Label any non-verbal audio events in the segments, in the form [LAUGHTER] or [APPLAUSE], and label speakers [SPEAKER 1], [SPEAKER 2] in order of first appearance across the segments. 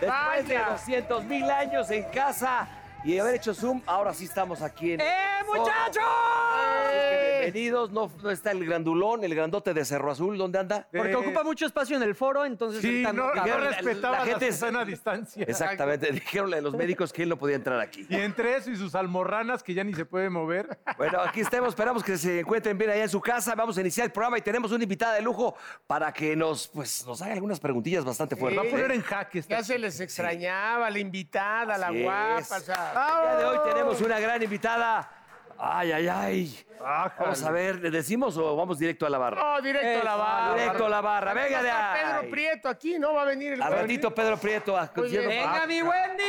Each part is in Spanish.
[SPEAKER 1] Después de
[SPEAKER 2] Vaya.
[SPEAKER 1] 200 mil años en casa y de haber hecho Zoom, ahora sí estamos aquí en.
[SPEAKER 2] ¡Eh, muchachos!
[SPEAKER 1] Así es que Bienvenidos, no, no está el grandulón, el grandote de Cerro Azul, ¿dónde anda?
[SPEAKER 3] Porque
[SPEAKER 2] Eh.
[SPEAKER 3] ocupa mucho espacio en el foro, entonces
[SPEAKER 2] Sí,
[SPEAKER 3] ahorita
[SPEAKER 2] no,
[SPEAKER 3] cabe.
[SPEAKER 2] no
[SPEAKER 1] la- la
[SPEAKER 2] respetaba la,
[SPEAKER 1] gente es-
[SPEAKER 2] sana distancia.
[SPEAKER 1] Exactamente, [LAUGHS] dijeron a los médicos que él no podía entrar aquí.
[SPEAKER 2] Y entre eso y sus almorranas que ya ni se puede
[SPEAKER 1] [LAUGHS]
[SPEAKER 2] mover.
[SPEAKER 1] Bueno, aquí estamos, esperamos que se encuentren bien allá en su casa. Vamos a iniciar el programa y tenemos una invitada de lujo para que nos, pues, nos haga algunas preguntillas bastante fuertes.
[SPEAKER 2] Va a
[SPEAKER 1] ¿eh?
[SPEAKER 2] poner en jaque esta
[SPEAKER 4] Ya se les extrañaba, la invitada, la
[SPEAKER 1] Así
[SPEAKER 4] guapa.
[SPEAKER 1] es.
[SPEAKER 4] o sea, ¡Ah,
[SPEAKER 1] El día de hoy tenemos una gran invitada. Ay, ay, ay. Vamos a ver, ¿le decimos o vamos directo a la barra?
[SPEAKER 4] no, oh, directo a la barra.
[SPEAKER 1] directo a la barra, venga de
[SPEAKER 4] Está
[SPEAKER 1] ahí.
[SPEAKER 4] Pedro Prieto aquí, ¿no? Va a venir el
[SPEAKER 1] Al
[SPEAKER 4] Pedro.
[SPEAKER 1] ratito Pedro Prieto. ah, a-
[SPEAKER 4] Muy bien.
[SPEAKER 3] ¡Venga, mi Wendy!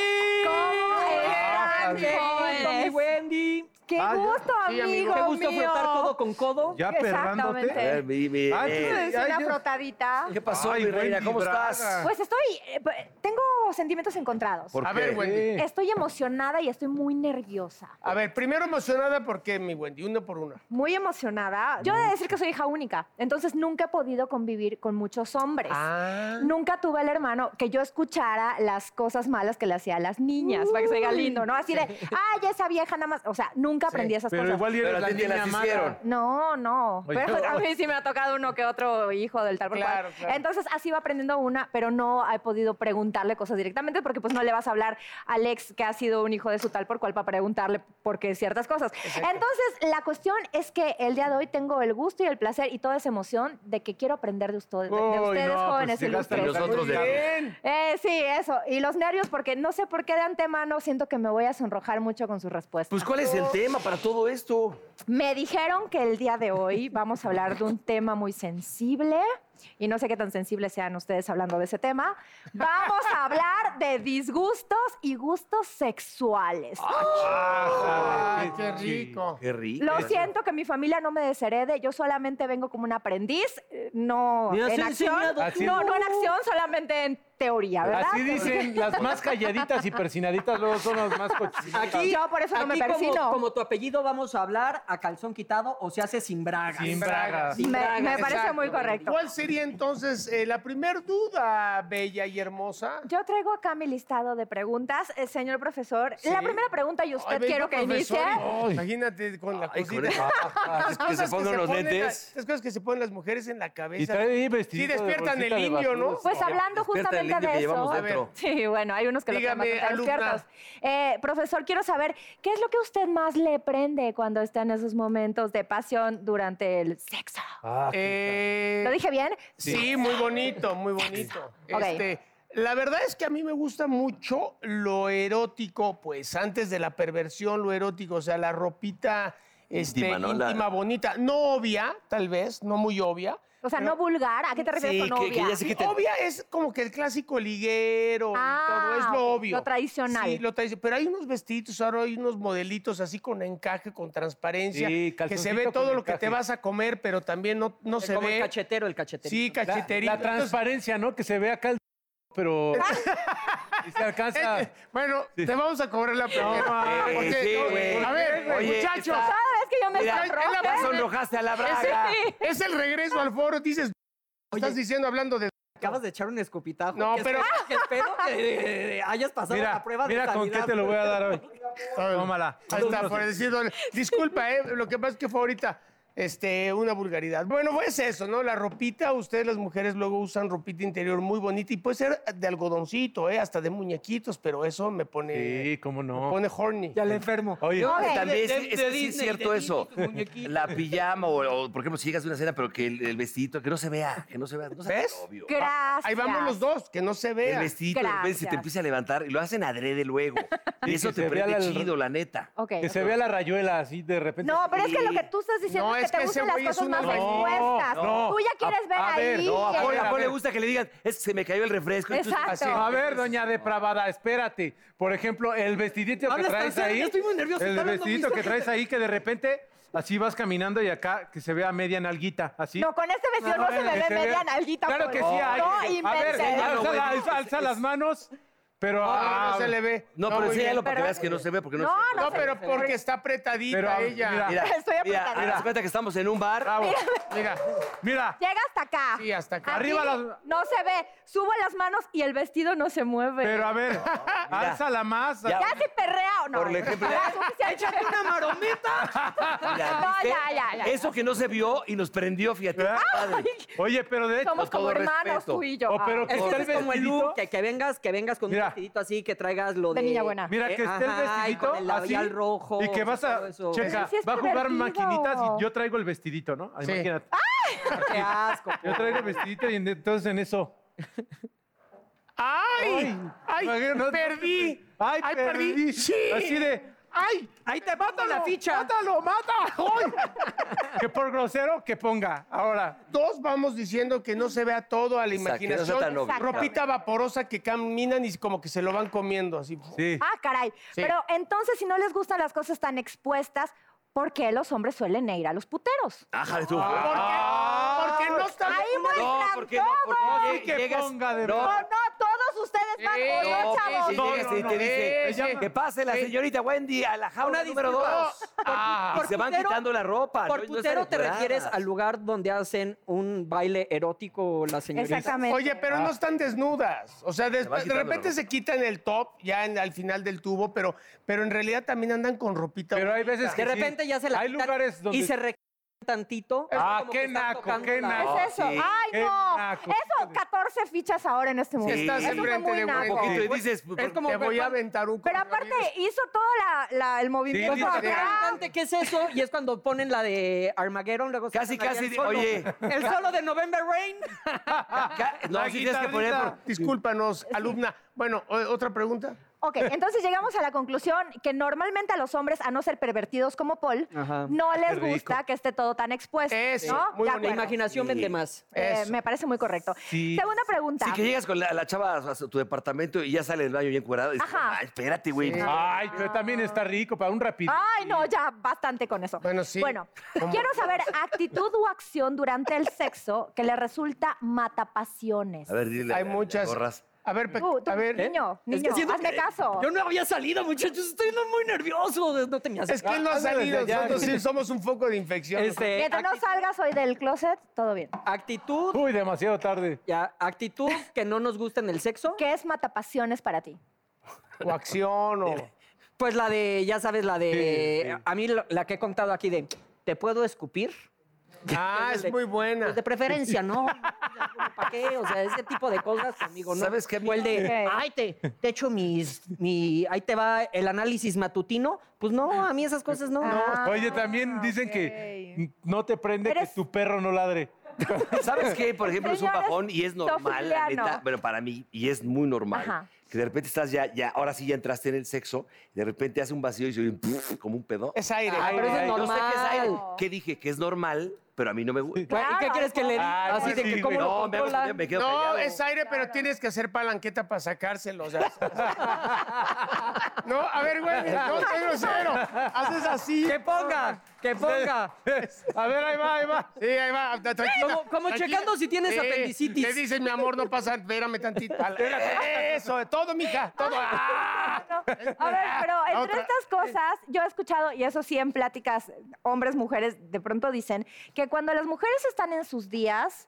[SPEAKER 5] eran,
[SPEAKER 3] ¡Qué gusto, mi
[SPEAKER 5] jóvenes!
[SPEAKER 3] Wendy!
[SPEAKER 5] Ah, ¡Qué
[SPEAKER 2] Ah, ya.
[SPEAKER 5] gusto,
[SPEAKER 4] Sí,
[SPEAKER 5] amigo!
[SPEAKER 4] amigo.
[SPEAKER 3] ¡Qué gusto
[SPEAKER 5] mío.
[SPEAKER 3] frotar codo con codo!
[SPEAKER 2] ¿Ya
[SPEAKER 5] Exactamente.
[SPEAKER 1] A
[SPEAKER 2] perrándote?
[SPEAKER 1] ver, mi- mi-
[SPEAKER 2] Ah,
[SPEAKER 1] eh,
[SPEAKER 5] ¿Tú
[SPEAKER 2] Ay,
[SPEAKER 5] eres una
[SPEAKER 2] ay, yo-
[SPEAKER 5] frotadita?
[SPEAKER 1] ¿Qué pasó,
[SPEAKER 2] Ay,
[SPEAKER 1] mi reina?
[SPEAKER 2] Wendy
[SPEAKER 1] ¿Cómo
[SPEAKER 2] Braga.
[SPEAKER 1] estás?
[SPEAKER 5] Pues estoy... eh, p- tengo sentimientos encontrados.
[SPEAKER 1] ¿Por
[SPEAKER 4] A ver,
[SPEAKER 1] qué?
[SPEAKER 5] Pues,
[SPEAKER 4] Wendy.
[SPEAKER 5] Estoy emocionada y estoy muy nerviosa.
[SPEAKER 4] A ver, primero emocionada porque mi Wendy, uno por uno.
[SPEAKER 5] Muy emocionada. Yo he de decir que soy hija única, entonces nunca he podido convivir con muchos hombres.
[SPEAKER 4] Ah.
[SPEAKER 5] Nunca tuve el hermano que yo escuchara las cosas malas que le hacía a las niñas, para que se oiga lindo, ¿no? Así de, ay, esa vieja nada más. O sea, nunca aprendí esas
[SPEAKER 2] Pero
[SPEAKER 5] cosas.
[SPEAKER 2] igual y
[SPEAKER 1] Pero
[SPEAKER 2] eres
[SPEAKER 1] a
[SPEAKER 2] la
[SPEAKER 1] ti te
[SPEAKER 2] niña
[SPEAKER 1] las
[SPEAKER 2] mala.
[SPEAKER 1] hicieron.
[SPEAKER 5] No, no.
[SPEAKER 2] Oye,
[SPEAKER 5] pero
[SPEAKER 2] yo-
[SPEAKER 5] [LAUGHS] a mí sí me ha tocado uno que otro hijo del tal por cual.
[SPEAKER 4] Claro, claro.
[SPEAKER 5] Entonces así va aprendiendo una, pero no he podido preguntarle cosas directamente porque pues no le vas a hablar al ex que ha sido un hijo de su tal por cual para preguntarle por qué ciertas cosas. Entonces la cuestión es que el día de hoy tengo el gusto y el placer y toda esa emoción de que quiero aprender de ustedes, de- de
[SPEAKER 2] Uy,
[SPEAKER 5] ustedes
[SPEAKER 2] no, pues
[SPEAKER 5] jóvenes
[SPEAKER 2] llegaste
[SPEAKER 5] ilustres.
[SPEAKER 1] los
[SPEAKER 2] tarde.
[SPEAKER 1] Nosotros
[SPEAKER 2] Muy
[SPEAKER 1] de-
[SPEAKER 2] bien.
[SPEAKER 5] Eh, sí, eso. Y los nervios porque no sé por qué de antemano siento que me voy a sonrojar mucho con sus respuestas.
[SPEAKER 1] Pues, ¿cuál es el tema para todo esto?
[SPEAKER 5] Me dijeron que el día de hoy vamos a hablar de un tema muy sensible y no sé qué tan sensibles sean ustedes hablando de ese tema. Vamos a hablar de disgustos y gustos sexuales.
[SPEAKER 2] Ah,
[SPEAKER 4] Ah, qué rico.
[SPEAKER 1] Qué rico.
[SPEAKER 5] Lo siento que mi familia no me desherede, yo solamente vengo como un aprendiz, eh, no
[SPEAKER 3] Me has
[SPEAKER 5] en acción,
[SPEAKER 3] enseñado
[SPEAKER 2] tú.
[SPEAKER 5] no, no en acción, solamente en teoría, ¿verdad?
[SPEAKER 2] Así dicen, las más calladitas y persinaditas luego son
[SPEAKER 5] [LAUGHS]
[SPEAKER 2] las más cochinas.
[SPEAKER 5] Aquí- Yo por eso no me
[SPEAKER 3] aquí como-
[SPEAKER 5] persino.
[SPEAKER 3] Como, tu apellido vamos a hablar a calzón quitado o se hace sin bragas.
[SPEAKER 2] Sin bragas.
[SPEAKER 3] Sin
[SPEAKER 5] Me-
[SPEAKER 3] bragas,
[SPEAKER 5] me parece muy
[SPEAKER 3] exacto.
[SPEAKER 5] correcto.
[SPEAKER 4] ¿Cuál sería entonces eh, la primer duda, bella y hermosa?
[SPEAKER 5] Yo traigo acá mi listado de preguntas, eh, señor profesor. La primera pregunta y usted
[SPEAKER 4] Ay,
[SPEAKER 5] quiero
[SPEAKER 4] bendito
[SPEAKER 5] que inicie.
[SPEAKER 4] profesor, y- Imagínate con la
[SPEAKER 1] Ay, con
[SPEAKER 4] [LAUGHS] cosita.
[SPEAKER 1] esa-
[SPEAKER 4] Estas
[SPEAKER 1] que se
[SPEAKER 4] cosas
[SPEAKER 1] pongan los
[SPEAKER 4] ponen la-
[SPEAKER 1] lentes.
[SPEAKER 4] Estas cosas que se ponen las mujeres en la
[SPEAKER 2] Y
[SPEAKER 4] cabeza.
[SPEAKER 2] trae ahí
[SPEAKER 4] Sí,
[SPEAKER 2] vestidito de
[SPEAKER 4] despiertan
[SPEAKER 2] bolsita
[SPEAKER 4] el
[SPEAKER 2] de
[SPEAKER 4] indio, ¿no?
[SPEAKER 2] basuras.
[SPEAKER 5] Pues hablando
[SPEAKER 1] Despierta el
[SPEAKER 5] justamente
[SPEAKER 1] niño que
[SPEAKER 5] de
[SPEAKER 1] llevamos
[SPEAKER 5] eso.
[SPEAKER 4] A ver.
[SPEAKER 1] dentro.
[SPEAKER 5] [LAUGHS] Sí, bueno, hay unos que lo
[SPEAKER 4] Dígame,
[SPEAKER 5] tienen bastante
[SPEAKER 4] alumna.
[SPEAKER 5] despiertos. Eh, profesor, quiero saber, ¿qué es lo que usted más le prende cuando está en esos momentos de pasión durante el sexo?
[SPEAKER 2] Ah,
[SPEAKER 4] Eh,
[SPEAKER 5] ¿Lo dije bien?
[SPEAKER 4] Sí, muy bonito, muy bonito.
[SPEAKER 5] [LAUGHS] Ok.
[SPEAKER 4] Este, la verdad es que a mí me gusta mucho lo erótico, pues antes de la perversión, lo erótico, o sea, la ropita este,
[SPEAKER 1] Íntima,
[SPEAKER 4] íntima,
[SPEAKER 1] ¿no? La-
[SPEAKER 4] bonita, no obvia, tal vez, no muy obvia.
[SPEAKER 5] O sea, no, vulgar. ¿A qué te refieres
[SPEAKER 1] Sí,
[SPEAKER 5] con
[SPEAKER 1] que, que
[SPEAKER 5] novia?
[SPEAKER 1] ya se quiten.
[SPEAKER 4] Obvia es como que el clásico liguero, y
[SPEAKER 5] Ah,
[SPEAKER 4] todo es lo
[SPEAKER 5] ok,
[SPEAKER 4] obvio.
[SPEAKER 5] lo tradicional.
[SPEAKER 4] Sí, lo tradicional. Pero hay unos vestiditos, ahora hay unos modelitos así con encaje, con transparencia,
[SPEAKER 2] Sí,
[SPEAKER 4] que se
[SPEAKER 2] calzoncito
[SPEAKER 4] ve
[SPEAKER 2] con
[SPEAKER 4] todo lo que
[SPEAKER 2] encaje.
[SPEAKER 4] te vas a comer, pero también no, no se
[SPEAKER 3] Como el
[SPEAKER 4] ve.
[SPEAKER 3] cachetero, el cachetero.
[SPEAKER 4] Sí,
[SPEAKER 2] La-
[SPEAKER 4] cacheterito.
[SPEAKER 2] La,
[SPEAKER 4] Entonces,
[SPEAKER 2] transparencia, ¿no? Que se ve acá el... [LAUGHS] Pero... y se alcanza...
[SPEAKER 4] Eh, bueno, te vamos a cobrar la primera.
[SPEAKER 2] mames,
[SPEAKER 4] Porque,
[SPEAKER 1] sí,
[SPEAKER 4] no,
[SPEAKER 1] güey.
[SPEAKER 4] a ver,
[SPEAKER 1] Oye,
[SPEAKER 4] muchachos,
[SPEAKER 1] está-
[SPEAKER 5] Cada vez que yo me
[SPEAKER 1] Mira,
[SPEAKER 5] sonrojo,
[SPEAKER 1] ya
[SPEAKER 5] [LAUGHS]
[SPEAKER 1] sonrojaste a la braga.
[SPEAKER 4] es el regreso al foro. Dices, estás diciendo hablando de.
[SPEAKER 3] Acabas de echar un escupitajo.
[SPEAKER 4] No,
[SPEAKER 3] que
[SPEAKER 4] pero-
[SPEAKER 3] espero- que espero que eh, hayas pasado
[SPEAKER 2] Mira,
[SPEAKER 3] la prueba de
[SPEAKER 2] mira con qué
[SPEAKER 3] sanidad.
[SPEAKER 2] te lo voy a dar hoy. Tómala.
[SPEAKER 4] Ahí está, por decir doble. Disculpa, eh, lo que pasa es que fue ahorita este, una vulgaridad. Bueno, pues eso, ¿no? La ropita, ustedes las mujeres luego usan ropita interior muy bonita y puede ser de algodoncito, ¿eh? Hasta de muñequitos, pero eso me pone.
[SPEAKER 2] Sí, cómo
[SPEAKER 4] me
[SPEAKER 2] no.
[SPEAKER 4] pone horny.
[SPEAKER 3] Y al enfermo.
[SPEAKER 2] Oye,
[SPEAKER 1] Yo creo que
[SPEAKER 5] Ok.
[SPEAKER 1] también
[SPEAKER 3] De-
[SPEAKER 1] es,
[SPEAKER 3] de-
[SPEAKER 1] es
[SPEAKER 3] de
[SPEAKER 1] que sí es
[SPEAKER 3] Disney,
[SPEAKER 1] cierto
[SPEAKER 3] de
[SPEAKER 1] eso.
[SPEAKER 3] Disney, tus muñequitos.
[SPEAKER 1] La pijama o, o, por ejemplo, si llegas a una cena, pero que el, el vestidito, que no se vea, que no se vea. No se
[SPEAKER 4] ¿Ves?
[SPEAKER 1] Obvio. Ah,
[SPEAKER 5] Gracias.
[SPEAKER 4] Ahí vamos los dos, que no se
[SPEAKER 1] El
[SPEAKER 4] vea.
[SPEAKER 1] vestidito, de repente, se te
[SPEAKER 5] Gracias.
[SPEAKER 1] empieza a levantar y lo hacen adrede luego.
[SPEAKER 2] Sí,
[SPEAKER 1] Y eso
[SPEAKER 2] que
[SPEAKER 1] te
[SPEAKER 2] se vea
[SPEAKER 1] prende
[SPEAKER 2] la-
[SPEAKER 1] chido, la neta.
[SPEAKER 5] Ok,
[SPEAKER 2] que se
[SPEAKER 5] ok.
[SPEAKER 2] vea la rayuela así de repente.
[SPEAKER 5] No, pero es que lo que tú estás diciendo
[SPEAKER 4] No,
[SPEAKER 5] es que
[SPEAKER 4] es que
[SPEAKER 5] te
[SPEAKER 4] ese
[SPEAKER 5] gustan las
[SPEAKER 4] güey es
[SPEAKER 5] cosas
[SPEAKER 4] una
[SPEAKER 5] más
[SPEAKER 2] no,
[SPEAKER 5] expuestas.
[SPEAKER 2] no.
[SPEAKER 5] Tú ya quieres ver
[SPEAKER 2] a ver,
[SPEAKER 5] ahí.
[SPEAKER 2] no,
[SPEAKER 1] A
[SPEAKER 5] que-
[SPEAKER 1] Paul,
[SPEAKER 2] ver,
[SPEAKER 1] a Paul
[SPEAKER 2] a
[SPEAKER 1] le
[SPEAKER 2] ver.
[SPEAKER 1] gusta que le digan, es que se me cayó el refresco. Entonces,
[SPEAKER 5] Exacto.
[SPEAKER 2] A
[SPEAKER 3] pues,
[SPEAKER 1] pues".
[SPEAKER 2] ver, doña depravada, espérate. Por ejemplo, el vestidito que
[SPEAKER 3] Hablas tan
[SPEAKER 2] traes
[SPEAKER 3] serio,
[SPEAKER 2] ahí.
[SPEAKER 3] estoy muy nervioso,
[SPEAKER 2] El
[SPEAKER 3] está hablando
[SPEAKER 2] vestidito
[SPEAKER 3] muy
[SPEAKER 2] que
[SPEAKER 3] serio.
[SPEAKER 2] traes ahí que de repente así vas caminando y acá que se vea media nalguita, así.
[SPEAKER 5] No, con este vestido no,
[SPEAKER 2] Ah,
[SPEAKER 5] se me
[SPEAKER 2] que
[SPEAKER 5] ve media
[SPEAKER 2] vea-
[SPEAKER 5] nalguita.
[SPEAKER 2] Claro que sí
[SPEAKER 5] Paul.
[SPEAKER 2] hay.
[SPEAKER 5] No
[SPEAKER 2] a ver,
[SPEAKER 5] inventes.
[SPEAKER 2] alza,
[SPEAKER 1] güey, no,
[SPEAKER 2] la- alza-
[SPEAKER 1] es-
[SPEAKER 2] alza las manos. Pero,
[SPEAKER 4] Ah,
[SPEAKER 2] ah,
[SPEAKER 4] no se le ve.
[SPEAKER 1] No, pero
[SPEAKER 4] muy bien.
[SPEAKER 1] enséñalo para que
[SPEAKER 5] Pero-
[SPEAKER 1] veas que no se ve, porque no,
[SPEAKER 5] No,
[SPEAKER 1] se
[SPEAKER 4] No,
[SPEAKER 5] se-
[SPEAKER 4] pero porque está apretadita
[SPEAKER 2] Pero, ah,
[SPEAKER 4] ella.
[SPEAKER 2] mira. [LAUGHS]
[SPEAKER 1] Mira,
[SPEAKER 5] Estoy
[SPEAKER 1] mira,
[SPEAKER 5] apretada.
[SPEAKER 1] mira, haz cuenta que estamos en un bar.
[SPEAKER 2] bravo. Mira, mira.
[SPEAKER 5] Llega hasta acá.
[SPEAKER 4] Sí, hasta acá.
[SPEAKER 5] Aquí
[SPEAKER 2] Arriba las-
[SPEAKER 5] No se ve. Subo las manos y el vestido no se mueve.
[SPEAKER 2] Pero a ver,
[SPEAKER 1] mira.
[SPEAKER 2] alza la masa.
[SPEAKER 1] Ya.
[SPEAKER 5] Ya si perrea o no.
[SPEAKER 1] Por ejemplo-
[SPEAKER 5] Ya, suficiente.
[SPEAKER 3] una maromita!
[SPEAKER 1] Mira,
[SPEAKER 5] [LAUGHS] Ah, No,
[SPEAKER 1] ¿viste?
[SPEAKER 5] ya, ya, ya.
[SPEAKER 1] Eso que no se vio y nos prendió, fíjate.
[SPEAKER 2] ¿Ah?
[SPEAKER 1] Padre.
[SPEAKER 2] Oye, pero de hecho.
[SPEAKER 5] Somos
[SPEAKER 1] Con todo
[SPEAKER 5] como hermanos
[SPEAKER 1] respeto.
[SPEAKER 5] tú y yo.
[SPEAKER 2] Oh, pero
[SPEAKER 5] Ah,
[SPEAKER 2] que
[SPEAKER 3] [LAUGHS] Es
[SPEAKER 2] esté
[SPEAKER 3] que
[SPEAKER 2] el
[SPEAKER 3] es como el
[SPEAKER 2] vestidito.
[SPEAKER 3] look, que, que vengas, que vengas con
[SPEAKER 2] Mira.
[SPEAKER 3] un vestidito así, que traigas lo
[SPEAKER 5] De
[SPEAKER 3] de...
[SPEAKER 5] niña buena.
[SPEAKER 2] Mira, que esté el
[SPEAKER 3] Eh, Ajá, y
[SPEAKER 2] vestidito
[SPEAKER 3] con el labial
[SPEAKER 2] así,
[SPEAKER 3] rojo,
[SPEAKER 2] Y que vas
[SPEAKER 3] todo
[SPEAKER 2] a.
[SPEAKER 3] eso.
[SPEAKER 2] Checa,
[SPEAKER 5] Eso sí es
[SPEAKER 2] va a jugar
[SPEAKER 5] pervertido.
[SPEAKER 2] maquinitas y yo traigo el vestidito, ¿no?
[SPEAKER 4] Sí.
[SPEAKER 2] Imagínate.
[SPEAKER 3] Qué
[SPEAKER 2] [LAUGHS]
[SPEAKER 3] asco.
[SPEAKER 2] Yo traigo el vestidito y en- entonces en eso.
[SPEAKER 4] ¡Ay! ¡Ay!
[SPEAKER 2] Imagínate, no-
[SPEAKER 4] ¡Perdí!
[SPEAKER 2] ¡Ay,
[SPEAKER 4] ¡Ay,
[SPEAKER 2] perdí!
[SPEAKER 4] perdí! ¡Sí!
[SPEAKER 2] Así de. ¡Ay!
[SPEAKER 3] Ahí te pongo la ficha.
[SPEAKER 2] ¡Mátalo, mátalo! ¡Ay! que por grosero que ponga. Ahora.
[SPEAKER 4] Dos vamos diciendo que no se vea todo a la
[SPEAKER 1] Exacto, que no sea
[SPEAKER 4] imaginación.
[SPEAKER 1] tan obvio.
[SPEAKER 5] Exacto.
[SPEAKER 4] Ropita vaporosa que caminan y como que se lo van comiendo así.
[SPEAKER 2] Sí.
[SPEAKER 5] Ah, caray.
[SPEAKER 4] Sí.
[SPEAKER 5] Pero entonces, si no les gustan las cosas tan expuestas, ¿por qué los hombres suelen ir a los puteros?
[SPEAKER 1] Ájale tú.
[SPEAKER 4] ¿Por
[SPEAKER 2] Ah.
[SPEAKER 4] qué? Porque no están...
[SPEAKER 5] Ahí
[SPEAKER 1] No,
[SPEAKER 5] muestran
[SPEAKER 1] porque no,
[SPEAKER 5] todo.
[SPEAKER 1] porque no,
[SPEAKER 2] Sí, que
[SPEAKER 1] llegas-
[SPEAKER 2] ponga de
[SPEAKER 5] No,
[SPEAKER 1] no,
[SPEAKER 5] no, todos ustedes van.
[SPEAKER 4] Sí,
[SPEAKER 5] Oye,
[SPEAKER 1] no,
[SPEAKER 5] chavos.
[SPEAKER 1] sí,
[SPEAKER 2] No,
[SPEAKER 1] llegas
[SPEAKER 2] no,
[SPEAKER 1] y
[SPEAKER 2] no.
[SPEAKER 1] te dice,
[SPEAKER 4] Sí, sí.
[SPEAKER 1] que pase la
[SPEAKER 4] Sí.
[SPEAKER 1] señorita Wendy a la jaula
[SPEAKER 3] Una
[SPEAKER 1] número
[SPEAKER 3] disculpa.
[SPEAKER 1] dos.
[SPEAKER 4] Ah,
[SPEAKER 1] Y se van
[SPEAKER 3] putero-
[SPEAKER 1] quitando la ropa.
[SPEAKER 3] Por
[SPEAKER 1] no- no están
[SPEAKER 3] putero te
[SPEAKER 1] decoradas.
[SPEAKER 3] refieres al lugar donde hacen un baile erótico las señoritas.
[SPEAKER 5] Exactamente.
[SPEAKER 4] Oye, pero no están desnudas. O sea, des-
[SPEAKER 1] Se van
[SPEAKER 4] de
[SPEAKER 1] Ah. quitando
[SPEAKER 4] repente
[SPEAKER 1] la
[SPEAKER 4] se quitan el top ya en- al final del tubo, pero, pero en realidad también andan con ropita.
[SPEAKER 2] Pero hay veces que.
[SPEAKER 3] De
[SPEAKER 2] sí.
[SPEAKER 3] repente ya se la
[SPEAKER 2] Hay
[SPEAKER 3] quitan
[SPEAKER 2] lugares donde.
[SPEAKER 3] y se re tantito.
[SPEAKER 2] Ah,
[SPEAKER 3] como
[SPEAKER 2] qué
[SPEAKER 3] que están
[SPEAKER 2] naco,
[SPEAKER 3] tocando
[SPEAKER 2] qué
[SPEAKER 3] la-
[SPEAKER 2] naco.
[SPEAKER 5] ¿Qué es eso?
[SPEAKER 1] Sí.
[SPEAKER 5] ¡Ay,
[SPEAKER 2] Qué
[SPEAKER 5] no!
[SPEAKER 2] naco.
[SPEAKER 5] Eso, 14 fichas ahora en este momento.
[SPEAKER 4] Estás
[SPEAKER 5] eso fue
[SPEAKER 4] enfrente
[SPEAKER 5] muy
[SPEAKER 4] de un
[SPEAKER 5] naco.
[SPEAKER 1] Poquito y dices,
[SPEAKER 3] Es como
[SPEAKER 4] te voy a
[SPEAKER 3] cuando-
[SPEAKER 4] aventar un
[SPEAKER 5] Pero aparte
[SPEAKER 4] coronavirus.
[SPEAKER 5] hizo todo la- la- el movimiento
[SPEAKER 2] dice,
[SPEAKER 5] acá.
[SPEAKER 3] Pues, Cuando preguntan ¿Qué es eso? Y es cuando ponen la de Armageddon. Luego
[SPEAKER 1] Casi,
[SPEAKER 3] sacan ahí
[SPEAKER 1] casi,
[SPEAKER 3] el solo.
[SPEAKER 1] oye.
[SPEAKER 3] El solo de November
[SPEAKER 1] [LAUGHS]
[SPEAKER 3] Rain.
[SPEAKER 1] ca- no,
[SPEAKER 2] La
[SPEAKER 1] sí tienes que poner...
[SPEAKER 2] guitarrita.
[SPEAKER 1] pro-
[SPEAKER 4] Discúlpanos, alumna. Bueno, o- otra pregunta.
[SPEAKER 5] Ok, entonces llegamos a la conclusión que normalmente a los hombres, a no ser pervertidos como Paul,
[SPEAKER 3] Ajá.
[SPEAKER 5] no les
[SPEAKER 2] rico.
[SPEAKER 5] gusta que esté todo tan expuesto.
[SPEAKER 4] Eso,
[SPEAKER 5] ¿no?
[SPEAKER 4] muy
[SPEAKER 5] De
[SPEAKER 4] bonito.
[SPEAKER 3] La
[SPEAKER 5] acuerdo.
[SPEAKER 3] imaginación
[SPEAKER 1] Sí.
[SPEAKER 3] vende más.
[SPEAKER 5] Eh,
[SPEAKER 4] Eso.
[SPEAKER 5] me parece muy correcto.
[SPEAKER 2] Sí.
[SPEAKER 5] Segunda pregunta.
[SPEAKER 1] Sí, que llegas con la, la chava a, su- a tu departamento y ya sale del baño bien curada.
[SPEAKER 5] Ajá.
[SPEAKER 1] Ay, espérate, güey.
[SPEAKER 2] Ay, pero también está rico para un rapidito.
[SPEAKER 5] Ay, no, ya bastante con eso.
[SPEAKER 4] Bueno, sí.
[SPEAKER 5] Bueno, quiero saber actitud o acción durante el sexo que le resulta matapasiones.
[SPEAKER 1] A ver, dile.
[SPEAKER 4] Hay
[SPEAKER 1] a- a-
[SPEAKER 4] muchas.
[SPEAKER 1] gorras.
[SPEAKER 4] A ver, pe-
[SPEAKER 5] Tú, tú,
[SPEAKER 4] a ver.
[SPEAKER 5] niño,
[SPEAKER 3] Es que
[SPEAKER 5] niño,
[SPEAKER 3] siento
[SPEAKER 5] hazme
[SPEAKER 3] que-
[SPEAKER 5] caso.
[SPEAKER 3] Yo no había salido, muchachos. Estoy muy nervioso. No te me haces.
[SPEAKER 4] Es que él no ha
[SPEAKER 2] Ándale,
[SPEAKER 4] salido.
[SPEAKER 2] ya, ya.
[SPEAKER 4] Nosotros sí somos un foco de infección.
[SPEAKER 3] Este,
[SPEAKER 5] Mientras no
[SPEAKER 3] acti-
[SPEAKER 5] salgas hoy del closet, todo bien.
[SPEAKER 3] actitud,
[SPEAKER 2] Uy, demasiado tarde.
[SPEAKER 3] ya, actitud que no nos gusta en el sexo.
[SPEAKER 5] ¿Qué es matapasiones para ti?
[SPEAKER 4] O acción o.
[SPEAKER 3] Pues la de, ya sabes, la de.
[SPEAKER 2] Sí, sí.
[SPEAKER 3] A mí lo- la que he contado aquí de. ¿Te puedo escupir?
[SPEAKER 4] Ah, es muy buena.
[SPEAKER 3] Pues de preferencia, no. ¿Para qué? O sea, ese tipo de cosas, amigo. ¿no?
[SPEAKER 1] ¿Sabes qué,
[SPEAKER 3] O el de,
[SPEAKER 5] amigo?
[SPEAKER 3] ay, te, te echo mis, mi, ahí te va el análisis matutino. Pues no, a mí esas cosas no.
[SPEAKER 5] Ah,
[SPEAKER 2] Oye, también dicen que no te prende
[SPEAKER 5] Eres-
[SPEAKER 2] que tu perro no ladre.
[SPEAKER 1] ¿Sabes qué? Por ejemplo, es un
[SPEAKER 5] Señores,
[SPEAKER 1] bajón y es normal, la
[SPEAKER 5] zoofiliano.
[SPEAKER 1] neta. Bueno, para mí, y es muy normal.
[SPEAKER 5] Ajá.
[SPEAKER 1] Que de repente estás ya, ya, ahora sí ya entraste en el sexo, y de repente hace un vacío y se oye un puf, como un pedo.
[SPEAKER 4] Es aire.
[SPEAKER 3] Ah, pero eso es
[SPEAKER 2] Ay,
[SPEAKER 1] Yo sé que es aire.
[SPEAKER 3] normal.
[SPEAKER 5] No.
[SPEAKER 1] ¿Qué dije? Que es normal, pero a mí no me [LAUGHS] gusta.
[SPEAKER 3] Bueno, ¿Y qué
[SPEAKER 5] Claro, pues.
[SPEAKER 3] quieres que le diga?
[SPEAKER 2] ay,
[SPEAKER 3] Así de
[SPEAKER 2] sí,
[SPEAKER 3] que cómo
[SPEAKER 2] güey.
[SPEAKER 3] lo
[SPEAKER 1] No, me, hago-
[SPEAKER 3] controlan.
[SPEAKER 1] me quedo
[SPEAKER 4] No,
[SPEAKER 1] callado.
[SPEAKER 4] es aire, pero tienes que hacer palanqueta para sacárselo. o sea. [LAUGHS] no, a ver, güey, no soy grosero. Haces así.
[SPEAKER 3] Que ponga, que ponga.
[SPEAKER 2] [LAUGHS] A ver, ahí va, ahí va.
[SPEAKER 4] Sí, ahí va, tra- tranquila.
[SPEAKER 3] Como- como
[SPEAKER 4] tranquila.
[SPEAKER 3] checando si tienes apendicitis.
[SPEAKER 4] Le dices, mi amor, no pasa, espérame tantito. Eso, todo, mija, todo. ¡Ah!
[SPEAKER 5] No. A ver, pero
[SPEAKER 4] La
[SPEAKER 5] entre
[SPEAKER 4] otra.
[SPEAKER 5] estas cosas, yo he escuchado, y eso sí en pláticas, hombres, mujeres, de pronto dicen que cuando las mujeres están en sus días,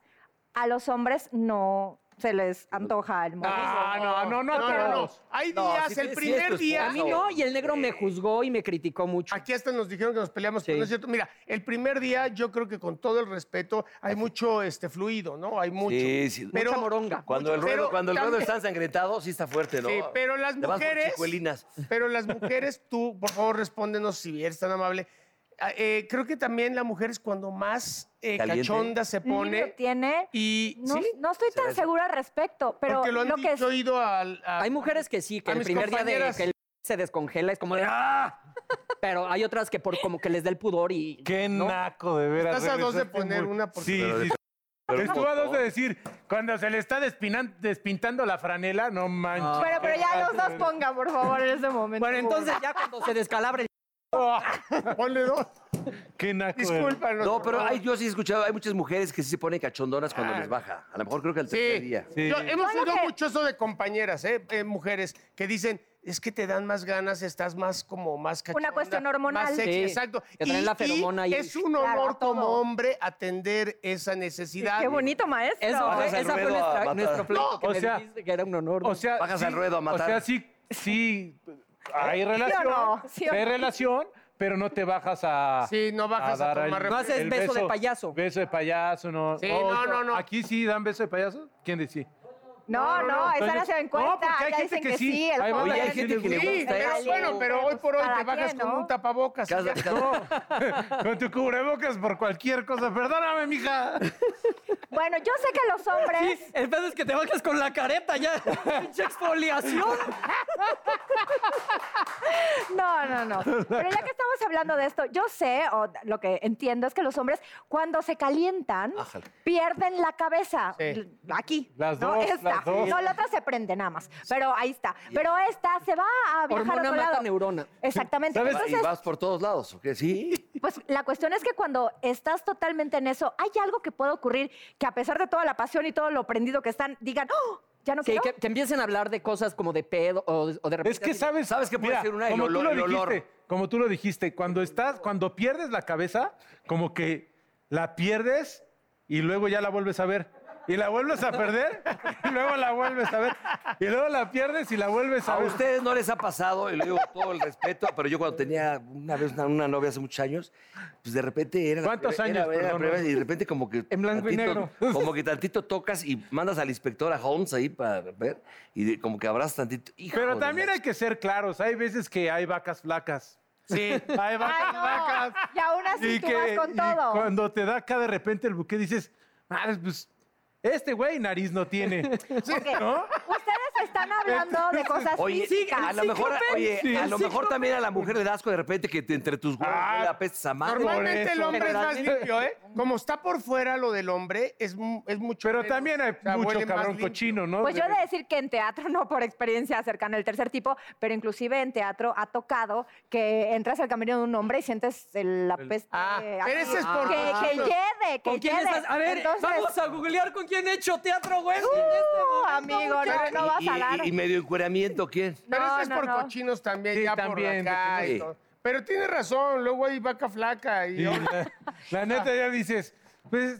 [SPEAKER 5] a los hombres no se les antoja el momento.
[SPEAKER 2] Ah, no, no, no,
[SPEAKER 4] No, no,
[SPEAKER 2] pero-
[SPEAKER 4] no. Hay
[SPEAKER 1] No,
[SPEAKER 4] días,
[SPEAKER 1] sí,
[SPEAKER 4] el
[SPEAKER 1] sí,
[SPEAKER 4] primer
[SPEAKER 1] es tu
[SPEAKER 4] día.
[SPEAKER 3] A mí no, y el negro me juzgó y me criticó mucho.
[SPEAKER 4] Aquí hasta nos dijeron que nos peleamos, pero
[SPEAKER 3] Sí.
[SPEAKER 4] no es cierto. Mira, el primer día, yo creo que con todo el respeto, hay mucho este fluido, ¿no? Hay mucho.
[SPEAKER 1] Sí, sí.
[SPEAKER 4] Pero-
[SPEAKER 3] Mucha moronga.
[SPEAKER 1] Cuando el
[SPEAKER 4] Pero
[SPEAKER 1] ruedo, cuando el ruedo
[SPEAKER 4] también-
[SPEAKER 1] está ensangrentado, sí está fuerte, ¿no?
[SPEAKER 4] Sí, pero las
[SPEAKER 1] Te vas por
[SPEAKER 4] mujeres.
[SPEAKER 1] chicuelinas.
[SPEAKER 4] Pero las mujeres, tú, por favor, respóndenos si eres tan amable. Ah, eh, creo que también la mujer es cuando más eh,
[SPEAKER 1] Caliente.
[SPEAKER 4] cachonda se
[SPEAKER 5] Ni lo
[SPEAKER 4] pone.
[SPEAKER 5] tiene.
[SPEAKER 4] Y
[SPEAKER 5] No,
[SPEAKER 4] sí,
[SPEAKER 5] no estoy tan segura al respecto, pero
[SPEAKER 4] porque lo
[SPEAKER 5] lo, que
[SPEAKER 4] han dicho,
[SPEAKER 5] es,
[SPEAKER 4] he oído al. a-
[SPEAKER 3] Hay mujeres que sí, que
[SPEAKER 4] a
[SPEAKER 3] el
[SPEAKER 4] mis
[SPEAKER 3] primer día de
[SPEAKER 4] compañeras.
[SPEAKER 3] que el se descongela es como de ¡ah! Pero hay otras que por como que les da el pudor y
[SPEAKER 2] Qué naco, de veras.
[SPEAKER 4] Estás a dos de
[SPEAKER 2] regresaste
[SPEAKER 4] poner
[SPEAKER 2] muy-
[SPEAKER 4] una por-
[SPEAKER 2] Sí,
[SPEAKER 1] Pero de-
[SPEAKER 2] sí.
[SPEAKER 1] pero
[SPEAKER 2] Estuvo a dos
[SPEAKER 1] como-
[SPEAKER 2] de decir, cuando se le está despinan- despintando la franela, no manches.
[SPEAKER 5] Bueno, pero ya los
[SPEAKER 2] Ah,
[SPEAKER 5] dos pongan, por favor, en ese momento.
[SPEAKER 3] Bueno, entonces ya cuando se descalabre el
[SPEAKER 4] Ponle dos.
[SPEAKER 2] Qué naco. eres.
[SPEAKER 4] Discúlpanos.
[SPEAKER 1] No,
[SPEAKER 4] por
[SPEAKER 1] pero
[SPEAKER 4] favor.
[SPEAKER 1] hay, yo sí he escuchado, hay muchas mujeres que sí se ponen cachondonas cuando
[SPEAKER 4] Ah.
[SPEAKER 1] les baja. A lo mejor creo que al
[SPEAKER 4] Sí.
[SPEAKER 1] tercer día.
[SPEAKER 2] Sí.
[SPEAKER 4] Yo-
[SPEAKER 5] Yo
[SPEAKER 4] hemos
[SPEAKER 5] lo
[SPEAKER 4] oído
[SPEAKER 5] que-
[SPEAKER 4] mucho eso de compañeras, ¿eh? Eh, mujeres, que dicen, es que te dan más ganas, estás más como más cachonda.
[SPEAKER 5] cuestión hormonal.
[SPEAKER 4] Más sexy,
[SPEAKER 3] Sí,
[SPEAKER 4] exacto.
[SPEAKER 3] que traen la feromona ahí.
[SPEAKER 4] es un
[SPEAKER 5] Claro,
[SPEAKER 4] honor
[SPEAKER 5] todo.
[SPEAKER 4] como hombre atender esa necesidad.
[SPEAKER 5] Qué bonito, maestro.
[SPEAKER 3] Eso fue,
[SPEAKER 1] Bajas al
[SPEAKER 3] esa fue
[SPEAKER 1] ruedo a
[SPEAKER 3] nuestra,
[SPEAKER 1] matar.
[SPEAKER 3] nuestro pleito que
[SPEAKER 2] o
[SPEAKER 3] me
[SPEAKER 2] sea,
[SPEAKER 3] dijiste que era un honor.
[SPEAKER 2] O sea,
[SPEAKER 1] Bajas
[SPEAKER 2] sí-
[SPEAKER 1] al ruedo a matar.
[SPEAKER 2] O sea, sí, sí, hay relación.
[SPEAKER 5] no? ¿Sí o
[SPEAKER 2] hay
[SPEAKER 5] no?
[SPEAKER 2] relación, pero no te bajas a.
[SPEAKER 4] Sí, no bajas a
[SPEAKER 2] dar
[SPEAKER 4] tomar refresco.
[SPEAKER 3] No haces
[SPEAKER 2] el
[SPEAKER 3] beso de payaso.
[SPEAKER 2] Beso de payaso, no.
[SPEAKER 4] Sí,
[SPEAKER 2] O-
[SPEAKER 4] no, no, no.
[SPEAKER 2] Aquí sí dan beso de payaso. ¿Quién decía?
[SPEAKER 5] No, no, esa no
[SPEAKER 2] Entonces-
[SPEAKER 5] se encuesta.
[SPEAKER 2] No, porque hay
[SPEAKER 5] ya
[SPEAKER 2] gente
[SPEAKER 5] dicen que,
[SPEAKER 2] que sí.
[SPEAKER 5] sí. el
[SPEAKER 2] Hay banda
[SPEAKER 5] joven.
[SPEAKER 1] que Oye, hay gente que le
[SPEAKER 4] Sí,
[SPEAKER 1] gusta
[SPEAKER 4] pero
[SPEAKER 1] eso.
[SPEAKER 4] bueno, pero hoy por hoy
[SPEAKER 5] Cada
[SPEAKER 4] te bajas
[SPEAKER 5] quien,
[SPEAKER 4] con
[SPEAKER 5] ¿no?
[SPEAKER 4] un tapabocas. y
[SPEAKER 1] Cada-
[SPEAKER 4] ya.
[SPEAKER 1] cada-
[SPEAKER 2] Con tu cubrebocas por cualquier cosa. Perdóname, mija.
[SPEAKER 5] Bueno, yo sé que los hombres.
[SPEAKER 3] Sí, el pedo es que te bajas con la careta [LAUGHS] ya. Pinche exfoliación.
[SPEAKER 5] No, no, no. Pero ya que estamos hablando de esto, yo sé, o lo que entiendo es que los hombres, cuando se calientan,
[SPEAKER 1] Ájale.
[SPEAKER 5] pierden la cabeza.
[SPEAKER 4] Sí.
[SPEAKER 5] L- Aquí.
[SPEAKER 2] Las
[SPEAKER 5] ¿no?
[SPEAKER 2] dos,
[SPEAKER 5] Esta.
[SPEAKER 2] las dos.
[SPEAKER 5] No, la otra se prende nada más. Pero ahí está. Pero esta se va a viajar a
[SPEAKER 3] Hormona
[SPEAKER 5] otro
[SPEAKER 3] mata
[SPEAKER 5] lado.
[SPEAKER 3] neurona.
[SPEAKER 5] Exactamente.
[SPEAKER 2] pues
[SPEAKER 1] ¿Sabes?
[SPEAKER 5] Entonces,
[SPEAKER 1] y vas por todos lados, ¿o qué? Sí.
[SPEAKER 5] Pues la cuestión es que cuando estás totalmente en eso, hay algo que puede ocurrir que a pesar de toda la pasión y todo lo prendido que están, digan, ¡Oh! ya no
[SPEAKER 3] Sí,
[SPEAKER 5] quiero.
[SPEAKER 3] que, que empiecen a hablar de cosas como de pedo o, o de repente.
[SPEAKER 2] Es que
[SPEAKER 3] así de-
[SPEAKER 2] sabes,
[SPEAKER 1] ¿Sabes qué puede ser una? El
[SPEAKER 2] como tú
[SPEAKER 1] olor-
[SPEAKER 2] lo
[SPEAKER 1] el olor.
[SPEAKER 2] dijiste, como tú lo dijiste, cuando estás, cuando pierdes la cabeza, como que la pierdes y luego ya la vuelves a ver. Y la vuelves a perder, [LAUGHS] y luego la vuelves a ver. Y luego la pierdes y la vuelves a,
[SPEAKER 1] A
[SPEAKER 2] ver.
[SPEAKER 1] ustedes no les ha pasado, y le digo todo el respeto, pero yo cuando tenía una vez una, una novia hace muchos años, pues de repente era. la
[SPEAKER 2] ¿Cuántos
[SPEAKER 1] primera- era-
[SPEAKER 2] años,
[SPEAKER 1] era la
[SPEAKER 2] perdón?
[SPEAKER 1] primera vez y de repente como que.
[SPEAKER 2] En blanco y
[SPEAKER 1] tantito-
[SPEAKER 2] negro.
[SPEAKER 1] Como que tantito tocas y mandas al inspector a Holmes ahí para ver, y de- como que abrazas tantito. Hijo
[SPEAKER 2] Pero
[SPEAKER 1] de
[SPEAKER 2] también
[SPEAKER 1] la-
[SPEAKER 2] hay que ser claros, hay veces que hay vacas flacas.
[SPEAKER 4] Sí.
[SPEAKER 2] [LAUGHS] Hay vacas
[SPEAKER 5] Ay, no.
[SPEAKER 2] flacas.
[SPEAKER 5] Y aún así tú vas con
[SPEAKER 2] y
[SPEAKER 5] todo.
[SPEAKER 2] cuando te da acá de repente el buque dices, madre, pues este güey nariz no
[SPEAKER 5] [LAUGHS]
[SPEAKER 2] tiene.
[SPEAKER 5] Ok.
[SPEAKER 2] ¿No?
[SPEAKER 5] Ustedes están hablando de cosas
[SPEAKER 1] Oye,
[SPEAKER 5] físicas.
[SPEAKER 1] a lo mejor, oye,
[SPEAKER 2] Sí,
[SPEAKER 1] a
[SPEAKER 2] el
[SPEAKER 1] lo mejor también a la mujer le das asco de repente que te- entre tus huevos
[SPEAKER 2] Ah,
[SPEAKER 1] huele a pestes a madre.
[SPEAKER 4] Normalmente el
[SPEAKER 2] eso.
[SPEAKER 4] hombre es más
[SPEAKER 3] Generalmente-
[SPEAKER 4] limpio, ¿eh? Como está por fuera lo del hombre, es, mu- es mucho.
[SPEAKER 2] Pero
[SPEAKER 4] menos.
[SPEAKER 2] también hay
[SPEAKER 4] O sea,
[SPEAKER 2] mucho
[SPEAKER 4] huele más
[SPEAKER 2] cabrón
[SPEAKER 4] limpio.
[SPEAKER 2] cochino, ¿no?
[SPEAKER 5] Pues yo he de decir que en teatro, no por experiencia cercana al tercer tipo, pero inclusive en teatro ha tocado que entras al camerino de un hombre y sientes el- la peste.
[SPEAKER 4] Ah,
[SPEAKER 5] eh,
[SPEAKER 4] pero ese es por
[SPEAKER 5] que, que
[SPEAKER 4] cochinos.
[SPEAKER 5] lleve, que
[SPEAKER 3] ¿Con quién
[SPEAKER 5] lleve.
[SPEAKER 3] estás? A ver,
[SPEAKER 5] Entonces,
[SPEAKER 3] vamos a googlear con quién he hecho teatro, güey.
[SPEAKER 5] uh, amigo, no, no vas
[SPEAKER 1] y,
[SPEAKER 5] a dar.
[SPEAKER 1] y- y medio encueramiento, ¿quién?
[SPEAKER 4] Pero
[SPEAKER 5] No,
[SPEAKER 4] eso es
[SPEAKER 5] no,
[SPEAKER 4] por
[SPEAKER 5] no.
[SPEAKER 4] cochinos también,
[SPEAKER 2] Sí,
[SPEAKER 4] ya
[SPEAKER 2] también,
[SPEAKER 4] por acá.
[SPEAKER 1] porque-
[SPEAKER 4] y todo. Pero tienes razón, luego hay vaca flaca y.
[SPEAKER 2] Y la, la neta ya dices, pues,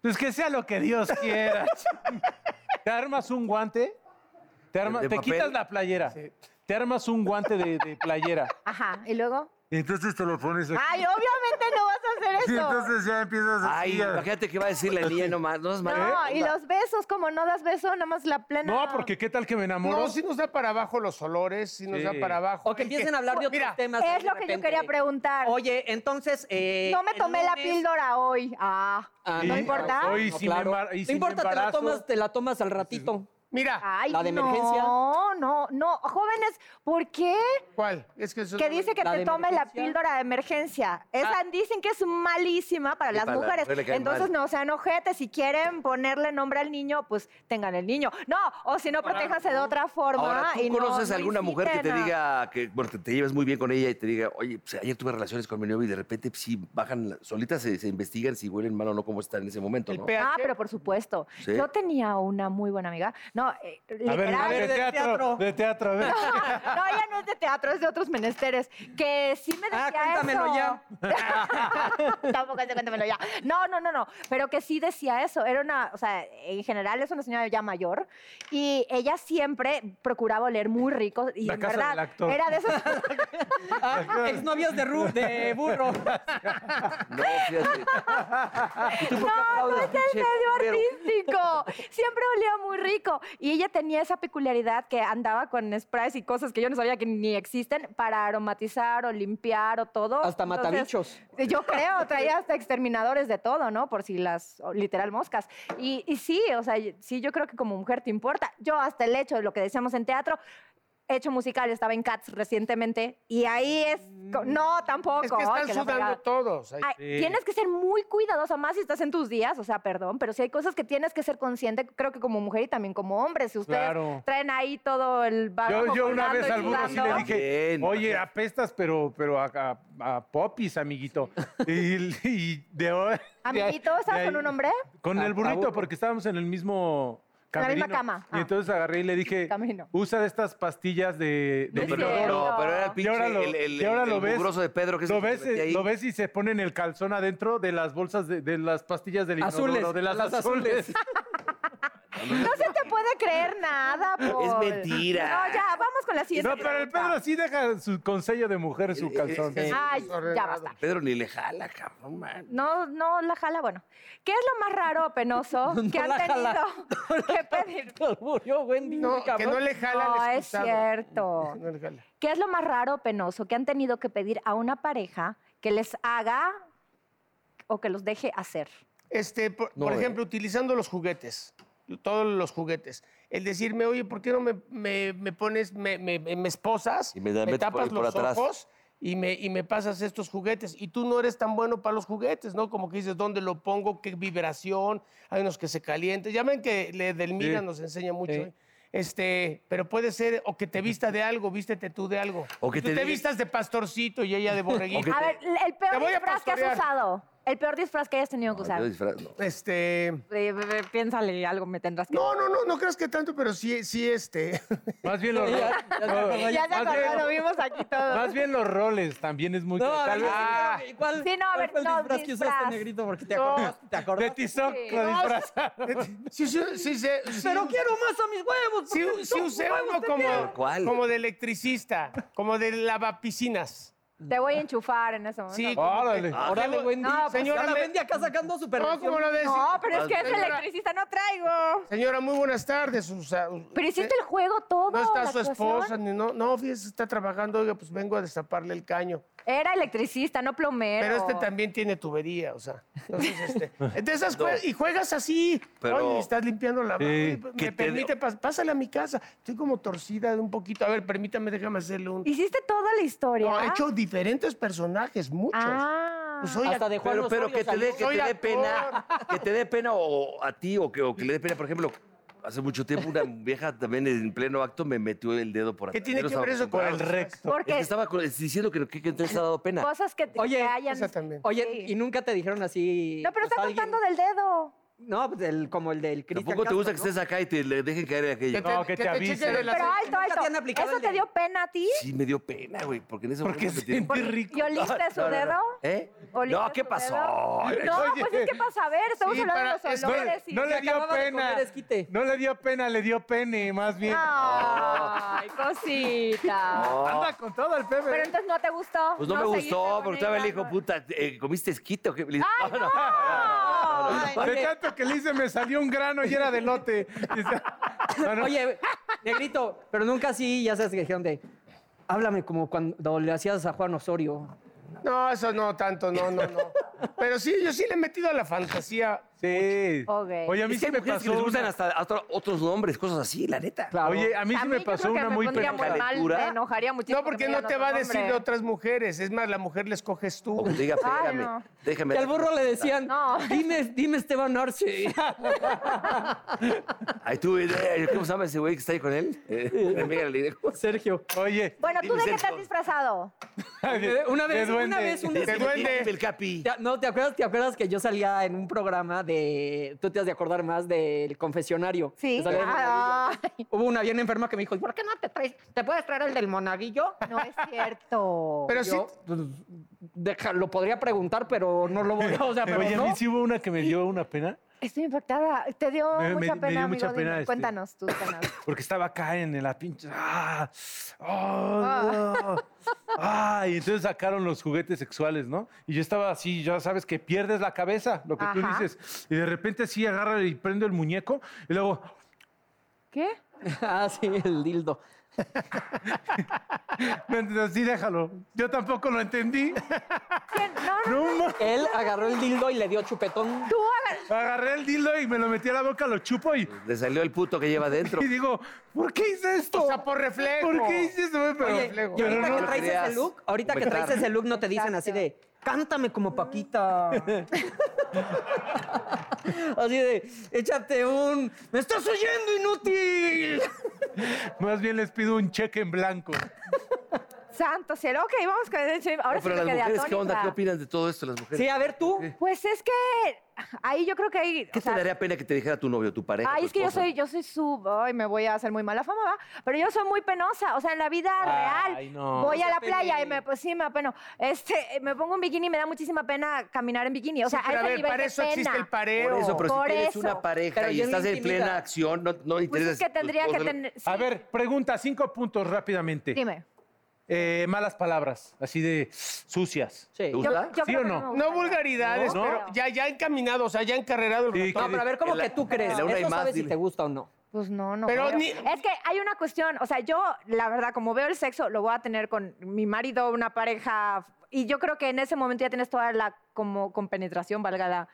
[SPEAKER 2] pues que sea lo que Dios quiera. te armas un guante, te, arma-
[SPEAKER 1] ¿De
[SPEAKER 2] te
[SPEAKER 1] papel?
[SPEAKER 2] quitas la playera, te armas un guante de, de playera.
[SPEAKER 5] Ajá, y luego.
[SPEAKER 2] Y entonces te lo pones aquí.
[SPEAKER 5] Ay, obviamente no vas a
[SPEAKER 2] [LAUGHS]
[SPEAKER 5] hacer
[SPEAKER 2] Y
[SPEAKER 5] eso.
[SPEAKER 2] entonces ya empiezas a...
[SPEAKER 1] Ay, imagínate que va a decir la niña nomás. No, es mala
[SPEAKER 2] ¿eh?
[SPEAKER 5] no, y
[SPEAKER 1] onda.
[SPEAKER 5] los besos, como no das beso, nada más la plena.
[SPEAKER 2] No, porque qué tal que me enamoro.
[SPEAKER 4] No, sí nos da para abajo los olores, sí nos
[SPEAKER 2] Sí.
[SPEAKER 4] da para abajo.
[SPEAKER 3] O que
[SPEAKER 4] El
[SPEAKER 3] empiecen a hablar de otros
[SPEAKER 4] Mira,
[SPEAKER 3] temas. ahí
[SPEAKER 5] Es
[SPEAKER 3] de
[SPEAKER 5] lo que yo
[SPEAKER 3] repente.
[SPEAKER 5] quería preguntar.
[SPEAKER 3] Oye, entonces. eh,
[SPEAKER 5] no me
[SPEAKER 3] el
[SPEAKER 5] tomé la
[SPEAKER 3] lunes-
[SPEAKER 5] píldora hoy. Ah,
[SPEAKER 3] Ah,
[SPEAKER 5] ¿no
[SPEAKER 2] Y-
[SPEAKER 5] importa?
[SPEAKER 2] Hoy
[SPEAKER 3] No,
[SPEAKER 2] sí me
[SPEAKER 3] claro.
[SPEAKER 2] embar- y
[SPEAKER 3] No
[SPEAKER 2] sí me
[SPEAKER 3] importa, te la,
[SPEAKER 2] embarazo.
[SPEAKER 3] tomas, te la tomas al ratito.
[SPEAKER 4] Mira,
[SPEAKER 5] Ay,
[SPEAKER 3] ¿La de
[SPEAKER 5] no,
[SPEAKER 3] emergencia?
[SPEAKER 5] No, no, jóvenes, ¿por qué?
[SPEAKER 4] ¿cuál? Es que eso
[SPEAKER 5] Que
[SPEAKER 4] no me-
[SPEAKER 5] dice que
[SPEAKER 3] ¿La
[SPEAKER 5] te
[SPEAKER 3] de
[SPEAKER 5] tome la
[SPEAKER 3] emergencia? Ah.
[SPEAKER 5] píldora de emergencia. Esa dicen que es malísima para
[SPEAKER 1] Sí,
[SPEAKER 5] las
[SPEAKER 1] para la
[SPEAKER 5] mujeres.
[SPEAKER 1] mujer le cae
[SPEAKER 5] Entonces
[SPEAKER 1] mal.
[SPEAKER 5] no sean ojetes. Si quieren ponerle nombre al niño, pues tengan el niño. No, o si no, protéjanse de otra forma.
[SPEAKER 1] Ahora, ¿tú
[SPEAKER 5] y no-
[SPEAKER 1] conoces
[SPEAKER 5] no
[SPEAKER 1] alguna mujer que te
[SPEAKER 5] inciten a-
[SPEAKER 1] diga que bueno, te, te lleves muy bien con ella y te diga, oye, pues, ayer tuve relaciones con mi novio y de repente pues, sí bajan, la- solitas se, se investigan si huelen mal o no, cómo están en ese momento,
[SPEAKER 4] El
[SPEAKER 1] ¿no?
[SPEAKER 4] pH.
[SPEAKER 5] Ah, pero por supuesto.
[SPEAKER 1] Sí.
[SPEAKER 5] Yo tenía una muy buena amiga. No, eh,
[SPEAKER 2] A ver,
[SPEAKER 5] literal,
[SPEAKER 2] a ver, de
[SPEAKER 3] del
[SPEAKER 2] teatro,
[SPEAKER 3] teatro.
[SPEAKER 2] de teatro, a ver.
[SPEAKER 5] No, ella no es de teatro, es de otros menesteres. Que sí me decía
[SPEAKER 3] Ah, cuéntamelo
[SPEAKER 5] eso.
[SPEAKER 3] ya.
[SPEAKER 5] [LAUGHS] Tampoco es de cuéntamelo ya. No, no, no, no. Pero que sí decía eso. Era una, o sea, en general es una señora ya mayor. Y ella siempre procuraba oler muy rico. Y
[SPEAKER 2] La
[SPEAKER 5] en
[SPEAKER 2] casa
[SPEAKER 5] verdad,
[SPEAKER 2] del actor.
[SPEAKER 5] era de
[SPEAKER 2] [LAUGHS]
[SPEAKER 5] esas.
[SPEAKER 3] Ah, exnovias de, ru- de
[SPEAKER 5] [LAUGHS]
[SPEAKER 3] burro.
[SPEAKER 1] No, fíjate. ¿Y tú por qué aplaudes, pinche culero?
[SPEAKER 5] artístico. Siempre olía muy rico. Y ella tenía esa peculiaridad que andaba con sprays y cosas que yo no sabía que ni existen para aromatizar o limpiar o todo.
[SPEAKER 3] Hasta
[SPEAKER 5] Entonces,
[SPEAKER 3] matabichos.
[SPEAKER 5] [LAUGHS]
[SPEAKER 3] [LAUGHS]
[SPEAKER 5] Yo creo, traía hasta exterminadores de todo, ¿no? Por si las, o literal, moscas. Y, y sí, o sea, y- sí, yo creo que como mujer te importa. Yo hasta el hecho de lo que decíamos en teatro, hecho musical, estaba en Cats recientemente y ahí es... co- No, tampoco.
[SPEAKER 4] Mm. Es que
[SPEAKER 5] ay,
[SPEAKER 4] están
[SPEAKER 5] que la
[SPEAKER 4] sudando
[SPEAKER 5] fregada.
[SPEAKER 4] todos. Ay,
[SPEAKER 5] Ay,
[SPEAKER 2] Sí.
[SPEAKER 5] Tienes que ser muy cuidadosa, más si estás en tus días, o sea, perdón, pero si hay cosas que tienes que ser consciente, creo que como mujer y también como hombre, si ustedes
[SPEAKER 2] Claro.
[SPEAKER 5] traen ahí todo el bagaje
[SPEAKER 2] Yo, yo una
[SPEAKER 5] colgando
[SPEAKER 2] vez
[SPEAKER 5] y
[SPEAKER 2] al burro sí le
[SPEAKER 5] sudando.
[SPEAKER 2] dije,
[SPEAKER 1] Bien,
[SPEAKER 2] oye,
[SPEAKER 1] bien.
[SPEAKER 2] apestas, pero, pero a, a- a popis, amiguito. Y, y de hoy. de ahí-
[SPEAKER 5] Amiguito, ¿estabas
[SPEAKER 2] de ahí-
[SPEAKER 5] con un hombre?
[SPEAKER 2] Con
[SPEAKER 3] A-
[SPEAKER 2] el
[SPEAKER 3] a
[SPEAKER 2] burrito,
[SPEAKER 3] burro.
[SPEAKER 2] porque estábamos en el mismo
[SPEAKER 5] En la
[SPEAKER 2] camerino.
[SPEAKER 5] misma cama,
[SPEAKER 2] Y
[SPEAKER 5] ah.
[SPEAKER 2] entonces agarré y le dije,
[SPEAKER 5] Camino.
[SPEAKER 2] usa de estas pastillas de, de
[SPEAKER 5] No es
[SPEAKER 1] pero,
[SPEAKER 2] inodoro".
[SPEAKER 5] cierto.
[SPEAKER 1] no, pero era el
[SPEAKER 2] Y ahora
[SPEAKER 1] pinche,
[SPEAKER 2] lo-
[SPEAKER 1] el, el,
[SPEAKER 2] y ahora
[SPEAKER 1] el
[SPEAKER 2] lo ves-
[SPEAKER 1] mugroso de Pedro que es
[SPEAKER 2] Lo
[SPEAKER 1] el que
[SPEAKER 2] ves,
[SPEAKER 1] se mete ahí.
[SPEAKER 2] lo ves y se ponen el calzón adentro de las bolsas de, de las pastillas del
[SPEAKER 3] Azules,
[SPEAKER 2] inodoro, de las,
[SPEAKER 3] las
[SPEAKER 2] azules.
[SPEAKER 3] azules.
[SPEAKER 5] [LAUGHS] No se te puede creer nada, Paul.
[SPEAKER 1] Es mentira.
[SPEAKER 5] No, ya, vamos con la siguiente.
[SPEAKER 2] No, pero el Pedro
[SPEAKER 5] pregunta.
[SPEAKER 2] sí deja su consejo de mujer
[SPEAKER 1] Eh,
[SPEAKER 2] en su calzón.
[SPEAKER 4] sí.
[SPEAKER 5] Ay, ya
[SPEAKER 4] Ordenado.
[SPEAKER 5] basta.
[SPEAKER 1] Pedro ni le jala, cabrón, man.
[SPEAKER 5] No, no la jala, bueno. ¿Qué es lo más raro, penoso, que
[SPEAKER 3] [LAUGHS] No
[SPEAKER 5] han
[SPEAKER 3] la jala. [LAUGHS]
[SPEAKER 5] tenido que pedir?
[SPEAKER 3] Te albureó, Wendy,
[SPEAKER 4] no, que
[SPEAKER 3] cabrón.
[SPEAKER 4] no le [LAUGHS] jala
[SPEAKER 5] No,
[SPEAKER 4] el
[SPEAKER 5] es
[SPEAKER 4] excusado.
[SPEAKER 5] cierto.
[SPEAKER 4] [LAUGHS] No le jala.
[SPEAKER 5] ¿Qué es lo más raro, penoso, que han tenido que pedir a una pareja que les haga o que los deje hacer?
[SPEAKER 4] Este, por,
[SPEAKER 1] No,
[SPEAKER 4] por
[SPEAKER 1] eh.
[SPEAKER 4] ejemplo, utilizando los juguetes, todos los juguetes. El decirme, oye, ¿por qué no me, me- me pones, me, me- me- me esposas,
[SPEAKER 1] Y me
[SPEAKER 4] me,
[SPEAKER 1] da- metes por-
[SPEAKER 4] tapas
[SPEAKER 1] por
[SPEAKER 4] los
[SPEAKER 1] atrás".
[SPEAKER 4] ojos y me, y me pasas estos juguetes? Y tú no eres tan bueno para los juguetes, ¿no? Como que dices, ¿dónde lo pongo? ¿Qué vibración? Hay unos que se calientan. Ya ven que le- Edelmira
[SPEAKER 2] Sí.
[SPEAKER 4] nos enseña mucho.
[SPEAKER 2] Sí.
[SPEAKER 4] ¿eh? Este, pero puede ser o que te vista de algo, vístete tú de algo.
[SPEAKER 1] O que
[SPEAKER 4] tú
[SPEAKER 1] te
[SPEAKER 4] te,
[SPEAKER 1] diga-
[SPEAKER 4] vistas de pastorcito
[SPEAKER 1] [LAUGHS]
[SPEAKER 4] y ella de borreguito.
[SPEAKER 1] que
[SPEAKER 5] A
[SPEAKER 1] te-
[SPEAKER 5] ver, el peor
[SPEAKER 4] Te voy a
[SPEAKER 5] disfraz que has
[SPEAKER 4] pastorear.
[SPEAKER 5] usado. El peor disfraz que hayas tenido que
[SPEAKER 1] No, yo
[SPEAKER 5] usar.
[SPEAKER 1] disfraz- no.
[SPEAKER 4] Este,
[SPEAKER 5] Eh, eh, Piénsale, algo me tendrás que
[SPEAKER 4] no, no, no, no creas que tanto, pero sí, sí este. [LAUGHS]
[SPEAKER 2] Más
[SPEAKER 5] [LAUGHS]
[SPEAKER 2] bien los roles.
[SPEAKER 5] Ya se
[SPEAKER 2] más,
[SPEAKER 5] acordó, lo
[SPEAKER 2] bien,
[SPEAKER 5] vimos aquí todo.
[SPEAKER 2] más bien los roles también es muy
[SPEAKER 3] No, a
[SPEAKER 2] tal
[SPEAKER 3] ver,
[SPEAKER 2] vez-
[SPEAKER 3] ah, ¿cuál,
[SPEAKER 5] Sí, no, a
[SPEAKER 3] cuál
[SPEAKER 5] ver,
[SPEAKER 3] fue el
[SPEAKER 5] no,
[SPEAKER 3] disfraz que usaste,
[SPEAKER 5] disfraz.
[SPEAKER 3] negrito? Porque te acordaste, te
[SPEAKER 2] de
[SPEAKER 3] acordaste.
[SPEAKER 2] Tizoc
[SPEAKER 5] Sí.
[SPEAKER 2] lo disfraza.
[SPEAKER 4] Sí, sí, sí, sí, sí.
[SPEAKER 3] Pero quiero más a mis huevos.
[SPEAKER 4] Sí,
[SPEAKER 3] porque
[SPEAKER 4] sí
[SPEAKER 3] son
[SPEAKER 4] usé
[SPEAKER 3] huevos
[SPEAKER 4] uno
[SPEAKER 3] de
[SPEAKER 1] Tal
[SPEAKER 4] como,
[SPEAKER 3] mierda.
[SPEAKER 1] cual.
[SPEAKER 4] como de electricista, como de lavapiscinas.
[SPEAKER 5] Te voy a enchufar en ese momento.
[SPEAKER 4] Sí,
[SPEAKER 2] Órale.
[SPEAKER 4] como que-
[SPEAKER 3] Órale,
[SPEAKER 4] como-
[SPEAKER 3] Wendy.
[SPEAKER 5] No, pues,
[SPEAKER 4] señora,
[SPEAKER 3] Ahora
[SPEAKER 4] me-
[SPEAKER 3] Wendy acá sacando su
[SPEAKER 4] no, como lo de...
[SPEAKER 5] No, pero es que es
[SPEAKER 4] Señora-
[SPEAKER 5] electricista, no traigo.
[SPEAKER 4] Señora, muy buenas tardes. o sea,
[SPEAKER 5] Pero
[SPEAKER 4] usted-
[SPEAKER 5] hiciste el juego todo.
[SPEAKER 4] No está
[SPEAKER 5] la
[SPEAKER 4] su
[SPEAKER 5] actuación.
[SPEAKER 4] esposa, ni no, no, fíjese, está trabajando, oiga, pues vengo a destaparle el caño.
[SPEAKER 5] Era electricista, no plomero.
[SPEAKER 4] Pero este también tiene tubería, o sea. Entonces, este, de esas jue- y juegas así.
[SPEAKER 1] Pero-
[SPEAKER 4] Oye, estás limpiando la
[SPEAKER 2] Sí.
[SPEAKER 4] Oye,
[SPEAKER 1] Que te-
[SPEAKER 4] Me permite, pas- pásale a mi casa. Estoy como torcida de un poquito. A ver, permítame, déjame hacerle un.
[SPEAKER 5] Hiciste toda la historia.
[SPEAKER 4] No, he hecho diferentes personajes, muchos.
[SPEAKER 5] Ah.
[SPEAKER 4] Pues soy
[SPEAKER 3] Hasta
[SPEAKER 4] act-
[SPEAKER 3] de Juan
[SPEAKER 1] Pero, pero
[SPEAKER 3] Osorio
[SPEAKER 1] que te dé
[SPEAKER 3] salió.
[SPEAKER 1] que
[SPEAKER 4] Soy
[SPEAKER 1] te dé
[SPEAKER 4] actor.
[SPEAKER 1] pena, que te dé pena o a ti o que, o que le dé pena, por ejemplo, hace mucho tiempo una vieja también en pleno acto me metió el dedo por
[SPEAKER 4] ¿Qué
[SPEAKER 1] atrás.
[SPEAKER 4] tiene
[SPEAKER 1] Yo no
[SPEAKER 4] que
[SPEAKER 1] estaba
[SPEAKER 4] ver eso con el
[SPEAKER 1] acostumbrado.
[SPEAKER 2] recto.
[SPEAKER 1] Es que
[SPEAKER 5] Porque
[SPEAKER 1] estaba con- diciendo que, que, que te ha dado pena.
[SPEAKER 5] cosas que, te-
[SPEAKER 3] Oye,
[SPEAKER 5] que hayan.
[SPEAKER 4] esa también.
[SPEAKER 3] Oye,
[SPEAKER 5] Sí.
[SPEAKER 3] y nunca te dijeron así.
[SPEAKER 5] No, pero
[SPEAKER 3] pues,
[SPEAKER 5] está
[SPEAKER 3] alguien-
[SPEAKER 5] contando del dedo.
[SPEAKER 3] No, pues, del- como el del Cristian
[SPEAKER 1] Tampoco te gusta que
[SPEAKER 3] Castro,
[SPEAKER 1] estés acá y te le dejen caer aquello.
[SPEAKER 2] No, que te
[SPEAKER 4] chequen
[SPEAKER 2] avisen.
[SPEAKER 4] el
[SPEAKER 5] Pero
[SPEAKER 4] aceite.
[SPEAKER 5] alto,
[SPEAKER 3] ¿Nunca
[SPEAKER 5] alto.
[SPEAKER 3] te han aplicado
[SPEAKER 5] ¿Eso
[SPEAKER 3] el
[SPEAKER 5] te
[SPEAKER 3] de-
[SPEAKER 5] dio pena a ti?
[SPEAKER 1] Sí, me dio pena, güey, porque en ese
[SPEAKER 2] Porque
[SPEAKER 1] momento me
[SPEAKER 2] sentí
[SPEAKER 1] tiró-
[SPEAKER 2] rico.
[SPEAKER 5] ¿Y oliste su dedo?
[SPEAKER 1] ¿Eh?
[SPEAKER 5] ¿Oliste
[SPEAKER 1] No, ¿qué
[SPEAKER 5] su
[SPEAKER 1] pasó? [LAUGHS]
[SPEAKER 5] dedo? No, pues es que para saber, estamos
[SPEAKER 4] Sí,
[SPEAKER 5] hablando
[SPEAKER 4] para-
[SPEAKER 5] de los
[SPEAKER 4] es- no,
[SPEAKER 5] olores. y-
[SPEAKER 2] No le
[SPEAKER 3] Se
[SPEAKER 2] dio
[SPEAKER 3] acababa de
[SPEAKER 2] pena.
[SPEAKER 3] comer esquite.
[SPEAKER 2] No le dio pena, le dio pene, más bien.
[SPEAKER 5] Ay, cosita.
[SPEAKER 2] Anda con todo el pebe.
[SPEAKER 5] Pero entonces no te gustó.
[SPEAKER 1] Pues no, me
[SPEAKER 5] seguiste
[SPEAKER 1] gustó,
[SPEAKER 5] con
[SPEAKER 1] porque todavía le
[SPEAKER 5] ella,
[SPEAKER 1] dijo,
[SPEAKER 5] no.
[SPEAKER 1] puta, eh, ¿comiste esquito? ¿Qué? Le-
[SPEAKER 5] ¡Ay,
[SPEAKER 1] No,
[SPEAKER 5] no!
[SPEAKER 1] no.
[SPEAKER 2] De
[SPEAKER 3] Oye,
[SPEAKER 2] tanto que le hice, me salió un grano y era de lote.
[SPEAKER 3] Oye, negrito, pero nunca así, ya sabes que dijeron de. Háblame como cuando le hacías a Juan Osorio.
[SPEAKER 4] No, eso no tanto, no, no, no. Pero sí, yo sí le he metido a la fantasía.
[SPEAKER 2] Sí.
[SPEAKER 5] Ok.
[SPEAKER 2] Oye, a mí
[SPEAKER 1] Es que
[SPEAKER 2] sí
[SPEAKER 1] hay
[SPEAKER 2] me
[SPEAKER 1] mujeres
[SPEAKER 2] pasó.
[SPEAKER 1] que les gustan
[SPEAKER 2] una-
[SPEAKER 1] hasta, hasta otros nombres, cosas así, la neta.
[SPEAKER 3] Claro.
[SPEAKER 2] Oye, a mí sí me
[SPEAKER 5] yo
[SPEAKER 2] pasó
[SPEAKER 5] creo que
[SPEAKER 2] una
[SPEAKER 5] me
[SPEAKER 2] muy
[SPEAKER 5] pondría
[SPEAKER 2] pena.
[SPEAKER 5] muy mal,
[SPEAKER 1] Calentura.
[SPEAKER 5] me enojaría muchísimo.
[SPEAKER 4] No, porque
[SPEAKER 5] que me
[SPEAKER 4] no
[SPEAKER 5] digan
[SPEAKER 4] te
[SPEAKER 5] otro
[SPEAKER 4] va a decir
[SPEAKER 5] nombre.
[SPEAKER 4] de otras mujeres. Es más, la mujer les coges
[SPEAKER 1] O
[SPEAKER 4] tú.
[SPEAKER 1] que te diga,
[SPEAKER 5] Ay,
[SPEAKER 1] pégame,
[SPEAKER 5] no.
[SPEAKER 1] déjame.
[SPEAKER 3] Que al burro le
[SPEAKER 1] [LAUGHS]
[SPEAKER 3] decían,
[SPEAKER 5] No.
[SPEAKER 3] dime, dime Esteban Arce.
[SPEAKER 5] [LAUGHS]
[SPEAKER 1] Ay, tú, eh, ¿cómo se llama ese güey que está ahí con él? [LAUGHS] Eh, mi amiga le digo,
[SPEAKER 3] Sergio.
[SPEAKER 2] Oye,
[SPEAKER 5] Bueno, ¿tú
[SPEAKER 1] Dime,
[SPEAKER 5] de qué te
[SPEAKER 1] Sergio.
[SPEAKER 5] has disfrazado?
[SPEAKER 3] Una
[SPEAKER 2] de
[SPEAKER 3] vez, una
[SPEAKER 2] duende.
[SPEAKER 3] vez, un-
[SPEAKER 4] De duende.
[SPEAKER 1] [LAUGHS] "Dime El capi.
[SPEAKER 3] te- No, ¿te acuerdas, ¿te acuerdas que yo salía en un programa de. Tú te has de acordar más del confesionario.
[SPEAKER 5] Sí.
[SPEAKER 3] Que salía en
[SPEAKER 5] Ah,
[SPEAKER 3] Monaguillo. Hubo una bien enferma que me dijo, "¿Y por qué no te traes? ¿Te puedes traer el del monaguillo?
[SPEAKER 5] no es cierto.
[SPEAKER 4] Pero sí,
[SPEAKER 3] Yo, pues, deja- lo podría preguntar, pero no lo voy a. O sea, pero
[SPEAKER 2] oye, a mí
[SPEAKER 3] no.
[SPEAKER 2] sí hubo una que me dio una pena
[SPEAKER 5] Estoy impactada. Te dio
[SPEAKER 2] Me- me-
[SPEAKER 5] mucha
[SPEAKER 2] me
[SPEAKER 5] pena,
[SPEAKER 2] dio
[SPEAKER 5] amigo.
[SPEAKER 2] mucha
[SPEAKER 5] dime,
[SPEAKER 2] pena, este.
[SPEAKER 5] Cuéntanos tus penas.
[SPEAKER 2] [LAUGHS] porque estaba acá en la pinche. ¡Ah! ¡Oh! ¡Ah! Y entonces sacaron los juguetes sexuales, ¿no? Y yo estaba así, ya sabes que pierdes la cabeza, lo que tú
[SPEAKER 5] Ajá.
[SPEAKER 2] dices. Y de repente sí agarra y prendo el muñeco y luego.
[SPEAKER 5] ¿Qué?
[SPEAKER 3] [LAUGHS] Ah, sí, el dildo.
[SPEAKER 2] No entiendo, Sí, déjalo. Yo tampoco
[SPEAKER 4] [LAUGHS]
[SPEAKER 2] lo entendí.
[SPEAKER 5] ¿Quién? No, no.
[SPEAKER 2] No, ma-
[SPEAKER 3] Él agarró el dildo y le dio chupetón.
[SPEAKER 5] Tú, haga-
[SPEAKER 2] Agarré el dildo y me lo metí a la boca, lo chupo y,
[SPEAKER 1] Le salió el puto que lleva adentro.
[SPEAKER 2] y digo, ¿por qué hice esto?
[SPEAKER 4] O sea, por reflejo.
[SPEAKER 2] ¿Por qué hice esto? Pero,
[SPEAKER 3] Oye,
[SPEAKER 4] reflejo.
[SPEAKER 3] y ahorita
[SPEAKER 1] Pero no
[SPEAKER 3] que
[SPEAKER 1] lo
[SPEAKER 3] traes
[SPEAKER 1] creas.
[SPEAKER 3] ese look, ahorita que traes
[SPEAKER 1] Claro.
[SPEAKER 3] ese look no te dicen así de, cántame como [LAUGHS] Paquita. así de, échate un, me estás oyendo inútil.
[SPEAKER 2] más bien les pido un cheque en blanco.
[SPEAKER 5] santo cielo. Ok, vamos con Ahora sí
[SPEAKER 1] Pero
[SPEAKER 5] me
[SPEAKER 1] las
[SPEAKER 5] quedé
[SPEAKER 1] mujeres, ¿qué onda?
[SPEAKER 5] atónita.
[SPEAKER 1] ¿Qué opinan de todo esto las mujeres?
[SPEAKER 3] Sí, a ver tú.
[SPEAKER 5] Pues es que ahí yo creo que hay.
[SPEAKER 1] ¿Qué te daría pena que te dijera tu novio, tu pareja?
[SPEAKER 5] Ay,
[SPEAKER 1] tu
[SPEAKER 5] es que yo
[SPEAKER 1] esposo?
[SPEAKER 5] soy, yo soy su, ay, me voy a hacer muy mala fama, ¿va? Pero yo soy muy penosa, o sea, en la vida
[SPEAKER 6] Ay,
[SPEAKER 5] real,
[SPEAKER 6] no.
[SPEAKER 5] voy a la
[SPEAKER 3] Apene.
[SPEAKER 5] playa y me, pues sí, me apeno, este, eh, me pongo un bikini y me da muchísima pena caminar en bikini, o sea,
[SPEAKER 4] Sí, pero
[SPEAKER 5] a
[SPEAKER 4] a
[SPEAKER 5] ese
[SPEAKER 4] ver,
[SPEAKER 5] nivel
[SPEAKER 4] para
[SPEAKER 5] de
[SPEAKER 4] eso existe
[SPEAKER 5] pena.
[SPEAKER 4] el pareo.
[SPEAKER 1] Por eso, pero
[SPEAKER 5] Por
[SPEAKER 1] si tienes
[SPEAKER 5] eso.
[SPEAKER 1] una pareja
[SPEAKER 3] Pero
[SPEAKER 1] y
[SPEAKER 3] yo no
[SPEAKER 1] estás en
[SPEAKER 3] intimida.
[SPEAKER 1] plena acción, no, no
[SPEAKER 5] Pues
[SPEAKER 1] interesas
[SPEAKER 5] es que
[SPEAKER 1] tu
[SPEAKER 5] tendría que
[SPEAKER 1] esposo, ¿no?
[SPEAKER 5] tener,
[SPEAKER 2] A
[SPEAKER 5] sí,
[SPEAKER 2] ver, pregunta, cinco puntos rápidamente.
[SPEAKER 5] dime.
[SPEAKER 2] Eh, malas palabras, así de sucias.
[SPEAKER 3] Sí.
[SPEAKER 1] ¿Te gusta?
[SPEAKER 5] Yo, yo
[SPEAKER 2] ¿Sí
[SPEAKER 5] creo
[SPEAKER 2] o
[SPEAKER 5] que
[SPEAKER 2] no?
[SPEAKER 5] me gusta.
[SPEAKER 4] No vulgaridades,
[SPEAKER 5] No,
[SPEAKER 4] pero
[SPEAKER 5] no.
[SPEAKER 4] ya, ya encaminado, o sea, ya encarrerado el
[SPEAKER 2] Sí,
[SPEAKER 4] ratón.
[SPEAKER 3] No, pero a ver, ¿cómo
[SPEAKER 1] En la-
[SPEAKER 3] que tú crees?
[SPEAKER 1] en la una hay
[SPEAKER 3] Eso
[SPEAKER 1] más,
[SPEAKER 3] sabes si
[SPEAKER 1] dile.
[SPEAKER 3] te gusta o [LAUGHS] no.
[SPEAKER 5] Pues no, no.
[SPEAKER 4] Pero
[SPEAKER 5] creo.
[SPEAKER 4] ni-
[SPEAKER 5] Es que hay una cuestión, o sea, yo la verdad, como veo el sexo, lo voy a tener con mi marido, una pareja, y yo creo que en ese momento ya tienes toda la como compenetración, valga la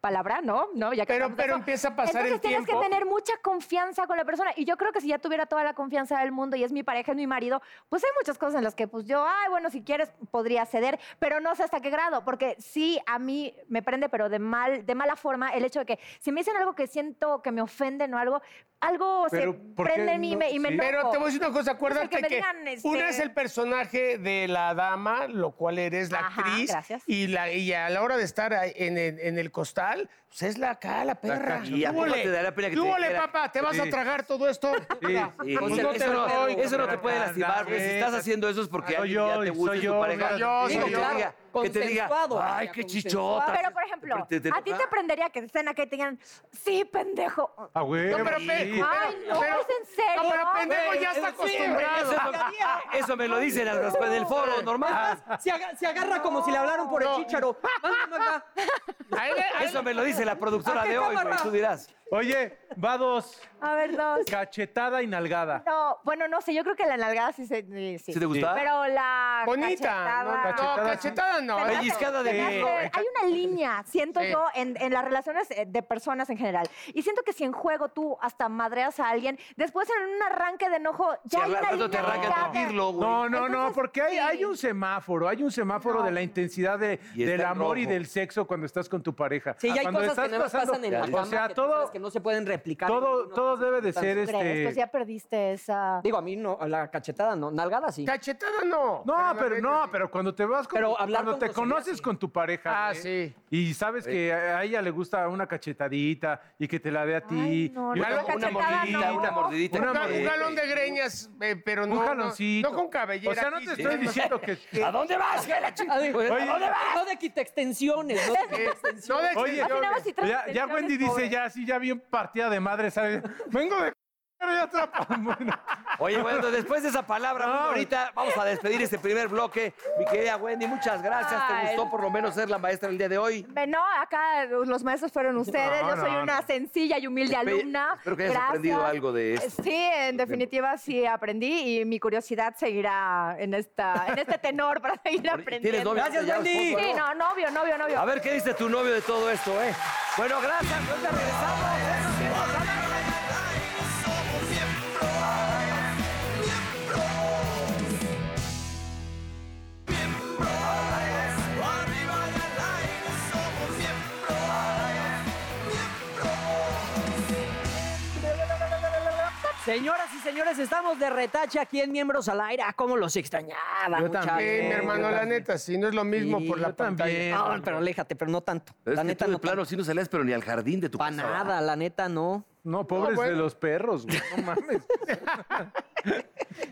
[SPEAKER 5] palabra, ¿no? ¿No? Ya que
[SPEAKER 4] Pero-
[SPEAKER 5] hablamos de
[SPEAKER 4] pero
[SPEAKER 5] eso.
[SPEAKER 4] empieza a pasar el
[SPEAKER 5] Entonces tienes
[SPEAKER 4] tiempo.
[SPEAKER 5] que tener mucha confianza con la persona. Y yo creo que si ya tuviera toda la confianza del mundo y es mi pareja, es mi marido, pues hay muchas cosas en las que pues yo, ay, bueno, si quieres podría ceder, pero no sé hasta qué grado, porque sí a mí me prende, pero de mal, de mala forma, el hecho de que si me dicen algo que siento que me ofenden o algo, algo
[SPEAKER 2] Pero,
[SPEAKER 5] se
[SPEAKER 2] ¿por qué
[SPEAKER 5] prende en mí y
[SPEAKER 2] no?
[SPEAKER 5] me, y me
[SPEAKER 2] Sí.
[SPEAKER 5] enojo.
[SPEAKER 4] Pero te voy a decir una cosa, acuérdate
[SPEAKER 5] que me
[SPEAKER 4] que,
[SPEAKER 5] digan, este-
[SPEAKER 4] una es el personaje de la dama, lo cual eres la
[SPEAKER 5] Ajá,
[SPEAKER 4] actriz,
[SPEAKER 5] gracias.
[SPEAKER 4] y, la, y a la hora de estar ahí en, el- en el costal, pues es la acá, la perra.
[SPEAKER 1] cacho. ¿Y a
[SPEAKER 4] ¿Qué
[SPEAKER 1] poco
[SPEAKER 4] huele?
[SPEAKER 1] te daría pena que
[SPEAKER 4] ¿Qué
[SPEAKER 1] te
[SPEAKER 4] huele,
[SPEAKER 1] dijera?
[SPEAKER 4] papá? ¿Te vas a
[SPEAKER 2] Sí.
[SPEAKER 4] tragar todo esto?
[SPEAKER 2] Sí,
[SPEAKER 1] Sí,
[SPEAKER 4] Pues no te
[SPEAKER 1] eso, no,
[SPEAKER 4] doy.
[SPEAKER 1] eso no te puede
[SPEAKER 2] Anda,
[SPEAKER 1] lastimar, güey. Si
[SPEAKER 2] vete.
[SPEAKER 1] estás haciendo eso es porque
[SPEAKER 2] Soy
[SPEAKER 1] alguien
[SPEAKER 2] yo,
[SPEAKER 1] ya te
[SPEAKER 2] soy
[SPEAKER 1] gusta y tu
[SPEAKER 2] yo,
[SPEAKER 1] pareja.
[SPEAKER 2] soy
[SPEAKER 1] Digo,
[SPEAKER 2] yo,
[SPEAKER 4] soy
[SPEAKER 1] que
[SPEAKER 4] yo.
[SPEAKER 1] te diga, que te diga,
[SPEAKER 3] Consensuado,
[SPEAKER 1] ay,
[SPEAKER 3] vaya,
[SPEAKER 1] qué
[SPEAKER 3] consensuado".
[SPEAKER 1] chichota.
[SPEAKER 5] Pero, por ejemplo,
[SPEAKER 1] Te- te-
[SPEAKER 5] a ti te prendería que estén acá y te digan, sí, pendejo.
[SPEAKER 2] A huevo.
[SPEAKER 4] No, pero,
[SPEAKER 2] Ah, sí.
[SPEAKER 4] pe-
[SPEAKER 5] Ay, no,
[SPEAKER 4] pero-
[SPEAKER 5] es en serio.
[SPEAKER 4] No, pero pendejo
[SPEAKER 3] güey,
[SPEAKER 4] ya está
[SPEAKER 3] sí, güey.
[SPEAKER 4] acostumbrado.
[SPEAKER 3] [LAUGHS]
[SPEAKER 1] Eso, eso me lo dicen las raspas del foro,
[SPEAKER 3] Ah.
[SPEAKER 1] normal.
[SPEAKER 3] Se, aga- se agarra como si le hablaron por el chícharo. Mándame acá.
[SPEAKER 4] A él- a él-
[SPEAKER 1] Eso me lo dice la productora
[SPEAKER 3] ¿A qué
[SPEAKER 1] de hoy, güey.
[SPEAKER 3] cámara?
[SPEAKER 1] Tú dirás.
[SPEAKER 2] Oye, va dos.
[SPEAKER 5] A ver, dos.
[SPEAKER 2] Cachetada y nalgada.
[SPEAKER 5] No, bueno, no sé, yo creo que la nalgada sí se... eh, Sí.
[SPEAKER 1] ¿Sí te gustaba?
[SPEAKER 5] Pero la
[SPEAKER 4] Bonita.
[SPEAKER 5] cachetada-
[SPEAKER 4] No,
[SPEAKER 2] Cachetada,
[SPEAKER 4] no,
[SPEAKER 2] sí.
[SPEAKER 4] cachetada no.
[SPEAKER 5] Se me
[SPEAKER 4] ¿eh?
[SPEAKER 5] hace-
[SPEAKER 1] Pellizcada de
[SPEAKER 5] se me
[SPEAKER 1] dedo.
[SPEAKER 5] hace- Hay una línea, siento
[SPEAKER 4] Sí.
[SPEAKER 5] yo, en, en las relaciones eh, de personas en general. Y siento que si en juego tú hasta madreas a alguien, después en un arranque de enojo,
[SPEAKER 1] Si
[SPEAKER 5] ya hay
[SPEAKER 1] al
[SPEAKER 5] una
[SPEAKER 1] rato
[SPEAKER 5] línea
[SPEAKER 1] te arrancan
[SPEAKER 5] marcada.
[SPEAKER 1] de decirlo, güey.
[SPEAKER 2] No, no, no,
[SPEAKER 5] Entonces,
[SPEAKER 2] porque hay,
[SPEAKER 5] sí.
[SPEAKER 2] hay un semáforo, hay un semáforo de
[SPEAKER 5] No.
[SPEAKER 2] la intensidad de-
[SPEAKER 1] Y está
[SPEAKER 2] del
[SPEAKER 1] en
[SPEAKER 2] amor y
[SPEAKER 1] rojo.
[SPEAKER 2] del sexo cuando estás con tu pareja.
[SPEAKER 3] [LAUGHS]
[SPEAKER 2] Ah,
[SPEAKER 3] Sí, ya hay
[SPEAKER 2] Cuando
[SPEAKER 3] cosas que
[SPEAKER 2] estás
[SPEAKER 3] no
[SPEAKER 2] pasando-
[SPEAKER 3] pasan en la
[SPEAKER 2] O
[SPEAKER 3] cama
[SPEAKER 2] sea,
[SPEAKER 3] que, tú
[SPEAKER 2] todo,
[SPEAKER 3] sabes que no se pueden replicar. en
[SPEAKER 2] todo,
[SPEAKER 3] ninguna
[SPEAKER 2] todo
[SPEAKER 3] otra
[SPEAKER 2] debe de ser
[SPEAKER 3] circunstancia.
[SPEAKER 5] ¿Crees? Pues
[SPEAKER 2] este.
[SPEAKER 5] ya perdiste esa...
[SPEAKER 3] Digo, a mí no, a la cachetada no, nalgada sí.
[SPEAKER 4] Cachetada no.
[SPEAKER 2] No, pero
[SPEAKER 4] la
[SPEAKER 2] no,
[SPEAKER 4] neta,
[SPEAKER 2] pero cuando te vas con
[SPEAKER 3] Pero
[SPEAKER 2] tu-
[SPEAKER 3] hablar
[SPEAKER 2] cuando
[SPEAKER 3] con
[SPEAKER 2] te
[SPEAKER 3] grosería,
[SPEAKER 2] conoces
[SPEAKER 3] sí.
[SPEAKER 2] con tu pareja.
[SPEAKER 4] Ah,
[SPEAKER 2] güey,
[SPEAKER 4] sí.
[SPEAKER 2] Y sabes que a a ella le gusta una cachetadita y que te la dé a ti.
[SPEAKER 5] Ay, no, no,
[SPEAKER 2] y una-
[SPEAKER 5] la
[SPEAKER 1] Una
[SPEAKER 5] cachetada
[SPEAKER 1] mordidita,
[SPEAKER 5] no.
[SPEAKER 1] una mordidita.
[SPEAKER 2] Una
[SPEAKER 4] Un, ga-
[SPEAKER 1] Eh,
[SPEAKER 4] un galón de greñas, eh, pero no,
[SPEAKER 2] un
[SPEAKER 4] no-
[SPEAKER 2] jaloncito.
[SPEAKER 4] no con cabellera.
[SPEAKER 2] O sea, no
[SPEAKER 4] aquí,
[SPEAKER 2] te
[SPEAKER 4] sí.
[SPEAKER 2] estoy
[SPEAKER 3] [LAUGHS]
[SPEAKER 2] diciendo que.
[SPEAKER 1] ¿A dónde vas, güey, la
[SPEAKER 3] A ver,
[SPEAKER 1] Oye,
[SPEAKER 3] Ah, no de- no de quita extensiones, no de
[SPEAKER 4] Eh.
[SPEAKER 3] quitaextensiones.
[SPEAKER 4] No de
[SPEAKER 2] Oye,
[SPEAKER 5] Al final, si
[SPEAKER 1] pues
[SPEAKER 5] traes
[SPEAKER 2] ya, ya
[SPEAKER 5] tensiones,
[SPEAKER 2] Wendy dice
[SPEAKER 5] pobre.
[SPEAKER 2] ya así, ya bien partida de madre, ¿sabes? [LAUGHS] Vengo de. Ya atrapa- Bueno.
[SPEAKER 1] Oye, bueno, después de esa palabra
[SPEAKER 3] Ah.
[SPEAKER 1] muy bonita, vamos a despedir este primer bloque. Mi querida Wendy, muchas gracias.
[SPEAKER 3] Ah,
[SPEAKER 1] ¿Te
[SPEAKER 5] Ay.
[SPEAKER 1] gustó por lo menos ser la maestra el día de hoy?
[SPEAKER 5] Ve, No, acá los maestros fueron ustedes.
[SPEAKER 2] No,
[SPEAKER 5] Yo soy
[SPEAKER 2] no,
[SPEAKER 5] una
[SPEAKER 2] no.
[SPEAKER 5] sencilla y humilde
[SPEAKER 1] Espe-
[SPEAKER 5] alumna. Eh,
[SPEAKER 1] espero que hayas aprendido algo de esto.
[SPEAKER 5] Sí, en definitiva sí aprendí y mi curiosidad seguirá en, esta, en este tenor para [LAUGHS] seguir aprendiendo.
[SPEAKER 1] ¿Tienes novio?
[SPEAKER 3] Gracias,
[SPEAKER 1] Ya,
[SPEAKER 3] Wendy.
[SPEAKER 1] esposo,
[SPEAKER 5] Sí,
[SPEAKER 1] ¿no?
[SPEAKER 5] no, novio, novio, novio.
[SPEAKER 1] A ver qué dice tu novio de todo esto, ¿eh? Bueno, gracias. Ahorita regresamos.
[SPEAKER 3] Señoras y señores, estamos de retache aquí en Miembros al Aire. Ah, ¿Cómo los extrañaba,
[SPEAKER 2] Yo
[SPEAKER 3] muchachos?
[SPEAKER 2] también,
[SPEAKER 4] Eh, mi hermano, la neta, sí, no es lo mismo
[SPEAKER 3] Sí,
[SPEAKER 4] por la
[SPEAKER 2] yo también.
[SPEAKER 4] pantalla.
[SPEAKER 3] Ah, pero aléjate, pero no tanto.
[SPEAKER 1] Es
[SPEAKER 3] la
[SPEAKER 1] que
[SPEAKER 3] neta
[SPEAKER 1] tú de
[SPEAKER 3] no
[SPEAKER 1] plano sí no salías, pero ni al jardín de tu
[SPEAKER 3] Para
[SPEAKER 1] casa.
[SPEAKER 3] nada, la neta no.
[SPEAKER 2] No, pobres
[SPEAKER 4] No, bueno.
[SPEAKER 2] de los perros, güey. No mames.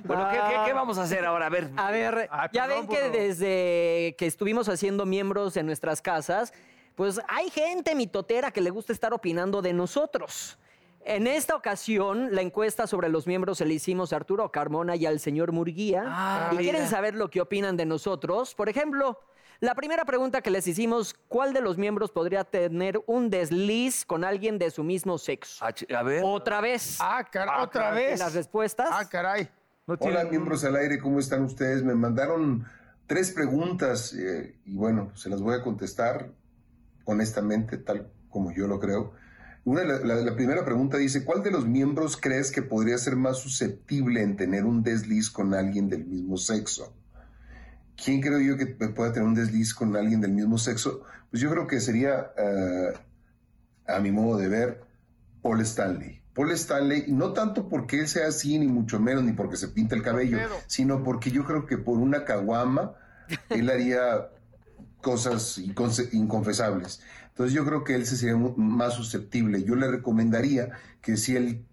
[SPEAKER 1] Bueno, ¿qué, qué, qué vamos a hacer ahora? A ver.
[SPEAKER 3] A
[SPEAKER 4] [LAUGHS]
[SPEAKER 3] ver,
[SPEAKER 2] Ay,
[SPEAKER 3] ya ven
[SPEAKER 2] perdón,
[SPEAKER 3] que
[SPEAKER 2] burro.
[SPEAKER 3] desde que estuvimos haciendo miembros en nuestras casas, pues hay gente mitotera que le gusta estar opinando de nosotros. En esta ocasión, la encuesta sobre los miembros se le hicimos a Arturo Carmona y al señor Murguía.
[SPEAKER 4] Ah,
[SPEAKER 3] y quieren
[SPEAKER 4] mira.
[SPEAKER 3] saber lo que opinan de nosotros. Por ejemplo, la primera pregunta que les hicimos, ¿cuál de los miembros podría tener un desliz con alguien de su mismo sexo?
[SPEAKER 1] Ah, ch- A ver.
[SPEAKER 3] Otra vez.
[SPEAKER 4] Ah, caray, otra
[SPEAKER 3] En
[SPEAKER 4] vez.
[SPEAKER 3] Las respuestas.
[SPEAKER 4] Ah, caray.
[SPEAKER 2] [LAUGHS] No
[SPEAKER 6] Hola,
[SPEAKER 2] tiene-
[SPEAKER 6] miembros al aire, ¿cómo están ustedes? Me mandaron tres preguntas eh, y bueno, se las voy a contestar honestamente, tal como yo lo creo. Una, la, la- la primera pregunta dice, ¿cuál de los miembros crees que podría ser más susceptible en tener un desliz con alguien del mismo sexo? ¿Quién creo yo que pueda tener un desliz con alguien del mismo sexo? Pues yo creo que sería, eh, a mi modo de ver, Paul Stanley. Paul Stanley, y no tanto porque él sea así, ni mucho menos, ni porque se pinta el cabello,
[SPEAKER 4] pedo.
[SPEAKER 6] sino porque yo creo que por una caguama él haría cosas inconse- inconfesables. Entonces yo creo que él se sería mu- más susceptible. Yo le recomendaría que si él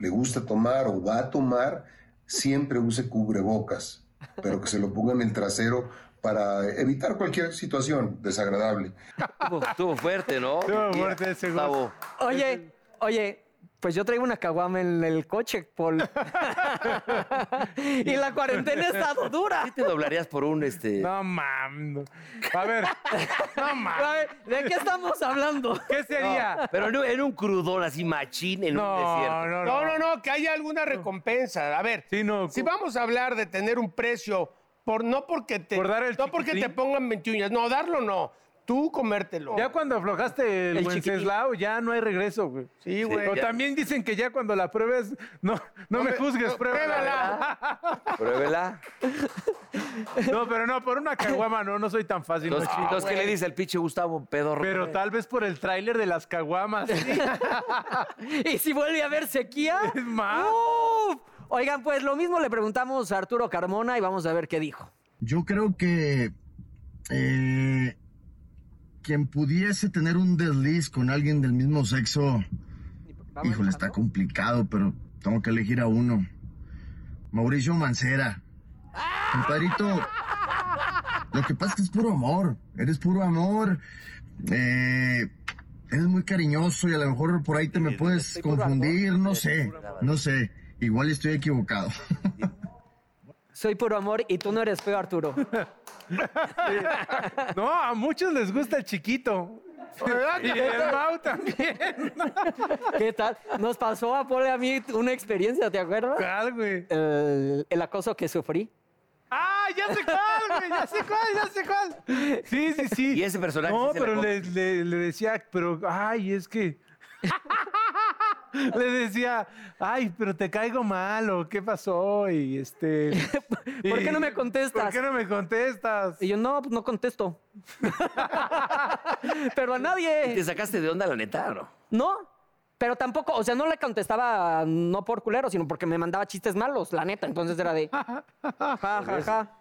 [SPEAKER 6] le gusta tomar o va a tomar, siempre use cubrebocas, pero que se lo ponga en el trasero para evitar cualquier situación desagradable.
[SPEAKER 1] Estuvo, estuvo fuerte, ¿no?
[SPEAKER 2] Estuvo
[SPEAKER 1] Y-
[SPEAKER 2] fuerte ese gol.
[SPEAKER 1] Gustavo.
[SPEAKER 3] Oye, oye, pues yo traigo una caguama en el coche, Paul.
[SPEAKER 2] [LAUGHS]
[SPEAKER 3] y la cuarentena ha estado dura.
[SPEAKER 1] ¿Qué te doblarías por un este?
[SPEAKER 2] No mames. A ver, no
[SPEAKER 3] A
[SPEAKER 2] mames.
[SPEAKER 3] ver, ¿De qué estamos hablando?
[SPEAKER 2] ¿Qué sería?
[SPEAKER 1] Pero en un, en un crudón así machín en un
[SPEAKER 2] No,
[SPEAKER 1] desierto.
[SPEAKER 2] no,
[SPEAKER 4] No,
[SPEAKER 2] no.
[SPEAKER 4] no, no, que haya alguna recompensa. A ver,
[SPEAKER 2] Sí, no.
[SPEAKER 4] si vamos a hablar de tener un precio, por, no porque te,
[SPEAKER 2] Por dar el
[SPEAKER 4] no porque te
[SPEAKER 2] chiquitín.
[SPEAKER 4] pongan 21 uñas, no, darlo no, tú comértelo.
[SPEAKER 2] Ya cuando aflojaste el,
[SPEAKER 3] El
[SPEAKER 2] Wenceslao, ya no hay regreso, güey.
[SPEAKER 4] Sí, güey.
[SPEAKER 2] O
[SPEAKER 1] ya.
[SPEAKER 2] también dicen que ya cuando la pruebes, no, no, me juzgues,
[SPEAKER 4] no,
[SPEAKER 2] pruébala.
[SPEAKER 1] Pruébela.
[SPEAKER 2] [LAUGHS] No, pero no, por una caguama no, no soy tan fácil.
[SPEAKER 1] Entonces,
[SPEAKER 2] no, chico.
[SPEAKER 1] entonces, ¿qué le dice el pinche Gustavo Pedorro?
[SPEAKER 2] pero tal vez por el tráiler de las caguamas. sí.
[SPEAKER 3] ¿Y si vuelve a haber sequía?
[SPEAKER 2] [LAUGHS] Es más.
[SPEAKER 3] ¡Uf! Oigan, pues lo mismo le preguntamos a Arturo Carmona y vamos a ver qué dijo.
[SPEAKER 7] Yo creo que eh, quien pudiese tener un desliz con alguien del mismo sexo, híjole, está complicado, pero tengo que elegir a uno. Mauricio Mancera. Compadrito, lo que pasa es que es puro amor, eres puro amor. eh, eres muy cariñoso y a lo mejor por ahí te me puedes confundir, no sé, no sé. Igual estoy equivocado. [LAUGHS]
[SPEAKER 3] Soy puro amor y tú no eres feo,
[SPEAKER 2] [LAUGHS]
[SPEAKER 3] Arturo.
[SPEAKER 2] No, a muchos les gusta el chiquito. Y el Mau también. [LAUGHS]
[SPEAKER 3] ¿Qué tal? Nos pasó a Paul y a mí una experiencia, ¿te acuerdas?
[SPEAKER 2] ¿Cuál, güey?
[SPEAKER 3] El, el acoso que sufrí.
[SPEAKER 2] ¡Ah, ya sé cuál, güey! ¡Ya sé cuál, ya sé cuál! Sí, sí, sí.
[SPEAKER 1] Y ese personaje
[SPEAKER 2] No,
[SPEAKER 1] sí se la
[SPEAKER 2] pero
[SPEAKER 1] come.
[SPEAKER 2] le, le- le decía, pero, ay, es que... [LAUGHS] le decía, ay, pero te caigo mal, o qué pasó, y este...
[SPEAKER 3] ¿Por qué no me
[SPEAKER 2] [LAUGHS] ¿Por
[SPEAKER 3] contestas?
[SPEAKER 2] qué no me contestas?
[SPEAKER 3] Y yo, no, pues no contesto. [LAUGHS] pero a nadie.
[SPEAKER 1] ¿Te sacaste de onda la neta o no?
[SPEAKER 3] No, pero tampoco, o sea, no le contestaba no por culero, sino porque me mandaba chistes malos, la neta. Entonces era de [LAUGHS] ja, ja, ja.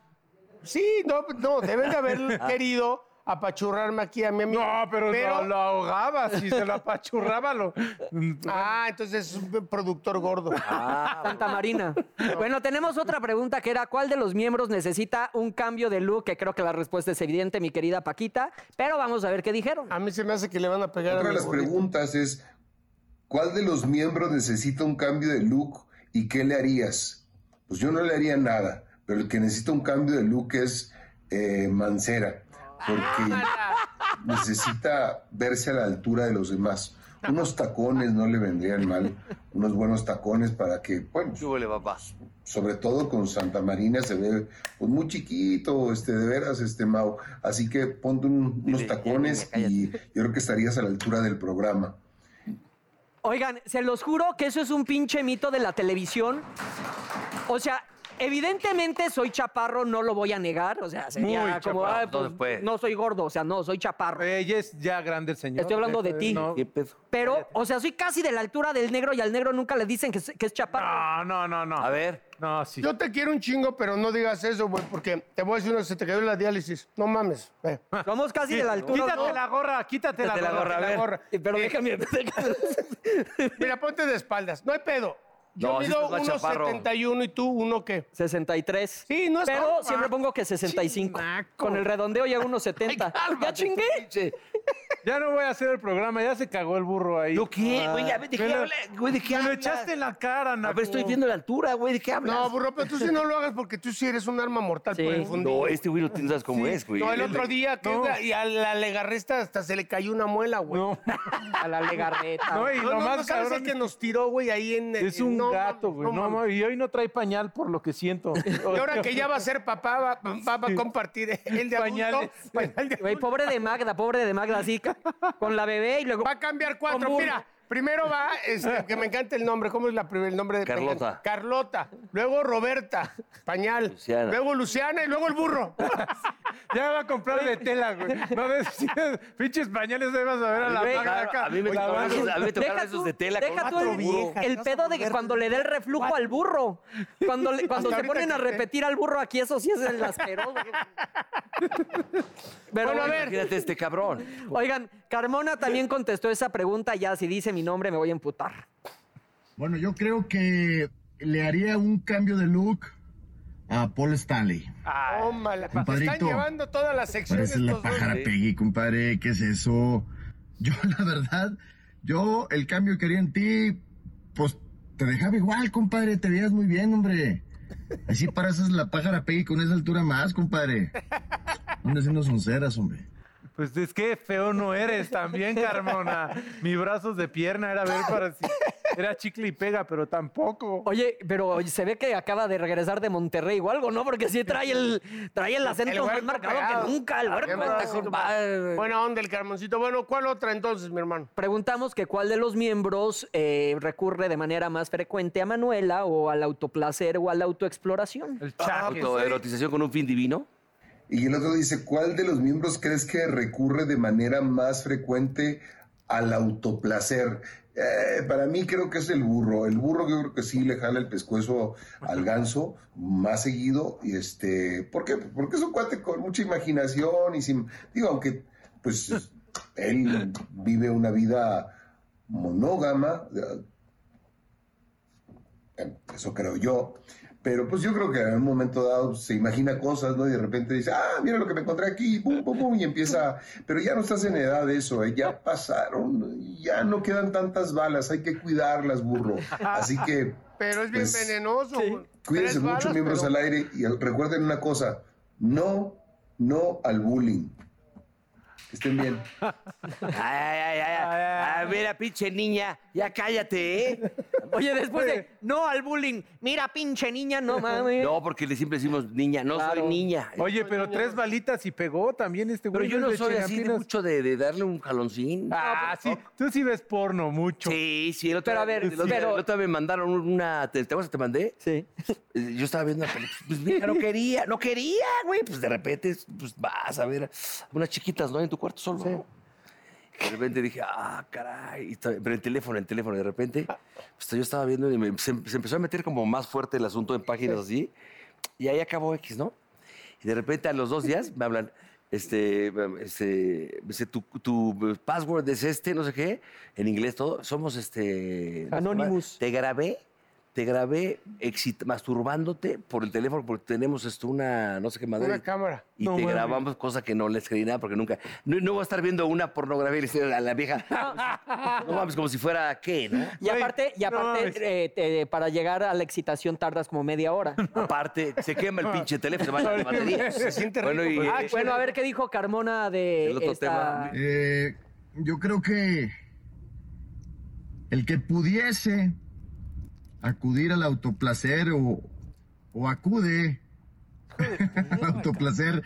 [SPEAKER 4] Sí, no, no, deben de haber querido apachurrarme aquí a mi amigo.
[SPEAKER 2] No, pero, lo, lo ahogaba, si se lo apachurraba, lo... [LAUGHS]
[SPEAKER 4] Ah, entonces es un productor gordo.
[SPEAKER 3] Santa [LAUGHS] Marina. Bueno, tenemos otra pregunta que era: ¿cuál de los miembros necesita un cambio de look? Que creo que la respuesta es evidente, mi querida Paquita. Pero vamos a ver qué dijeron.
[SPEAKER 4] A mí se me hace que le van a pegar
[SPEAKER 6] Otra
[SPEAKER 4] a
[SPEAKER 6] de
[SPEAKER 4] mi
[SPEAKER 6] las
[SPEAKER 4] gorrito.
[SPEAKER 6] preguntas es, ¿cuál de los miembros necesita un cambio de look y qué le harías? Pues yo no le haría nada, pero el que necesita un cambio de look es eh, Mancera, porque
[SPEAKER 4] Ah,
[SPEAKER 6] necesita verse a la altura de los demás. Unos tacones no le vendrían mal, unos buenos tacones para que, bueno,
[SPEAKER 1] Súbele, papá.
[SPEAKER 6] sobre todo con Santa Marina se ve pues, muy chiquito, este, de veras, este Mau. Así que ponte un- unos
[SPEAKER 1] Dile, ya,
[SPEAKER 6] tacones
[SPEAKER 1] niña, cállate.
[SPEAKER 6] y yo creo que estarías a la altura del programa.
[SPEAKER 3] Oigan, se los juro que eso es un pinche mito de la televisión. O sea, evidentemente soy chaparro, no lo voy a negar. O sea, sería
[SPEAKER 2] Muy
[SPEAKER 3] como,
[SPEAKER 1] chaparro,
[SPEAKER 3] "Ay, pues,
[SPEAKER 1] entonces, pues".
[SPEAKER 3] no soy gordo, o sea, no, soy chaparro.
[SPEAKER 2] Ella es ya grande el señor. Eh,
[SPEAKER 3] Estoy hablando de ti.
[SPEAKER 2] No,
[SPEAKER 1] ¿Qué pedo?
[SPEAKER 3] Pero, o sea, soy casi de la altura del negro y al negro nunca le dicen que es, que es chaparro.
[SPEAKER 2] no, no, no. no.
[SPEAKER 1] A ver.
[SPEAKER 2] No, sí.
[SPEAKER 4] Yo te quiero un chingo, pero no digas eso, güey, porque te voy a decir una, se te cayó la diálisis. No mames. ve.
[SPEAKER 3] Somos casi de la altura.
[SPEAKER 2] Quítate
[SPEAKER 3] ¿no?
[SPEAKER 2] la gorra, quítate,
[SPEAKER 1] Quítate la gorra, a
[SPEAKER 4] la
[SPEAKER 1] ver.
[SPEAKER 4] gorra.
[SPEAKER 3] Eh, Pero déjame. déjame-
[SPEAKER 4] [LAUGHS] Mira, ponte de espaldas. No hay pedo. Yo
[SPEAKER 1] No, sí
[SPEAKER 4] mido
[SPEAKER 1] estás más chaparro.
[SPEAKER 4] 1,71 y tú uno qué.
[SPEAKER 3] 63.
[SPEAKER 4] Sí, no es
[SPEAKER 3] Pero
[SPEAKER 4] trampa.
[SPEAKER 3] siempre pongo que 65.
[SPEAKER 4] Chinaco.
[SPEAKER 3] Con el redondeo llega a unos 70. ya
[SPEAKER 1] Cálmate,
[SPEAKER 3] chingué.
[SPEAKER 1] pinche.
[SPEAKER 2] Ya no voy a hacer el programa, ya se cagó el burro ahí. Ah.
[SPEAKER 1] ¿Yo qué? Güey, ya, ¿de qué
[SPEAKER 2] Me lo-
[SPEAKER 1] habla- güey, ¿de qué
[SPEAKER 2] Me lo
[SPEAKER 1] hablas?
[SPEAKER 2] echaste en la cara,
[SPEAKER 1] A
[SPEAKER 2] Naco.
[SPEAKER 1] ver, estoy viendo la altura, güey, ¿de qué hablas?
[SPEAKER 4] No, burro, pero tú sí no lo hagas porque tú sí eres un arma mortal por
[SPEAKER 3] Sí.
[SPEAKER 4] el fundillo.
[SPEAKER 1] No, este güey no tiene- sabes cómo
[SPEAKER 4] Sí.
[SPEAKER 1] es, güey.
[SPEAKER 4] No, el otro día, que
[SPEAKER 2] No.
[SPEAKER 4] y a la legarresta hasta se le cayó una muela, güey.
[SPEAKER 2] No,
[SPEAKER 3] A la legarreta.
[SPEAKER 2] [LAUGHS] no, y
[SPEAKER 4] No,
[SPEAKER 2] lo
[SPEAKER 4] no,
[SPEAKER 2] más
[SPEAKER 4] no sabes el
[SPEAKER 2] cabrón
[SPEAKER 4] que nos tiró, güey, ahí en...
[SPEAKER 2] es
[SPEAKER 4] en-
[SPEAKER 2] un
[SPEAKER 4] no,
[SPEAKER 2] gato, güey. No,
[SPEAKER 4] mames.
[SPEAKER 2] mames, y hoy no trae pañal por lo que siento.
[SPEAKER 4] [LAUGHS] Y ahora que ya va a ser papá, va, va- va a compartir el de
[SPEAKER 2] Pañales.
[SPEAKER 4] adulto, pañal de
[SPEAKER 3] Güey, pobre de Magda, pobre de Magda, así ca- con la bebé y luego.
[SPEAKER 4] Va a cambiar cuatro.
[SPEAKER 3] Con burro.
[SPEAKER 4] Mira, primero va, este, que me encanta el nombre. ¿Cómo es la primer- el nombre de
[SPEAKER 1] Carlota.
[SPEAKER 4] me encanta. Carlota. Luego Roberta, pañal.
[SPEAKER 1] Luciana.
[SPEAKER 4] Luego Luciana y luego el burro.
[SPEAKER 2] ya va a comprar de tela, güey. No ves, [LAUGHS] pinches pañales, ahí vas a ver a la
[SPEAKER 1] Güey,
[SPEAKER 2] magra
[SPEAKER 1] claro,
[SPEAKER 2] acá.
[SPEAKER 1] a mí me
[SPEAKER 2] La
[SPEAKER 1] tocaron
[SPEAKER 2] vas-
[SPEAKER 1] esos- a mí me tocaron
[SPEAKER 3] Deja
[SPEAKER 1] esos
[SPEAKER 3] tú-
[SPEAKER 1] de tela con
[SPEAKER 3] deja tú
[SPEAKER 1] cuatro
[SPEAKER 3] el,
[SPEAKER 1] burros.
[SPEAKER 3] el pedo de que cuando le dé el reflujo al burro, cuando, le- cuando
[SPEAKER 4] Hasta
[SPEAKER 3] se
[SPEAKER 4] ahorita
[SPEAKER 3] ponen a
[SPEAKER 4] que-
[SPEAKER 3] repetir al burro aquí, eso sí es el asqueroso. Pero
[SPEAKER 1] Bueno,
[SPEAKER 3] bueno,
[SPEAKER 1] a ver. Imagínate este cabrón.
[SPEAKER 3] oigan, Carmona también contestó esa pregunta ya, si dice mi nombre me voy a emputar.
[SPEAKER 7] Bueno, yo creo que le haría un cambio de look a Paul Stanley.
[SPEAKER 4] Tómala. Están
[SPEAKER 7] Compadrito.
[SPEAKER 4] llevando todas las secciones
[SPEAKER 7] Parece la
[SPEAKER 4] estos dos.
[SPEAKER 7] pájara
[SPEAKER 1] sí.
[SPEAKER 7] Peggy, compadre. ¿Qué es eso? [LAUGHS] Yo, la verdad, yo el cambio que haría en ti, pues te dejaba igual, compadre. Te veías muy bien, hombre. Así pareces la pájara Peggy con esa altura más, compadre. Andas haciendo sonceras, hombre.
[SPEAKER 2] Pues es que feo no eres también, Carmona. Mi brazos de pierna era ver para si era chicle y pega, pero tampoco.
[SPEAKER 3] Oye, pero se ve que acaba de regresar de Monterrey o algo, ¿no? Porque sí trae el, trae el acento más
[SPEAKER 4] huerco
[SPEAKER 3] marcado
[SPEAKER 4] pegado.
[SPEAKER 3] que nunca, el huerco.
[SPEAKER 4] Bien,
[SPEAKER 3] está
[SPEAKER 4] bien,
[SPEAKER 3] compadre.
[SPEAKER 4] Buena onda el Carmoncito. Bueno, ¿cuál otra entonces, mi hermano?
[SPEAKER 3] Preguntamos que cuál de los miembros eh, recurre de manera más frecuente a Manuela o al autoplacer o a la autoexploración.
[SPEAKER 2] El
[SPEAKER 1] Ah,
[SPEAKER 2] chaque.
[SPEAKER 1] Autoerotización con un fin divino.
[SPEAKER 6] Y el otro dice, ¿cuál de los miembros crees que recurre de manera más frecuente al autoplacer? Eh, para mí creo que es el burro. El burro yo creo que sí le jala el pescuezo al ganso más seguido. Y este, ¿Por qué? Porque es un cuate con mucha imaginación y sin... Digo, aunque pues él vive una vida monógama, eh, eso creo yo. Pero pues yo creo que en un momento dado se imagina cosas, ¿no? Y de repente dice, ah, mira lo que me encontré aquí, pum, pum, pum, y empieza. Pero ya no estás en edad de eso, ¿eh? ya pasaron, ya no quedan tantas balas, hay que cuidarlas, burro. Así
[SPEAKER 4] [LAUGHS]
[SPEAKER 6] que
[SPEAKER 4] Pero es bien
[SPEAKER 6] Pues,
[SPEAKER 4] venenoso. güey.
[SPEAKER 6] cuídense
[SPEAKER 4] Tres
[SPEAKER 6] mucho,
[SPEAKER 4] balas,
[SPEAKER 6] miembros
[SPEAKER 4] pero-
[SPEAKER 6] al aire, y recuerden una cosa: no, no al bullying. Que estén bien.
[SPEAKER 1] Ay, ay, ay, ay. A ver, a pinche niña, ya cállate, ¿eh?
[SPEAKER 3] [LAUGHS] Oye, después de no al bullying, mira pinche niña, [LAUGHS] no mames.
[SPEAKER 1] No, porque le siempre decimos niña, no
[SPEAKER 3] Claro.
[SPEAKER 1] soy niña.
[SPEAKER 2] Oye, pero tres balitas y pegó también este
[SPEAKER 1] pero
[SPEAKER 2] güey.
[SPEAKER 1] yo
[SPEAKER 2] es
[SPEAKER 1] no
[SPEAKER 2] de
[SPEAKER 1] soy así de
[SPEAKER 2] Chirampinas.
[SPEAKER 1] mucho de, de darle un jaloncín.
[SPEAKER 2] Ah, sí. Tú sí ves porno mucho.
[SPEAKER 1] Sí, sí, el otro
[SPEAKER 3] Pero a
[SPEAKER 1] día-
[SPEAKER 3] ver,
[SPEAKER 1] el otro, día-
[SPEAKER 3] pero-
[SPEAKER 1] el otro día me mandaron una. ¿Te, te acuerdas que te mandé?
[SPEAKER 3] Sí.
[SPEAKER 1] Eh, [LAUGHS] Yo estaba viendo una película. Pues mira, no quería, no quería, güey. Pues de repente, pues vas a ver unas chiquitas, ¿no? En tu cuarto solo. ¿no? De repente dije, ah, caray. y estaba- pero en teléfono, en teléfono. De repente, pues, yo estaba viendo y me- se, se empezó a meter como más fuerte el asunto en páginas así. Y ahí acabó X, ¿no? Y de repente a los dos días me hablan, este, este, me dice, tu, tu password es este, no sé qué, en inglés todo, somos este...
[SPEAKER 3] Anonymous.
[SPEAKER 1] Te grabé, te grabé exit- masturbándote por el teléfono porque tenemos esto, una, no sé qué madre.
[SPEAKER 4] Una cámara.
[SPEAKER 1] Y
[SPEAKER 2] No
[SPEAKER 1] te
[SPEAKER 2] mames.
[SPEAKER 1] grabamos cosa que no les creí nada porque nunca. No, no voy a estar viendo una pornografía y le decir a la vieja. No mames, como si fuera qué, ¿no?
[SPEAKER 3] Y aparte, y
[SPEAKER 2] no
[SPEAKER 3] aparte
[SPEAKER 2] mames.
[SPEAKER 3] eh, te- para llegar a la excitación tardas como media hora.
[SPEAKER 1] Aparte, se quema el pinche teléfono, se va la batería.
[SPEAKER 4] Se siente rico.
[SPEAKER 1] Bueno, y,
[SPEAKER 4] pero-
[SPEAKER 1] eh,
[SPEAKER 3] Bueno, a ver qué dijo Carmona de
[SPEAKER 1] El otro
[SPEAKER 3] esta...
[SPEAKER 7] Eh, yo creo que el que pudiese acudir al autoplacer o, o acude al autoplacer,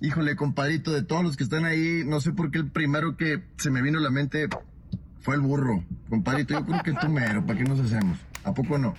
[SPEAKER 7] híjole, compadrito, de todos los que están ahí, no sé por qué el primero que se me vino a la mente fue el burro. Compadrito, yo creo que tú mero, ¿para qué nos hacemos? ¿A poco no?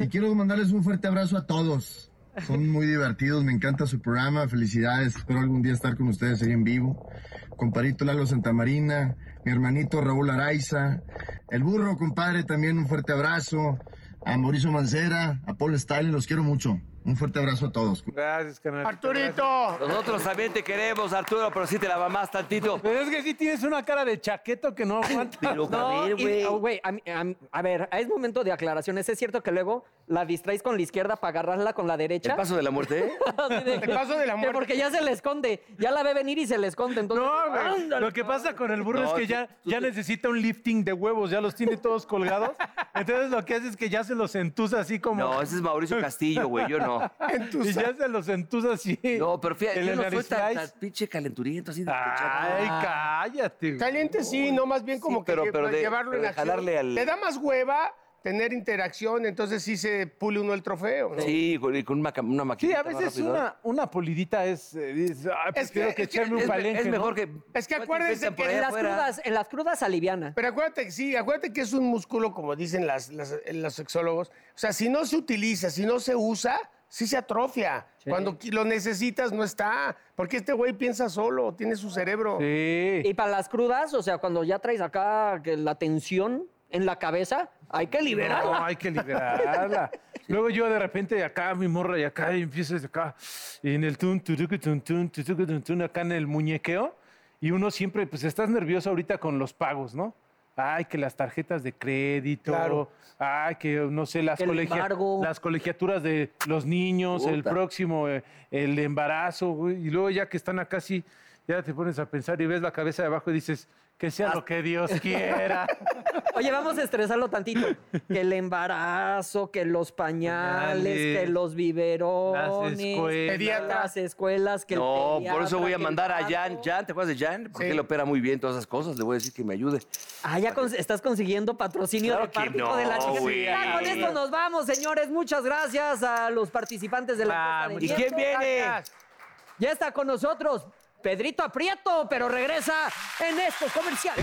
[SPEAKER 7] Y quiero mandarles un fuerte abrazo a todos. Son muy divertidos, me encanta su programa, felicidades. Espero algún día estar con ustedes ahí en vivo. Comparito Lalo Santamarina, mi hermanito Raúl Araiza, el burro, compadre, también un fuerte abrazo. A Mauricio Mancera, a Paul Stalin, los quiero mucho. Un fuerte abrazo a todos.
[SPEAKER 2] Gracias, carnal.
[SPEAKER 4] Arturito.
[SPEAKER 1] Nosotros también te queremos, Arturo, pero sí te la mamás tantito.
[SPEAKER 2] Pero es que sí tienes una cara de chaqueto que no aguanta.
[SPEAKER 1] Pero,
[SPEAKER 3] No,
[SPEAKER 1] a ver,
[SPEAKER 3] y-
[SPEAKER 1] güey.
[SPEAKER 3] oh, güey, a, mí- a mí- a ver, es momento de aclaraciones. ¿Es cierto que luego la distraes con la izquierda para agarrarla con la derecha?
[SPEAKER 1] El paso de la muerte, ¿eh?
[SPEAKER 3] Así de-
[SPEAKER 4] El paso de la
[SPEAKER 3] que
[SPEAKER 4] muerte.
[SPEAKER 3] Porque ya se le esconde. Ya la ve venir y se le esconde. Entonces,
[SPEAKER 2] No, [LAUGHS] güey. Lo que pasa con el burro
[SPEAKER 1] No,
[SPEAKER 2] es que
[SPEAKER 1] tú-
[SPEAKER 2] ya,
[SPEAKER 1] tú
[SPEAKER 2] ya
[SPEAKER 1] te-
[SPEAKER 2] necesita un lifting de huevos, ya los tiene todos colgados. Entonces lo que hace es que ya se los entusa así como.
[SPEAKER 1] No, ese es Mauricio Castillo, güey, yo no. [LAUGHS]
[SPEAKER 2] y ya se los entusa así.
[SPEAKER 1] No, pero fíjate,
[SPEAKER 2] [LAUGHS] en
[SPEAKER 1] yo
[SPEAKER 2] el
[SPEAKER 1] no soy
[SPEAKER 2] nariz
[SPEAKER 1] tan,
[SPEAKER 2] flies.
[SPEAKER 1] tan pinche calenturiento así de
[SPEAKER 2] Ay, cállate. güey.
[SPEAKER 4] Caliente sí, no, más bien como
[SPEAKER 1] Sí,
[SPEAKER 4] que
[SPEAKER 1] pero-
[SPEAKER 4] lle-
[SPEAKER 1] pero de-
[SPEAKER 4] llevarlo
[SPEAKER 1] pero
[SPEAKER 4] en
[SPEAKER 1] de
[SPEAKER 4] acción.
[SPEAKER 1] jalarle al-
[SPEAKER 4] Te da más hueva tener interacción, entonces sí se pule uno el trofeo. ¿no?
[SPEAKER 1] Sí, con, y con una, cam- una
[SPEAKER 2] Sí,
[SPEAKER 1] maquinita
[SPEAKER 2] a
[SPEAKER 1] más
[SPEAKER 2] veces
[SPEAKER 1] rápido, ¿no?
[SPEAKER 2] una, una polidita es. eh, dices, "Ay,
[SPEAKER 4] Es
[SPEAKER 2] prefiero
[SPEAKER 4] que-
[SPEAKER 2] que
[SPEAKER 4] es que
[SPEAKER 2] echarme un
[SPEAKER 1] Es, me-
[SPEAKER 2] palenque.
[SPEAKER 1] es
[SPEAKER 2] ¿no?
[SPEAKER 1] mejor que.
[SPEAKER 4] Es que
[SPEAKER 1] ¿cuánto
[SPEAKER 4] acuérdense
[SPEAKER 1] inventan
[SPEAKER 4] que
[SPEAKER 1] por ahí
[SPEAKER 3] en las,
[SPEAKER 1] afuera?
[SPEAKER 3] crudas, en las crudas alivianan.
[SPEAKER 4] Pero acuérdate que sí, acuérdate que es un músculo, como dicen las, las- los sexólogos. O sea, si no se utiliza, si no se usa, sí se atrofia. Cuando qui- lo necesitas, no está. Porque este güey piensa solo, tiene su cerebro.
[SPEAKER 2] Sí.
[SPEAKER 3] Y para las crudas, o sea, cuando ya traes acá que la tensión en la cabeza, hay que liberarla.
[SPEAKER 2] No, hay que liberarla. Luego yo de repente acá, mi morra, y acá, y empiezas acá, y en el tun, turucu, tun, tun, tutucu, tun, tun, acá en el muñequeo, y uno siempre, pues estás nervioso ahorita con los pagos, ¿no? Ay, que las tarjetas de crédito,
[SPEAKER 4] Claro.
[SPEAKER 2] ay, que no sé, las,
[SPEAKER 3] El
[SPEAKER 2] colegia-
[SPEAKER 3] embargo.
[SPEAKER 2] las colegiaturas de los niños, el
[SPEAKER 1] Puta.
[SPEAKER 2] próximo, eh, el embarazo, güey, y luego ya que están acá, sí, ya te pones a pensar y ves la cabeza de abajo y dices, que sea lo que Dios
[SPEAKER 3] [LAUGHS]
[SPEAKER 2] quiera.
[SPEAKER 3] Oye, vamos a estresarlo tantito. Que el embarazo, que los pañales,
[SPEAKER 2] Pañales,
[SPEAKER 3] que los biberones,
[SPEAKER 2] las escuelas.
[SPEAKER 4] Pediatra.
[SPEAKER 3] las escuelas, que el
[SPEAKER 1] No, por eso
[SPEAKER 3] pediatra,
[SPEAKER 1] voy
[SPEAKER 3] que
[SPEAKER 1] a
[SPEAKER 3] el
[SPEAKER 1] mandar a
[SPEAKER 3] pago.
[SPEAKER 1] Jan. Jan, ¿te acuerdas de Jan? Porque
[SPEAKER 4] Sí.
[SPEAKER 1] él opera muy bien todas esas cosas. Le voy a decir que me ayude.
[SPEAKER 3] Ah, ya cons- estás consiguiendo patrocinio
[SPEAKER 1] Claro
[SPEAKER 3] de
[SPEAKER 1] que
[SPEAKER 3] parte
[SPEAKER 1] no,
[SPEAKER 3] de la chica.
[SPEAKER 1] güey.
[SPEAKER 3] Ya, con esto nos vamos, señores. Muchas gracias a los participantes de la Copa del
[SPEAKER 1] Ah, ¿Y
[SPEAKER 3] Hierro.
[SPEAKER 1] quién viene?
[SPEAKER 3] Ya está con nosotros Pedrito Aprieto, pero regresa en este estos comerciales.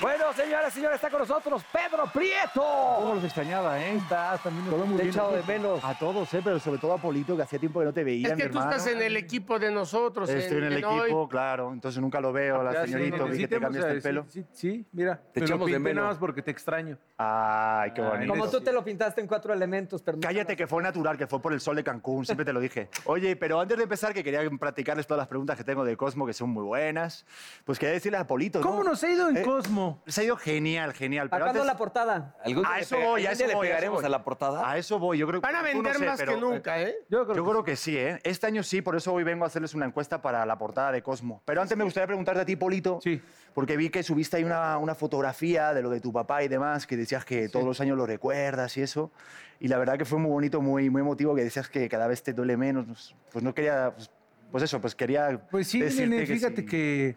[SPEAKER 1] Bueno, señoras y señores, está con nosotros Pedro Prieto.
[SPEAKER 8] ¿Cómo los extrañaba, eh? Estás también.
[SPEAKER 2] este
[SPEAKER 8] Todo muy
[SPEAKER 1] bien,
[SPEAKER 8] echado de
[SPEAKER 1] Polito.
[SPEAKER 8] menos.
[SPEAKER 3] Ah,
[SPEAKER 8] A todos, eh, pero sobre todo a Polito, que hacía tiempo que no te veía,
[SPEAKER 4] Es que
[SPEAKER 8] mi
[SPEAKER 4] tú
[SPEAKER 8] hermano.
[SPEAKER 4] estás en el equipo de nosotros.
[SPEAKER 8] Estoy en el
[SPEAKER 4] hoy.
[SPEAKER 8] equipo, claro. Entonces nunca lo veo, la
[SPEAKER 2] Ya, sí,
[SPEAKER 8] señorita, vi
[SPEAKER 2] nos
[SPEAKER 8] que te
[SPEAKER 2] necesitemos,
[SPEAKER 8] cambiaste
[SPEAKER 2] eh,
[SPEAKER 8] el pelo.
[SPEAKER 2] Sí, sí, sí, mira. Te
[SPEAKER 1] echamos de menos.
[SPEAKER 2] nada más porque te extraño.
[SPEAKER 8] Ay, qué
[SPEAKER 2] Ay,
[SPEAKER 8] bonito.
[SPEAKER 2] ¿cómo
[SPEAKER 3] Como tú te lo pintaste en cuatro elementos, pero no-
[SPEAKER 8] Cállate, que fue natural, que fue por el sol de Cancún, siempre te lo dije. Oye, pero antes de empezar, que quería practicarles todas las preguntas que tengo de Cosmo, que son muy buenas, pues quería decirles a Polito,
[SPEAKER 2] ¿Cómo nos ha ido en
[SPEAKER 8] Eh,
[SPEAKER 2] Cosmo?
[SPEAKER 8] Se ha ido genial, genial. Pero
[SPEAKER 3] Sacando
[SPEAKER 8] antes,
[SPEAKER 3] la portada.
[SPEAKER 1] ¿Algún día
[SPEAKER 8] a
[SPEAKER 1] le
[SPEAKER 8] eso
[SPEAKER 1] pega-
[SPEAKER 8] voy, a
[SPEAKER 1] algún día
[SPEAKER 8] eso
[SPEAKER 1] le
[SPEAKER 8] voy, a eso
[SPEAKER 1] pegaremos
[SPEAKER 8] voy.
[SPEAKER 1] a la portada?
[SPEAKER 8] A eso voy, yo creo
[SPEAKER 4] Van a
[SPEAKER 8] tú no
[SPEAKER 4] vender
[SPEAKER 8] sé,
[SPEAKER 4] más
[SPEAKER 8] pero-
[SPEAKER 4] que nunca, ¿eh?
[SPEAKER 2] Yo creo
[SPEAKER 8] Yo
[SPEAKER 2] que
[SPEAKER 8] creo que sí, ¿eh? Este año sí, por eso hoy vengo a hacerles una encuesta para la portada de Cosmo. Pero antes me gustaría preguntarte a ti, Polito,
[SPEAKER 2] Sí.
[SPEAKER 8] porque vi que subiste ahí una, una fotografía de lo de tu papá y demás, que decías que todos los años lo recuerdas y eso. Y la verdad que fue muy bonito, muy, muy emotivo, que decías que cada vez te duele menos. Pues no quería... Pues, pues eso, pues quería
[SPEAKER 2] Pues sí,
[SPEAKER 8] decirte
[SPEAKER 2] nene,
[SPEAKER 8] que
[SPEAKER 2] fíjate
[SPEAKER 8] sí.
[SPEAKER 2] que,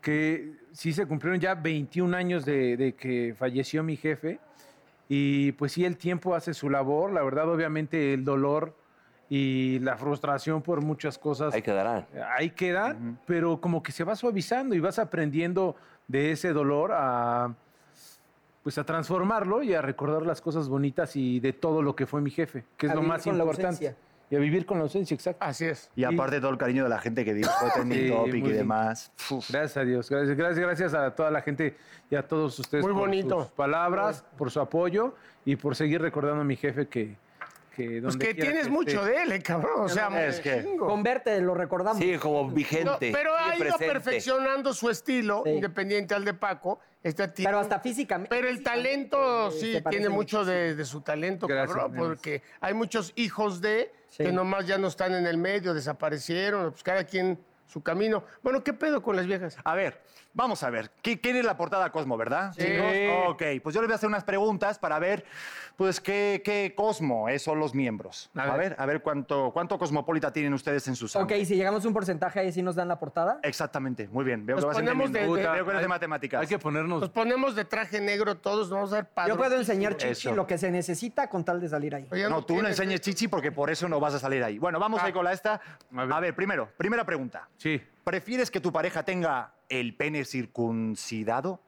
[SPEAKER 2] que sí se cumplieron ya 21 años de, de que falleció mi jefe. Y pues sí, el tiempo hace su labor. La verdad, obviamente, el dolor y la frustración por muchas cosas
[SPEAKER 1] Ahí quedará.
[SPEAKER 2] ahí queda, pero como que se va suavizando y vas aprendiendo de ese dolor a pues a transformarlo y a recordar las cosas bonitas y de todo lo que fue mi jefe, que es
[SPEAKER 3] A
[SPEAKER 2] lo
[SPEAKER 3] vivir
[SPEAKER 2] más
[SPEAKER 3] con la
[SPEAKER 2] importante.
[SPEAKER 3] ausencia.
[SPEAKER 2] y a vivir con la ausencia, exacto.
[SPEAKER 4] Así es.
[SPEAKER 8] Y aparte todo el cariño de la gente que dijo Trending
[SPEAKER 2] Sí, muy
[SPEAKER 8] Topic y
[SPEAKER 2] lindo.
[SPEAKER 8] demás. Uf.
[SPEAKER 2] Gracias a Dios, gracias, gracias, gracias a toda la gente y a todos ustedes
[SPEAKER 4] Muy
[SPEAKER 2] por
[SPEAKER 4] bonito.
[SPEAKER 2] sus palabras, por su apoyo y por seguir recordando a mi jefe que, que
[SPEAKER 4] Pues
[SPEAKER 2] donde
[SPEAKER 4] que
[SPEAKER 2] quiera
[SPEAKER 4] tienes
[SPEAKER 2] que
[SPEAKER 4] mucho
[SPEAKER 2] esté.
[SPEAKER 4] de él, eh, cabrón. O sea,
[SPEAKER 8] Es que-
[SPEAKER 4] chingo.
[SPEAKER 3] Converte, lo recordamos.
[SPEAKER 1] Sí, como
[SPEAKER 4] No,
[SPEAKER 1] vigente.
[SPEAKER 4] pero ha
[SPEAKER 1] sigue
[SPEAKER 4] ido
[SPEAKER 1] presente.
[SPEAKER 4] perfeccionando su estilo,
[SPEAKER 3] Sí.
[SPEAKER 4] independiente al de Paco. Este tiene-
[SPEAKER 3] Pero hasta físicamente.
[SPEAKER 4] Pero el talento
[SPEAKER 3] Eh,
[SPEAKER 4] sí
[SPEAKER 3] se parece
[SPEAKER 4] tiene mucho de, de su talento,
[SPEAKER 2] Gracias,
[SPEAKER 4] cabrón,
[SPEAKER 2] nenes.
[SPEAKER 4] porque hay muchos hijos de
[SPEAKER 3] Sí.
[SPEAKER 4] que nomás ya no están en el medio, desaparecieron, pues cada quien su camino. Bueno, ¿qué pedo con las viejas?
[SPEAKER 8] A ver, vamos a ver. ¿Qui- ¿Quién es la portada Cosmo, verdad?
[SPEAKER 4] Sí.
[SPEAKER 8] Chicos?
[SPEAKER 7] Oh,
[SPEAKER 8] Ok, pues yo les voy a hacer unas preguntas para ver, pues, qué, qué Cosmo eh, son los miembros.
[SPEAKER 2] A
[SPEAKER 8] A
[SPEAKER 2] ver.
[SPEAKER 8] ver, a ver, cuánto, cuánto cosmopolita tienen ustedes en sus
[SPEAKER 3] Ok, si llegamos a un porcentaje ahí, sí nos dan la portada.
[SPEAKER 8] Exactamente, muy bien. Veo
[SPEAKER 4] Nos
[SPEAKER 8] que vas
[SPEAKER 4] ponemos de-
[SPEAKER 8] entendiendo.
[SPEAKER 4] de-
[SPEAKER 8] Veo que eres
[SPEAKER 2] Hay-
[SPEAKER 8] de matemáticas.
[SPEAKER 2] Hay que ponernos
[SPEAKER 4] Nos ponemos de traje negro todos, nos vamos a dar padrón.
[SPEAKER 3] Yo puedo enseñar chichi
[SPEAKER 8] Eso.
[SPEAKER 3] lo que se necesita con tal de salir ahí.
[SPEAKER 4] Oye,
[SPEAKER 8] No, tú no
[SPEAKER 4] tienes-
[SPEAKER 8] enseñes chichi porque por eso no vas a salir ahí. Bueno, vamos ahí con la esta.
[SPEAKER 2] A
[SPEAKER 8] A
[SPEAKER 2] ver.
[SPEAKER 8] ver. primero, primera pregunta.
[SPEAKER 2] Sí.
[SPEAKER 8] ¿Prefieres que tu pareja tenga el pene circuncidado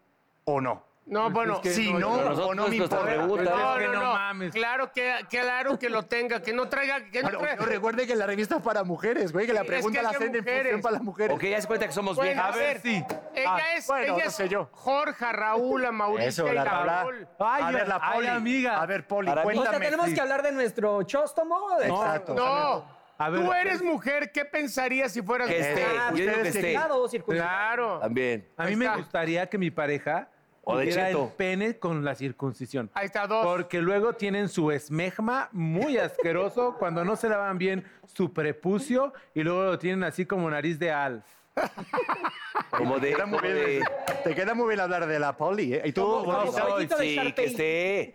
[SPEAKER 8] o no?
[SPEAKER 4] No, bueno,
[SPEAKER 8] Sí, no,
[SPEAKER 1] pero
[SPEAKER 8] o
[SPEAKER 1] nosotros
[SPEAKER 8] no me
[SPEAKER 1] nuestra
[SPEAKER 8] importa.
[SPEAKER 1] pregunta.
[SPEAKER 4] no,
[SPEAKER 2] es que
[SPEAKER 4] no,
[SPEAKER 2] no
[SPEAKER 4] no.
[SPEAKER 2] mames.
[SPEAKER 4] Claro que, claro que lo tenga, que no traiga, que no
[SPEAKER 8] Pero, pero
[SPEAKER 4] traiga.
[SPEAKER 8] recuerde que la revista es para mujeres, güey, que la
[SPEAKER 4] Sí, es
[SPEAKER 8] pregunta
[SPEAKER 4] que
[SPEAKER 8] la
[SPEAKER 4] es de
[SPEAKER 8] hacen en
[SPEAKER 4] mujeres.
[SPEAKER 8] función para las mujeres.
[SPEAKER 1] Ok, ya se cuenta que somos
[SPEAKER 4] Bueno,
[SPEAKER 1] viejas.
[SPEAKER 2] a ver, sí.
[SPEAKER 4] Ella
[SPEAKER 8] Ah,
[SPEAKER 4] es,
[SPEAKER 8] bueno,
[SPEAKER 4] ella
[SPEAKER 8] no
[SPEAKER 4] es
[SPEAKER 8] sé yo.
[SPEAKER 4] Jorge, Raúl, a Mauricio
[SPEAKER 8] Eso,
[SPEAKER 4] y
[SPEAKER 8] la
[SPEAKER 4] la
[SPEAKER 8] Paula.
[SPEAKER 4] Raúl.
[SPEAKER 8] a
[SPEAKER 2] Ay,
[SPEAKER 8] ver, la
[SPEAKER 2] ay,
[SPEAKER 8] Poli.
[SPEAKER 2] amiga.
[SPEAKER 8] A ver, Poli,
[SPEAKER 1] Para mí-
[SPEAKER 3] O sea,
[SPEAKER 8] cuéntame.
[SPEAKER 3] tenemos que hablar de nuestro chóstomo. de-
[SPEAKER 8] Exacto.
[SPEAKER 4] No,
[SPEAKER 2] A ver,
[SPEAKER 4] tú
[SPEAKER 2] a ver.
[SPEAKER 4] eres mujer, ¿qué pensarías si fueras
[SPEAKER 1] Que esté.
[SPEAKER 4] mujer?
[SPEAKER 3] Ah,
[SPEAKER 1] yo digo que
[SPEAKER 3] ustedes
[SPEAKER 1] esté.
[SPEAKER 3] circulados, circulados.
[SPEAKER 4] Claro.
[SPEAKER 1] También.
[SPEAKER 2] A mí
[SPEAKER 4] Ahí
[SPEAKER 2] me
[SPEAKER 4] está.
[SPEAKER 2] gustaría que mi pareja
[SPEAKER 1] O de
[SPEAKER 2] tuviera el
[SPEAKER 1] cheto.
[SPEAKER 2] pene con la circuncisión.
[SPEAKER 4] Ahí está dos.
[SPEAKER 2] Porque luego tienen su esmegma muy asqueroso cuando no se lavan bien su prepucio y luego lo tienen así como nariz de alf.
[SPEAKER 1] Como de.
[SPEAKER 8] Te queda muy
[SPEAKER 1] como
[SPEAKER 8] bien-
[SPEAKER 1] de-
[SPEAKER 8] Te queda muy bien hablar de la Poli, ¿eh? Y tú,
[SPEAKER 3] Como- como
[SPEAKER 8] Boris,
[SPEAKER 3] soy- Caballito de
[SPEAKER 1] sí, que
[SPEAKER 3] Sharpay.
[SPEAKER 1] esté.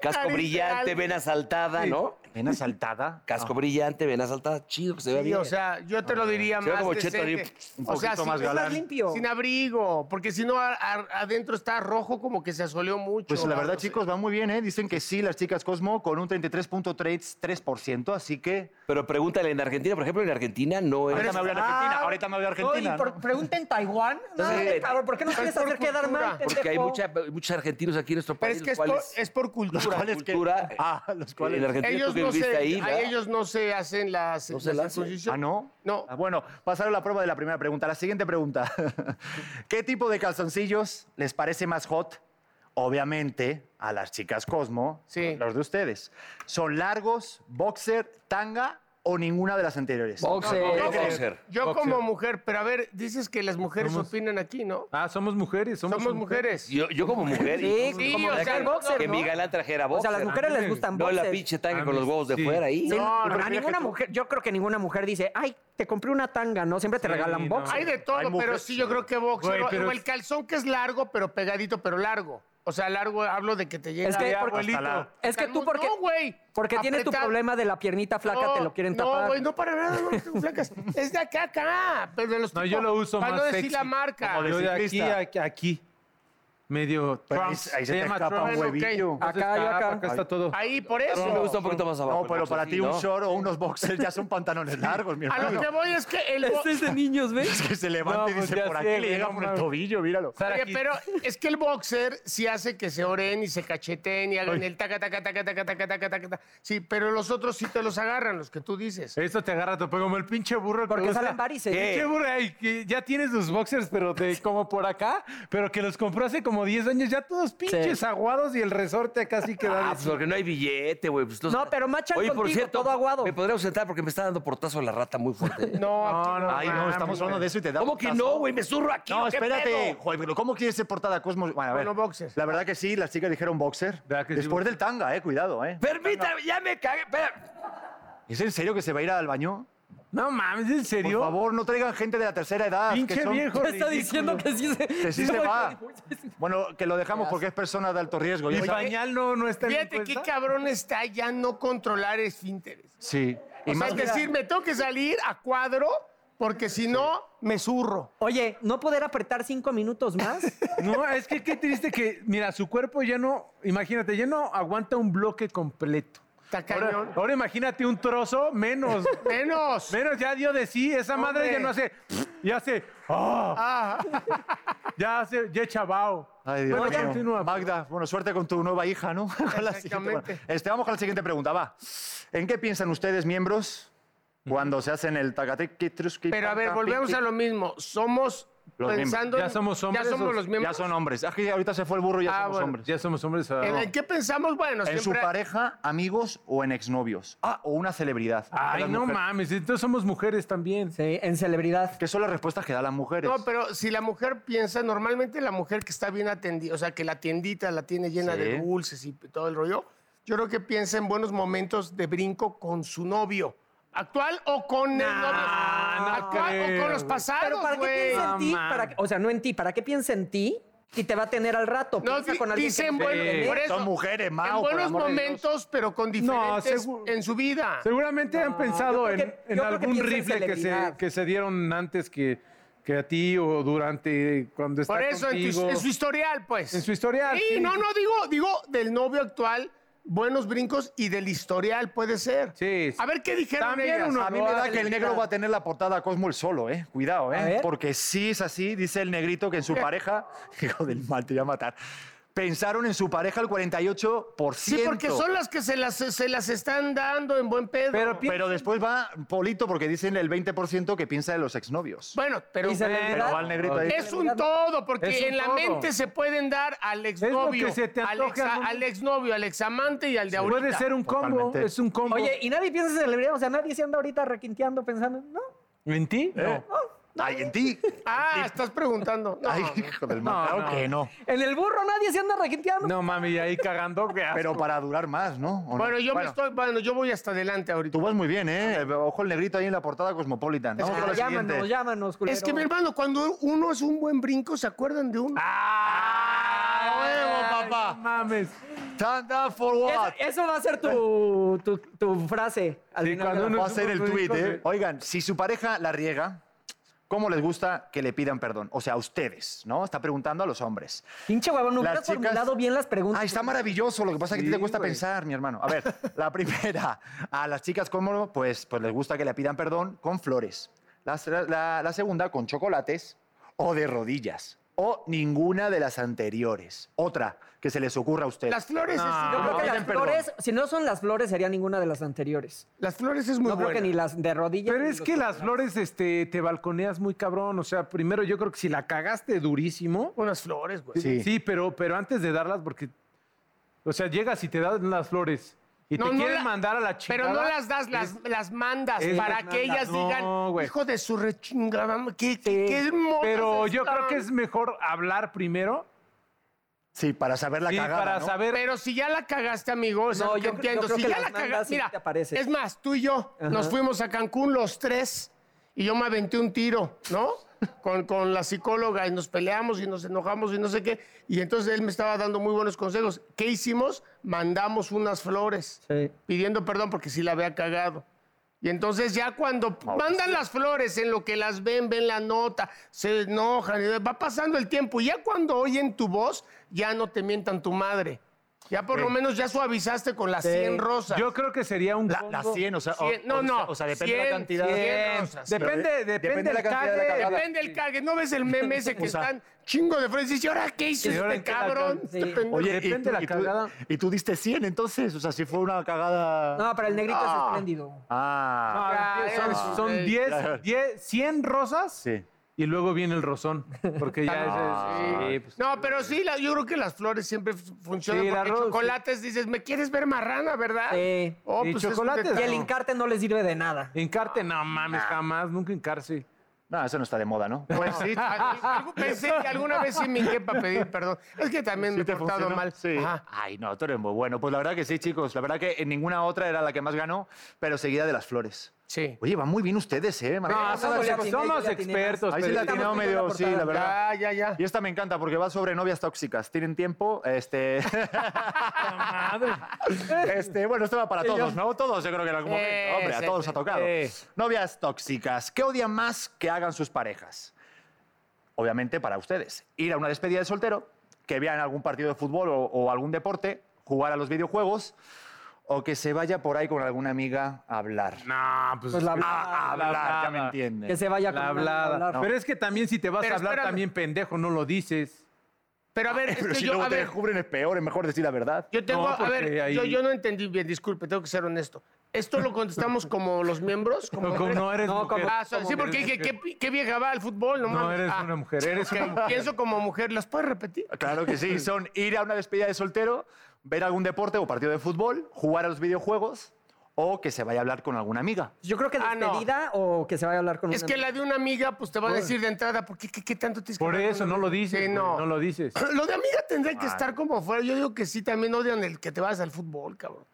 [SPEAKER 1] Casco
[SPEAKER 4] Literal.
[SPEAKER 1] brillante, vena saltada, ¿no?
[SPEAKER 8] ¿ven asaltada?
[SPEAKER 1] Casco brillante, vena saltada, chido, que se vea
[SPEAKER 4] Sí,
[SPEAKER 1] bien.
[SPEAKER 4] o sea, yo te lo diría
[SPEAKER 1] Se ve
[SPEAKER 4] más
[SPEAKER 1] como cheto ahí,
[SPEAKER 4] decente.
[SPEAKER 8] un
[SPEAKER 4] O sea,
[SPEAKER 8] poquito
[SPEAKER 4] sin,
[SPEAKER 8] más
[SPEAKER 3] Estás
[SPEAKER 8] galán.
[SPEAKER 3] limpio.
[SPEAKER 4] sin abrigo, porque si no a- a- adentro está rojo como que se asoleó mucho.
[SPEAKER 8] Pues la verdad,
[SPEAKER 4] No sé.
[SPEAKER 8] chicos, va muy bien, ¿eh? Dicen que sí, las chicas Cosmo con un 33.3%, así que...
[SPEAKER 1] Pero pregúntale en Argentina, por ejemplo, en Argentina no es.
[SPEAKER 8] Ahorita me voy a Argentina,
[SPEAKER 3] Ah,
[SPEAKER 8] ahorita me voy a Argentina.
[SPEAKER 3] no, y por-
[SPEAKER 8] ¿no?
[SPEAKER 3] Pregunta en Taiwán. No,
[SPEAKER 1] Sí.
[SPEAKER 3] hombre, cabrón, ¿por qué nos
[SPEAKER 4] Es
[SPEAKER 3] quieres
[SPEAKER 4] por
[SPEAKER 3] hacer quedar
[SPEAKER 4] cultura,
[SPEAKER 3] mal?
[SPEAKER 1] Porque hay
[SPEAKER 3] pendejo?
[SPEAKER 1] mucha- muchos argentinos aquí en nuestro
[SPEAKER 4] Pero
[SPEAKER 1] país.
[SPEAKER 4] es que es
[SPEAKER 1] los
[SPEAKER 4] por,
[SPEAKER 1] cuales-
[SPEAKER 4] es por cultura.
[SPEAKER 8] Los
[SPEAKER 1] [LAUGHS]
[SPEAKER 8] cuales que-
[SPEAKER 1] cultura-
[SPEAKER 8] Ah, los cuales...
[SPEAKER 1] En Argentina
[SPEAKER 4] Ellos
[SPEAKER 1] tú que
[SPEAKER 4] no, se,
[SPEAKER 1] viviste ahí.
[SPEAKER 4] a
[SPEAKER 1] ¿verdad?
[SPEAKER 4] ellos no se hacen las
[SPEAKER 1] No se
[SPEAKER 4] la
[SPEAKER 1] la hacen.
[SPEAKER 4] circuncisión.
[SPEAKER 8] Ah, ¿no?
[SPEAKER 4] No.
[SPEAKER 8] Ah, bueno, pasaron la prueba de la primera pregunta. La siguiente pregunta. ¿Qué tipo de calzoncillos les parece más hot? Obviamente, a las chicas Cosmo,
[SPEAKER 4] Sí.
[SPEAKER 8] los de ustedes. ¿Son largos, boxer, tanga o ninguna de las anteriores?
[SPEAKER 3] Boxer.
[SPEAKER 4] No, no,
[SPEAKER 1] Boxer.
[SPEAKER 4] boxer. Yo
[SPEAKER 2] Boxer.
[SPEAKER 4] como mujer, pero a ver, dices que las mujeres
[SPEAKER 2] Somos-
[SPEAKER 4] opinan aquí, ¿no?
[SPEAKER 2] Ah, somos mujeres, somos,
[SPEAKER 4] Somos mujeres.
[SPEAKER 1] Yo, yo como mujer.
[SPEAKER 3] Sí,
[SPEAKER 1] y-
[SPEAKER 4] sí,
[SPEAKER 1] como
[SPEAKER 4] o
[SPEAKER 1] la
[SPEAKER 4] sea,
[SPEAKER 1] que-
[SPEAKER 4] el boxer,
[SPEAKER 1] Que
[SPEAKER 3] ¿no?
[SPEAKER 1] mi galán trajera
[SPEAKER 3] O
[SPEAKER 1] boxer.
[SPEAKER 3] sea, a las mujeres les gustan
[SPEAKER 1] No la
[SPEAKER 3] boxers.
[SPEAKER 1] pinche tanga
[SPEAKER 2] Ah,
[SPEAKER 1] con los
[SPEAKER 2] sí.
[SPEAKER 1] huevos de fuera ahí.
[SPEAKER 3] Sí,
[SPEAKER 4] No,
[SPEAKER 3] no,
[SPEAKER 4] pero
[SPEAKER 3] a
[SPEAKER 4] fíjate
[SPEAKER 3] ninguna
[SPEAKER 4] tú.
[SPEAKER 3] mujer, yo creo que ninguna mujer dice, ay, te compré una tanga, ¿no? Siempre te
[SPEAKER 2] Sí,
[SPEAKER 3] regalan
[SPEAKER 2] no.
[SPEAKER 3] boxer.
[SPEAKER 4] Hay de todo,
[SPEAKER 8] Hay
[SPEAKER 4] pero
[SPEAKER 8] mujeres,
[SPEAKER 4] sí, yo creo que boxer.
[SPEAKER 2] Güey,
[SPEAKER 4] o-
[SPEAKER 2] pero
[SPEAKER 4] o el
[SPEAKER 2] es-
[SPEAKER 4] calzón que es largo, pero pegadito, pero largo. O sea, largo, hablo de que te llega.
[SPEAKER 3] Es que,
[SPEAKER 2] Ya,
[SPEAKER 3] porque-
[SPEAKER 2] abuelito.
[SPEAKER 8] la-
[SPEAKER 3] es que tú porque,
[SPEAKER 4] No, güey.
[SPEAKER 3] porque tienes tu
[SPEAKER 4] Apretado.
[SPEAKER 3] problema de la piernita flaca, te lo quieren tapar.
[SPEAKER 4] No, güey, no para nada, no tengo placas. Es de acá, acá. Pero de los
[SPEAKER 2] No,
[SPEAKER 4] tipo-
[SPEAKER 2] yo lo uso
[SPEAKER 4] para
[SPEAKER 2] más
[SPEAKER 4] no decir
[SPEAKER 2] sexy,
[SPEAKER 4] la marca.
[SPEAKER 8] como de
[SPEAKER 2] Yo de aquí
[SPEAKER 8] ciclista.
[SPEAKER 2] a aquí, medio
[SPEAKER 8] Pero ahí,
[SPEAKER 2] Trump.
[SPEAKER 8] ahí se, te
[SPEAKER 2] llama
[SPEAKER 8] escapa
[SPEAKER 2] Trump.
[SPEAKER 8] un
[SPEAKER 4] Bueno,
[SPEAKER 8] huevillo.
[SPEAKER 4] ok.
[SPEAKER 2] Acá,
[SPEAKER 3] Acá y acá.
[SPEAKER 2] acá está todo.
[SPEAKER 4] Ahí, por
[SPEAKER 1] A mí me
[SPEAKER 4] eso.
[SPEAKER 1] gusta un poquito más abajo.
[SPEAKER 8] No, pero
[SPEAKER 1] el
[SPEAKER 8] para
[SPEAKER 1] boxer,
[SPEAKER 8] ti
[SPEAKER 1] sí,
[SPEAKER 8] un
[SPEAKER 1] ¿no?
[SPEAKER 8] short o unos boxers ya son pantalones largos, mi
[SPEAKER 4] A lo
[SPEAKER 8] hermano.
[SPEAKER 4] que voy es que el... bo-
[SPEAKER 3] Este es de niños, ¿ves?
[SPEAKER 8] Que se levante
[SPEAKER 2] No,
[SPEAKER 8] y
[SPEAKER 2] pues
[SPEAKER 8] dice,
[SPEAKER 2] ya
[SPEAKER 8] por
[SPEAKER 2] sé,
[SPEAKER 8] aquí le
[SPEAKER 2] güey,
[SPEAKER 8] llega
[SPEAKER 2] no
[SPEAKER 8] por el
[SPEAKER 2] mames.
[SPEAKER 8] tobillo, míralo.
[SPEAKER 2] Estar
[SPEAKER 4] Oye,
[SPEAKER 2] aquí.
[SPEAKER 4] pero es que el boxer sí hace que se oren y se cacheten y hagan el taca, taca, taca, taca, taca, taca, taca, taca. Sí, pero los otros sí te los agarran, los que tú dices.
[SPEAKER 8] Eh,
[SPEAKER 2] Eso te agarra a tope como el pinche burro. que
[SPEAKER 3] Porque
[SPEAKER 2] usa-
[SPEAKER 3] salen varices.
[SPEAKER 2] Pinche burro, ay, que ya tienes sus boxers,
[SPEAKER 8] [LAUGHS]
[SPEAKER 2] pero de, como por acá, pero que los compró hace como 10 años, ya todos pinches aguados y el resorte casi
[SPEAKER 1] Ah,
[SPEAKER 2] queda.
[SPEAKER 1] pues porque no hay billete, güey. pues,
[SPEAKER 3] No, pero machan
[SPEAKER 1] Oye, por
[SPEAKER 3] contigo,
[SPEAKER 1] cierto,
[SPEAKER 3] todo aguado.
[SPEAKER 1] Me podría ausentar porque me está dando portazo la rata muy fuerte.
[SPEAKER 4] No, aquí
[SPEAKER 2] no,
[SPEAKER 8] Ay, no,
[SPEAKER 4] mames,
[SPEAKER 8] estamos hablando de eso y te da
[SPEAKER 1] ¿Cómo
[SPEAKER 8] un
[SPEAKER 1] que
[SPEAKER 8] tazo.
[SPEAKER 1] no, güey? Me zurro aquí.
[SPEAKER 8] No,
[SPEAKER 1] ¿o qué
[SPEAKER 8] espérate.
[SPEAKER 1] pedo?
[SPEAKER 8] Joder, pero ¿cómo quieres ser portada Cosmos? Bueno, a ver.
[SPEAKER 4] Bueno, boxers.
[SPEAKER 8] La verdad que sí, las chicas dijeron boxer.
[SPEAKER 2] ¿Verdad que sí,
[SPEAKER 8] Después
[SPEAKER 2] boxer?
[SPEAKER 8] del tanga, eh, cuidado, eh.
[SPEAKER 1] Permítame, ya me cagué. espera.
[SPEAKER 8] ¿Es en serio que se va a ir al baño?
[SPEAKER 2] No mames, ¿en
[SPEAKER 8] Por
[SPEAKER 2] serio?
[SPEAKER 8] favor, no traigan gente de la tercera edad.
[SPEAKER 2] Pinche
[SPEAKER 8] que son-
[SPEAKER 2] viejo.
[SPEAKER 3] Ya está diciendo que sí se,
[SPEAKER 8] Que sí se va. Bueno, que lo dejamos porque es persona de alto riesgo. ya
[SPEAKER 2] Mi
[SPEAKER 8] sabes.
[SPEAKER 2] pañal no, no está en la
[SPEAKER 4] Fíjate qué
[SPEAKER 2] encuesta.
[SPEAKER 4] cabrón está ya no controlar esfínteres.
[SPEAKER 8] Sí.
[SPEAKER 4] O
[SPEAKER 8] Y
[SPEAKER 4] sea,
[SPEAKER 8] más
[SPEAKER 4] es decir, me tengo que salir a cuadro porque si no, me zurro.
[SPEAKER 3] Oye, ¿no poder apretar cinco minutos más?
[SPEAKER 2] No, es que qué triste que, mira, su cuerpo ya no, imagínate, ya no aguanta un bloque completo.
[SPEAKER 4] Está cañón.
[SPEAKER 2] Ahora, ahora imagínate un trozo menos.
[SPEAKER 4] [LAUGHS] Menos.
[SPEAKER 2] Menos ya dio de sí, esa madre
[SPEAKER 4] Hombre.
[SPEAKER 2] ya no hace. [SNIFFS] Ya hace. ah,
[SPEAKER 4] Ah,
[SPEAKER 2] ya hace. Ya chavao.
[SPEAKER 8] Ay, Dios
[SPEAKER 2] bueno,
[SPEAKER 8] mío.
[SPEAKER 2] continúa. pues.
[SPEAKER 8] Magda, bueno, suerte con tu nueva hija, ¿no? [LAUGHS] Con la siguiente.
[SPEAKER 4] pues. Exactamente.
[SPEAKER 8] Bueno, este, vamos con la siguiente pregunta, va. ¿En qué piensan ustedes, miembros, cuando se hacen el tacatequi, trusqui,
[SPEAKER 4] pero a ver,
[SPEAKER 8] taca,
[SPEAKER 4] volvemos
[SPEAKER 8] piqui?
[SPEAKER 4] a lo mismo. Somos
[SPEAKER 8] Los
[SPEAKER 4] pensando.
[SPEAKER 2] miembros. Ya somos hombres,
[SPEAKER 4] Ya somos
[SPEAKER 2] o-
[SPEAKER 4] los miembros.
[SPEAKER 8] Ya son hombres. Ah, que ahorita se fue el burro y ya
[SPEAKER 4] Ah,
[SPEAKER 8] somos
[SPEAKER 4] bueno.
[SPEAKER 8] hombres.
[SPEAKER 2] Ya somos hombres. ah,
[SPEAKER 4] ¿En,
[SPEAKER 2] no.
[SPEAKER 4] en qué pensamos? Bueno,
[SPEAKER 8] En su
[SPEAKER 4] siempre-
[SPEAKER 8] pareja, amigos o en exnovios. Ah, o una celebridad.
[SPEAKER 2] Ay,
[SPEAKER 8] Las
[SPEAKER 2] no
[SPEAKER 8] mujeres.
[SPEAKER 2] mames, entonces somos mujeres
[SPEAKER 3] [LAUGHS]
[SPEAKER 2] también.
[SPEAKER 3] Sí, en celebridad.
[SPEAKER 8] Que son las respuestas que dan las mujeres.
[SPEAKER 4] No, pero si la mujer piensa, normalmente la mujer que está bien atendida, o sea, que la tiendita la tiene llena
[SPEAKER 8] Sí.
[SPEAKER 4] de dulces y todo el rollo, yo creo que piensa en buenos momentos de brinco con su novio. ¿Actual o con el novio?
[SPEAKER 2] no
[SPEAKER 4] ¿Actual o
[SPEAKER 2] creo,
[SPEAKER 4] con los
[SPEAKER 2] güey.
[SPEAKER 4] pasados,
[SPEAKER 3] Pero ¿para qué
[SPEAKER 4] güey?
[SPEAKER 3] piensa en ti?
[SPEAKER 2] No,
[SPEAKER 3] Para
[SPEAKER 2] man.
[SPEAKER 3] que- o sea, no en ti, ¿para qué piensa en ti? Si te va a tener al rato.
[SPEAKER 4] No,
[SPEAKER 3] Piensa
[SPEAKER 4] di-
[SPEAKER 3] con alguien que no
[SPEAKER 4] dicen
[SPEAKER 3] te
[SPEAKER 4] bueno,
[SPEAKER 3] va a tener.
[SPEAKER 4] por eso.
[SPEAKER 8] Son mujeres, Mau,
[SPEAKER 4] En
[SPEAKER 8] por
[SPEAKER 4] buenos
[SPEAKER 8] amor de Dios.
[SPEAKER 4] momentos, pero con diferentes
[SPEAKER 2] seguro.
[SPEAKER 4] en su vida.
[SPEAKER 2] Seguramente han
[SPEAKER 3] yo
[SPEAKER 2] pensado
[SPEAKER 3] creo
[SPEAKER 2] en,
[SPEAKER 3] que-
[SPEAKER 2] en
[SPEAKER 3] yo creo que
[SPEAKER 2] algún
[SPEAKER 3] piensa en
[SPEAKER 2] rifle que se,
[SPEAKER 3] celebridad.
[SPEAKER 2] que se dieron antes que, que a ti o durante cuando está
[SPEAKER 4] Por eso, en, tu-
[SPEAKER 2] contigo.
[SPEAKER 4] en su historial, pues.
[SPEAKER 2] En su historial,
[SPEAKER 4] Sí,
[SPEAKER 2] sí.
[SPEAKER 4] no, no, digo, digo del novio actual, buenos brincos y del historial, puede ser.
[SPEAKER 2] Sí, sí.
[SPEAKER 4] A ver qué dijeron
[SPEAKER 2] También
[SPEAKER 4] ellas.
[SPEAKER 2] uno-
[SPEAKER 8] A mí me da que el negro va a tener la portada Cosmo el solo, ¿eh? Cuidado,
[SPEAKER 3] A
[SPEAKER 8] ¿eh?
[SPEAKER 3] ver.
[SPEAKER 8] [LAUGHS] Porque sí es así, dice el negrito que en su pareja, hijo del mal, te voy a matar. pensaron en su pareja al 48%.
[SPEAKER 4] Sí, porque son las que se las, se las están dando en buen pedo.
[SPEAKER 8] Pero, después va Polito porque dicen el 20% que piensa de los exnovios.
[SPEAKER 4] Bueno, pero,
[SPEAKER 3] Y se le
[SPEAKER 8] Pero va el negrito ahí.
[SPEAKER 4] es un todo, porque
[SPEAKER 2] Es un
[SPEAKER 4] en la
[SPEAKER 2] todo.
[SPEAKER 4] mente se pueden dar al exnovio,
[SPEAKER 2] que se te
[SPEAKER 4] al,
[SPEAKER 2] antoja,
[SPEAKER 4] exa-
[SPEAKER 2] ¿no?
[SPEAKER 4] al exnovio, al examante y al de ahorita.
[SPEAKER 2] Puede ser un combo,
[SPEAKER 8] Totalmente.
[SPEAKER 2] es un combo.
[SPEAKER 3] Oye, y nadie piensa en celebridad, o sea, nadie se anda ahorita requinteando pensando, ¿no?
[SPEAKER 2] ¿en ti?
[SPEAKER 8] ¿Eh? Ay, en ti.
[SPEAKER 4] Ah, estás preguntando. No,
[SPEAKER 8] Ay, hijo del mal. Claro que no.
[SPEAKER 3] En el burro nadie se anda requinteando.
[SPEAKER 2] No, mami, y ahí cagando, ¿qué
[SPEAKER 8] Pero para durar más, ¿no? ¿O no?
[SPEAKER 4] Bueno, yo me estoy, bueno, yo voy hasta adelante ahorita.
[SPEAKER 8] Tú vas muy bien, ¿eh? Ojo el negrito ahí en la portada Cosmopolitan. Vamos
[SPEAKER 3] Ah,
[SPEAKER 8] con la
[SPEAKER 3] llámanos,
[SPEAKER 8] siguiente.
[SPEAKER 3] llámanos, culero.
[SPEAKER 4] Es que, mi hermano, cuando uno es un buen brinco, ¿se acuerdan de uno?
[SPEAKER 8] ¡Ah! ¡Huevo,
[SPEAKER 2] No
[SPEAKER 8] papá!
[SPEAKER 2] mames.
[SPEAKER 8] Stand up for what?
[SPEAKER 3] Eso, eso va a ser tu, tu, tu frase. Al
[SPEAKER 2] Sí,
[SPEAKER 3] final
[SPEAKER 2] cuando
[SPEAKER 3] de la-
[SPEAKER 2] uno-
[SPEAKER 8] Va a ser el
[SPEAKER 2] Rico,
[SPEAKER 8] tweet, ¿eh?
[SPEAKER 2] sí.
[SPEAKER 8] Oigan, si su pareja la riega, ¿cómo les gusta que le pidan perdón? O sea, a ustedes, ¿no? Está preguntando a los hombres.
[SPEAKER 3] Pinche huevón, no hubieras formulado bien las preguntas.
[SPEAKER 8] Ah, está maravilloso. Lo que pasa es que a ti te cuesta pensar, mi hermano. A ver, la primera. A las chicas, ¿cómo? Pues, pues les gusta que le pidan perdón con flores. La, se- la- la segunda, con chocolates o de rodillas. O ninguna de las anteriores. Otra que se les ocurra a ustedes.
[SPEAKER 4] Las flores, es,
[SPEAKER 3] Yo creo que
[SPEAKER 8] no,
[SPEAKER 3] las
[SPEAKER 8] piden perdón.
[SPEAKER 3] flores, si no son las flores, sería ninguna de las anteriores.
[SPEAKER 4] las flores es muy
[SPEAKER 3] no
[SPEAKER 4] buena.
[SPEAKER 3] creo que ni las de rodillas.
[SPEAKER 2] Pero
[SPEAKER 3] ni
[SPEAKER 2] es
[SPEAKER 3] los
[SPEAKER 2] que
[SPEAKER 3] de-
[SPEAKER 2] las flores este, te balconeas muy cabrón. O sea, primero yo creo que si la cagaste durísimo.
[SPEAKER 4] Unas flores, güey.
[SPEAKER 8] Sí.
[SPEAKER 2] pero, pero antes de darlas, porque. O sea, llegas y te dan las flores. Y
[SPEAKER 4] No,
[SPEAKER 2] te
[SPEAKER 4] no
[SPEAKER 2] quieren
[SPEAKER 4] la-
[SPEAKER 2] mandar a la chica.
[SPEAKER 4] Pero no las das, las, las mandas
[SPEAKER 2] es-
[SPEAKER 4] para
[SPEAKER 2] las
[SPEAKER 4] que
[SPEAKER 2] mandas.
[SPEAKER 4] ellas
[SPEAKER 2] No,
[SPEAKER 4] digan,
[SPEAKER 2] güey.
[SPEAKER 4] hijo de su rechingada, ma- qué, qué, qué monas
[SPEAKER 2] Pero yo
[SPEAKER 4] están".
[SPEAKER 2] creo que es mejor hablar primero.
[SPEAKER 8] Sí, para saber la
[SPEAKER 2] y
[SPEAKER 8] cagada,
[SPEAKER 2] para
[SPEAKER 8] ¿no?
[SPEAKER 2] saber.
[SPEAKER 4] Pero si ya la cagaste, amigo, o sea,
[SPEAKER 3] No,
[SPEAKER 4] lo que
[SPEAKER 3] yo cre- yo
[SPEAKER 4] entiendo.
[SPEAKER 3] creo
[SPEAKER 4] si
[SPEAKER 3] que
[SPEAKER 4] ya
[SPEAKER 3] las
[SPEAKER 4] la
[SPEAKER 3] mandas
[SPEAKER 4] cagaste,
[SPEAKER 3] sí
[SPEAKER 4] mira,
[SPEAKER 3] te aparece.
[SPEAKER 4] es más, tú y yo nos fuimos a Cancún los tres y yo me aventé un tiro, ¿no? Con, con la psicóloga y nos peleamos y nos enojamos y no sé qué. Y entonces él me estaba dando muy buenos consejos. ¿Qué hicimos? Mandamos unas flores
[SPEAKER 3] Sí.
[SPEAKER 4] pidiendo perdón porque sí la había cagado. Y entonces ya cuando
[SPEAKER 8] pues
[SPEAKER 4] mandan las flores, en lo que las ven, ven la nota, se enojan, y va pasando el tiempo. Y ya cuando oyen tu voz, ya no te mientan tu madre. Ya por lo menos ya suavizaste con las 100 rosas.
[SPEAKER 2] Yo creo que sería un.
[SPEAKER 8] La-
[SPEAKER 2] combo.
[SPEAKER 8] las 100, o sea, o-
[SPEAKER 4] Cien- no,
[SPEAKER 8] o sea-
[SPEAKER 4] no,
[SPEAKER 8] O sea, depende de la
[SPEAKER 4] cien,
[SPEAKER 8] cantidad.
[SPEAKER 4] cien rosas.
[SPEAKER 2] Depende, depende,
[SPEAKER 8] Depende de la
[SPEAKER 2] del
[SPEAKER 8] cantidad de la
[SPEAKER 2] cague.
[SPEAKER 8] cagada.
[SPEAKER 4] Depende del cague. ¿No ves el meme ese que están chingo de flores? Y dice, ¿ahora qué hizo
[SPEAKER 2] Sí, ahora
[SPEAKER 4] este
[SPEAKER 2] en qué la
[SPEAKER 4] cabrón?
[SPEAKER 2] can-
[SPEAKER 4] Este
[SPEAKER 3] sí.
[SPEAKER 4] pendejo.
[SPEAKER 8] Oye, y
[SPEAKER 2] Depende
[SPEAKER 8] tú,
[SPEAKER 2] de la
[SPEAKER 8] y tú-
[SPEAKER 2] cagada.
[SPEAKER 8] y tú diste 100 entonces, o sea, si fue una cagada...
[SPEAKER 3] No, pero el negrito es espléndido.
[SPEAKER 8] Ah,
[SPEAKER 2] Ah,
[SPEAKER 4] Ah,
[SPEAKER 2] son-
[SPEAKER 4] ah,
[SPEAKER 2] son
[SPEAKER 4] ok.
[SPEAKER 2] 10, 10, 100 rosas.
[SPEAKER 8] sí.
[SPEAKER 2] Y luego viene el rosón, porque
[SPEAKER 4] [LAUGHS]
[SPEAKER 2] ya ese es... Sí, pues,
[SPEAKER 4] No, pero Ah, sí, la- yo creo que las flores siempre f- funcionan.
[SPEAKER 2] Sí, la
[SPEAKER 4] porque
[SPEAKER 2] rosa.
[SPEAKER 4] chocolates dices, ¿me quieres ver marrana, verdad?
[SPEAKER 3] Sí.
[SPEAKER 4] Oh,
[SPEAKER 2] Y
[SPEAKER 4] pues es un
[SPEAKER 2] chocolates,
[SPEAKER 3] Y el
[SPEAKER 4] detalle.
[SPEAKER 2] no.
[SPEAKER 3] encarte no le sirve de nada.
[SPEAKER 2] Encarte, no
[SPEAKER 4] Ah.
[SPEAKER 2] mames, jamás, nunca encarce.
[SPEAKER 8] No, eso no está de moda, ¿no?
[SPEAKER 4] Pues sí, al- algo- pensé que alguna vez sí me hinqué para pedir perdón. Es que también me he portado
[SPEAKER 8] funcionó?
[SPEAKER 4] mal.
[SPEAKER 8] Sí.
[SPEAKER 4] Ajá.
[SPEAKER 8] Ay, no, tú eres muy bueno. Pues la verdad que sí, chicos. La verdad que en ninguna otra era la que más ganó, pero seguida de las flores.
[SPEAKER 4] Sí.
[SPEAKER 8] Oye, van muy bien ustedes, ¿eh? Maravilla.
[SPEAKER 2] somos-
[SPEAKER 3] pues, ya
[SPEAKER 2] somos
[SPEAKER 3] tiene- ya tiene
[SPEAKER 2] expertos,
[SPEAKER 3] más.
[SPEAKER 8] Ahí sí
[SPEAKER 2] pero-
[SPEAKER 8] la tiene
[SPEAKER 3] Estamos viendo
[SPEAKER 8] medio,
[SPEAKER 3] la
[SPEAKER 8] sí,
[SPEAKER 3] portada.
[SPEAKER 8] la verdad.
[SPEAKER 4] Ah, Ya, ya, ya.
[SPEAKER 8] [LAUGHS] Y esta me encanta porque va sobre novias tóxicas. Tienen tiempo, este... [LAUGHS] este bueno, esto va para todos, ¿no? Todos, yo creo que en algún momento.
[SPEAKER 4] Eh,
[SPEAKER 8] Hombre, a
[SPEAKER 4] sí,
[SPEAKER 8] todos
[SPEAKER 4] sí.
[SPEAKER 8] ha tocado.
[SPEAKER 2] Eh.
[SPEAKER 8] Novias tóxicas. ¿Qué odian más que hagan sus parejas? Obviamente para ustedes. Ir a una despedida de soltero, que vean algún partido de fútbol o, o algún deporte, jugar a los videojuegos o que se vaya por ahí con alguna amiga a hablar.
[SPEAKER 2] No, pues...
[SPEAKER 3] Pues la
[SPEAKER 2] es que-
[SPEAKER 1] Ah.
[SPEAKER 3] hablada,
[SPEAKER 8] A hablar, ya me
[SPEAKER 3] Que
[SPEAKER 8] entiendes.
[SPEAKER 3] se
[SPEAKER 4] Ah,
[SPEAKER 3] vaya con una
[SPEAKER 2] La
[SPEAKER 3] amiga a
[SPEAKER 2] hablada.
[SPEAKER 3] hablar.
[SPEAKER 2] Pero es que también si te vas
[SPEAKER 4] Pero
[SPEAKER 2] a hablar,
[SPEAKER 4] espérame.
[SPEAKER 2] también pendejo, no lo dices.
[SPEAKER 4] Pero a ver, es
[SPEAKER 8] [LAUGHS] Pero
[SPEAKER 4] que
[SPEAKER 8] si
[SPEAKER 4] yo,
[SPEAKER 8] luego
[SPEAKER 4] a
[SPEAKER 8] te
[SPEAKER 4] ver,
[SPEAKER 8] descubren es peor, es mejor decir la verdad.
[SPEAKER 4] yo tengo,
[SPEAKER 2] No,
[SPEAKER 4] a ver,
[SPEAKER 2] porque
[SPEAKER 4] yo,
[SPEAKER 2] ahí-
[SPEAKER 4] yo no entendí bien, disculpe, tengo que ser honesto. ¿Esto lo contestamos como
[SPEAKER 8] [LAUGHS]
[SPEAKER 4] los miembros? Como
[SPEAKER 2] No, como
[SPEAKER 4] hombres?
[SPEAKER 2] no eres
[SPEAKER 3] No,
[SPEAKER 2] mujer.
[SPEAKER 3] como-
[SPEAKER 4] Ah, so- sí,
[SPEAKER 2] como
[SPEAKER 4] porque
[SPEAKER 2] eres
[SPEAKER 4] dije,
[SPEAKER 2] mujer.
[SPEAKER 4] ¿qué, qué vieja va al fútbol? No,
[SPEAKER 2] No,
[SPEAKER 4] mames.
[SPEAKER 2] eres
[SPEAKER 4] Ah,
[SPEAKER 2] una mujer, eres
[SPEAKER 4] ok,
[SPEAKER 2] una mujer.
[SPEAKER 4] Pienso como mujer, ¿las puedes repetir?
[SPEAKER 8] Claro que sí, son ir a una despedida de soltero, ver algún deporte o partido de fútbol, jugar a los videojuegos o que se vaya a hablar con alguna amiga.
[SPEAKER 3] Yo creo que
[SPEAKER 4] Ah, no.
[SPEAKER 3] despedida o que se vaya a hablar con
[SPEAKER 4] Es
[SPEAKER 3] una
[SPEAKER 4] que
[SPEAKER 3] amiga.
[SPEAKER 4] la de una amiga, pues te va a decir de entrada, ¿por qué, qué, qué tanto tienes que
[SPEAKER 2] Por
[SPEAKER 4] hablar con
[SPEAKER 2] eso
[SPEAKER 4] una
[SPEAKER 2] no lo
[SPEAKER 4] amiga?
[SPEAKER 2] dices,
[SPEAKER 4] Sí,
[SPEAKER 2] güey, no. lo dices.
[SPEAKER 4] [LAUGHS] Lo de amiga tendría que estar como fuera. Yo digo que sí, también odian el que te vas al fútbol, cabrón.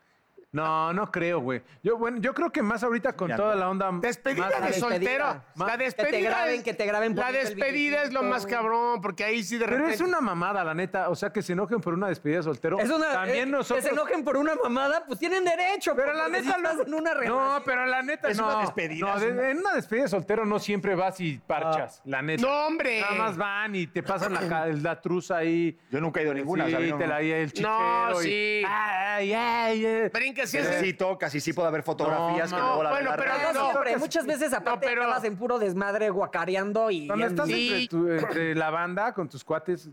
[SPEAKER 2] No, no creo, güey. Yo, bueno, yo creo que más ahorita con
[SPEAKER 8] Mira,
[SPEAKER 2] toda la onda...
[SPEAKER 4] Despedida
[SPEAKER 2] más-
[SPEAKER 4] de
[SPEAKER 3] despedida.
[SPEAKER 4] soltero.
[SPEAKER 3] Más-
[SPEAKER 4] La
[SPEAKER 3] que te
[SPEAKER 4] despedida.
[SPEAKER 3] graben,
[SPEAKER 4] es-
[SPEAKER 3] que te graben
[SPEAKER 4] La
[SPEAKER 3] poniendo el
[SPEAKER 4] despedida es lo
[SPEAKER 3] videíto,
[SPEAKER 4] más
[SPEAKER 3] güey.
[SPEAKER 4] cabrón, porque ahí sí de
[SPEAKER 2] Pero
[SPEAKER 4] repente.
[SPEAKER 2] es una mamada, la neta. O sea, que se enojen por una despedida de soltero.
[SPEAKER 3] Es una,
[SPEAKER 2] También
[SPEAKER 3] eh,
[SPEAKER 2] nosotros...
[SPEAKER 3] Que se enojen por una mamada, pues tienen derecho.
[SPEAKER 2] Pero la
[SPEAKER 3] porque pues,
[SPEAKER 2] neta
[SPEAKER 3] si estás en una
[SPEAKER 2] No,
[SPEAKER 3] relación.
[SPEAKER 2] pero la neta
[SPEAKER 8] Es
[SPEAKER 2] no.
[SPEAKER 8] una despedida,
[SPEAKER 2] No,
[SPEAKER 8] es
[SPEAKER 2] de-
[SPEAKER 8] una-
[SPEAKER 2] en una despedida de soltero no siempre vas y parchas, la neta.
[SPEAKER 4] No, hombre.
[SPEAKER 2] Nada más van y te pasan la, ca- la truza ahí.
[SPEAKER 8] Yo nunca he ido a ninguna.
[SPEAKER 2] Sí,
[SPEAKER 8] o sea, a mí no-
[SPEAKER 2] te la y el chichero.
[SPEAKER 4] No,
[SPEAKER 2] y-
[SPEAKER 4] sí.
[SPEAKER 2] Ay, ay, ay.
[SPEAKER 4] Brinca, sí es.
[SPEAKER 8] Sí, tocas y sí puede haber fotografías
[SPEAKER 2] No,
[SPEAKER 8] que
[SPEAKER 2] no,
[SPEAKER 8] luego la
[SPEAKER 4] bueno,
[SPEAKER 8] verdad-
[SPEAKER 4] pero-
[SPEAKER 2] Ah,
[SPEAKER 3] No,
[SPEAKER 4] no,
[SPEAKER 3] siempre,
[SPEAKER 2] porque-
[SPEAKER 3] muchas veces aparte
[SPEAKER 4] No, pero-
[SPEAKER 3] acabas en puro desmadre guacareando y...
[SPEAKER 2] Cuando estás
[SPEAKER 4] Sí.
[SPEAKER 2] entre, tu- entre la banda con tus cuates,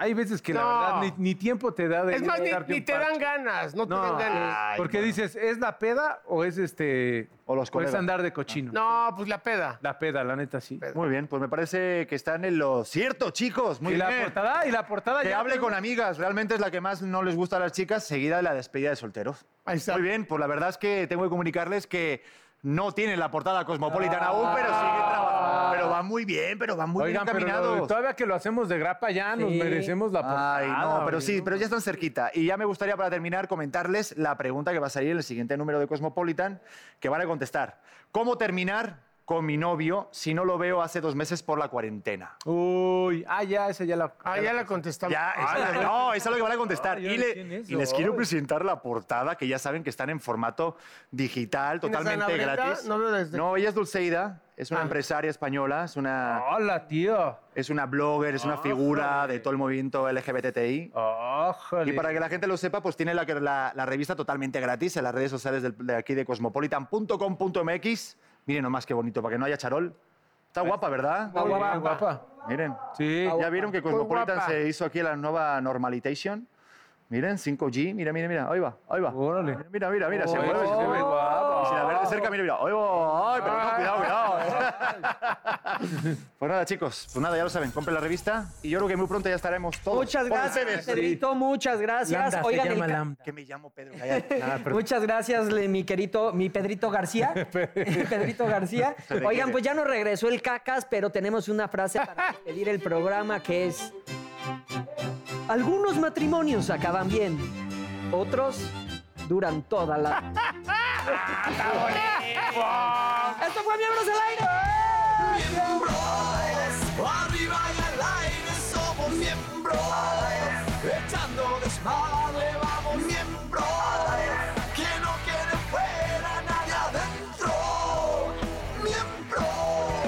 [SPEAKER 2] Hay veces que la
[SPEAKER 4] No.
[SPEAKER 2] verdad ni, ni tiempo te da de
[SPEAKER 4] Es más, ni,
[SPEAKER 2] darte
[SPEAKER 4] ni
[SPEAKER 2] un
[SPEAKER 4] te dan
[SPEAKER 2] parche.
[SPEAKER 4] ganas, no,
[SPEAKER 2] No, Ah.
[SPEAKER 4] te dan ganas.
[SPEAKER 2] porque dices, ¿es la peda o es este.
[SPEAKER 8] O los
[SPEAKER 2] es
[SPEAKER 8] colegas.
[SPEAKER 2] andar de cochino?
[SPEAKER 4] No, pues la peda.
[SPEAKER 2] La peda, la neta, sí.
[SPEAKER 8] Muy bien, pues me parece que están en lo cierto, chicos. Muy
[SPEAKER 2] y la
[SPEAKER 8] bien.
[SPEAKER 2] portada, y la portada
[SPEAKER 8] Que
[SPEAKER 2] ya.
[SPEAKER 8] hable con amigas, realmente es la que más no les gusta a las chicas, seguida de la despedida de solteros.
[SPEAKER 4] Ahí está.
[SPEAKER 8] Muy bien, pues la verdad es que tengo que comunicarles que no tienen la portada Cosmopolitan aún, pero sigue trabajando. Pero va muy bien, pero va muy
[SPEAKER 2] Ah. Oigan,
[SPEAKER 8] bien
[SPEAKER 2] pero lo-
[SPEAKER 8] caminados.
[SPEAKER 2] todavía que lo hacemos de grapa ya nos
[SPEAKER 3] Sí.
[SPEAKER 2] merecemos la portada.
[SPEAKER 8] Ay, no, pero
[SPEAKER 2] oye.
[SPEAKER 8] sí, pero ya están cerquita. Y ya me gustaría para terminar comentarles la pregunta que va a salir en el siguiente número de Cosmopolitan, que van a contestar. ¿Cómo terminar con mi novio si no lo veo hace dos meses por la cuarentena?
[SPEAKER 2] Uy, ah, ya, esa ya la.
[SPEAKER 4] Ah, ya la contestamos.
[SPEAKER 8] Ya, esa- no, esa es lo que van a contestar.
[SPEAKER 2] Ay, yo
[SPEAKER 8] y,
[SPEAKER 2] no
[SPEAKER 8] le-
[SPEAKER 2] sé en eso.
[SPEAKER 8] y les quiero presentar la portada, que ya saben que están en formato digital,
[SPEAKER 4] ¿Quién es Ana
[SPEAKER 8] totalmente
[SPEAKER 4] Brenda?
[SPEAKER 8] gratis.
[SPEAKER 4] No veo desde-
[SPEAKER 8] No, ella es Dulceida, es una
[SPEAKER 4] Ah.
[SPEAKER 8] empresaria española, es una,
[SPEAKER 2] Hola, tío.
[SPEAKER 8] es una blogger, es una figura de todo el movimiento LGBTI.
[SPEAKER 2] Ójale.
[SPEAKER 8] Y para que la gente lo sepa, pues tiene la, la- la revista totalmente gratis en las redes sociales del- de aquí de cosmopolitan.com.mx. Miren nomás qué bonito, para que no haya charol. Está guapa, ¿verdad?
[SPEAKER 2] Pues, Muy bien, guapa.
[SPEAKER 8] Miren.
[SPEAKER 2] Sí.
[SPEAKER 8] Ya vieron que
[SPEAKER 4] Muy
[SPEAKER 8] Cosmopolitan
[SPEAKER 4] guapa.
[SPEAKER 8] se hizo aquí la nueva normalization. Miren, 5G. Mira, mira, mira. Ahí va, ahí va.
[SPEAKER 2] Órale. Oh.
[SPEAKER 8] Mira, mira, mira. se
[SPEAKER 2] Oye,
[SPEAKER 8] mueve, se
[SPEAKER 2] se ve
[SPEAKER 8] mueve.
[SPEAKER 2] guapa.
[SPEAKER 8] Y si la ves de cerca, mira, mira. Ahí va. Ay, pero no, cuidado, cuidado. pues nada, chicos. Pues nada, ya lo saben. Compren la revista. Y yo creo que muy pronto ya estaremos todos.
[SPEAKER 3] Muchas
[SPEAKER 8] por
[SPEAKER 3] gracias,
[SPEAKER 8] ustedes.
[SPEAKER 3] Pedrito, muchas gracias.
[SPEAKER 2] Lambda, se
[SPEAKER 3] Oigan, el
[SPEAKER 2] llama
[SPEAKER 3] ca-
[SPEAKER 2] Lambda.
[SPEAKER 8] Que me llamo Pedro.
[SPEAKER 3] [LAUGHS]
[SPEAKER 8] Cállate. Nada, perdón.
[SPEAKER 3] Muchas gracias, le- mi querido, mi Pedrito García.
[SPEAKER 2] [LAUGHS]
[SPEAKER 3] Pedrito
[SPEAKER 8] [LAUGHS]
[SPEAKER 3] García.
[SPEAKER 8] le
[SPEAKER 3] Oigan,
[SPEAKER 8] quiere.
[SPEAKER 3] pues ya nos regresó el cacas, pero tenemos una frase para [LAUGHS] pedir el programa que es. Algunos matrimonios acaban bien, otros duran toda la.
[SPEAKER 8] [LAUGHS]
[SPEAKER 3] ¡Esto fue Miembros del Aire!
[SPEAKER 9] Arriba y al aire somos miembros. Echando desmadre, vamos miembros. Que no quede fuera nadie adentro. Miembros.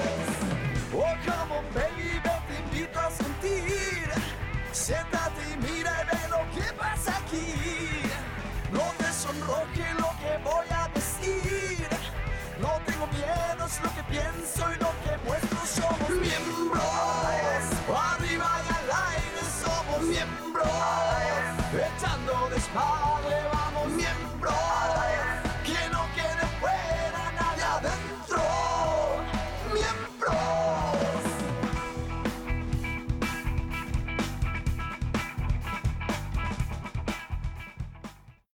[SPEAKER 9] Oh, come on, baby, te invito a sentir. Siéntate y mira y ve lo que pasa aquí. No te sonroje lo que voy a decir. No tengo miedo, es lo que pienso y lo que muestro. Somos miembros. Arriba y al aire somos miembros. Echando desmadre, vamos miembros.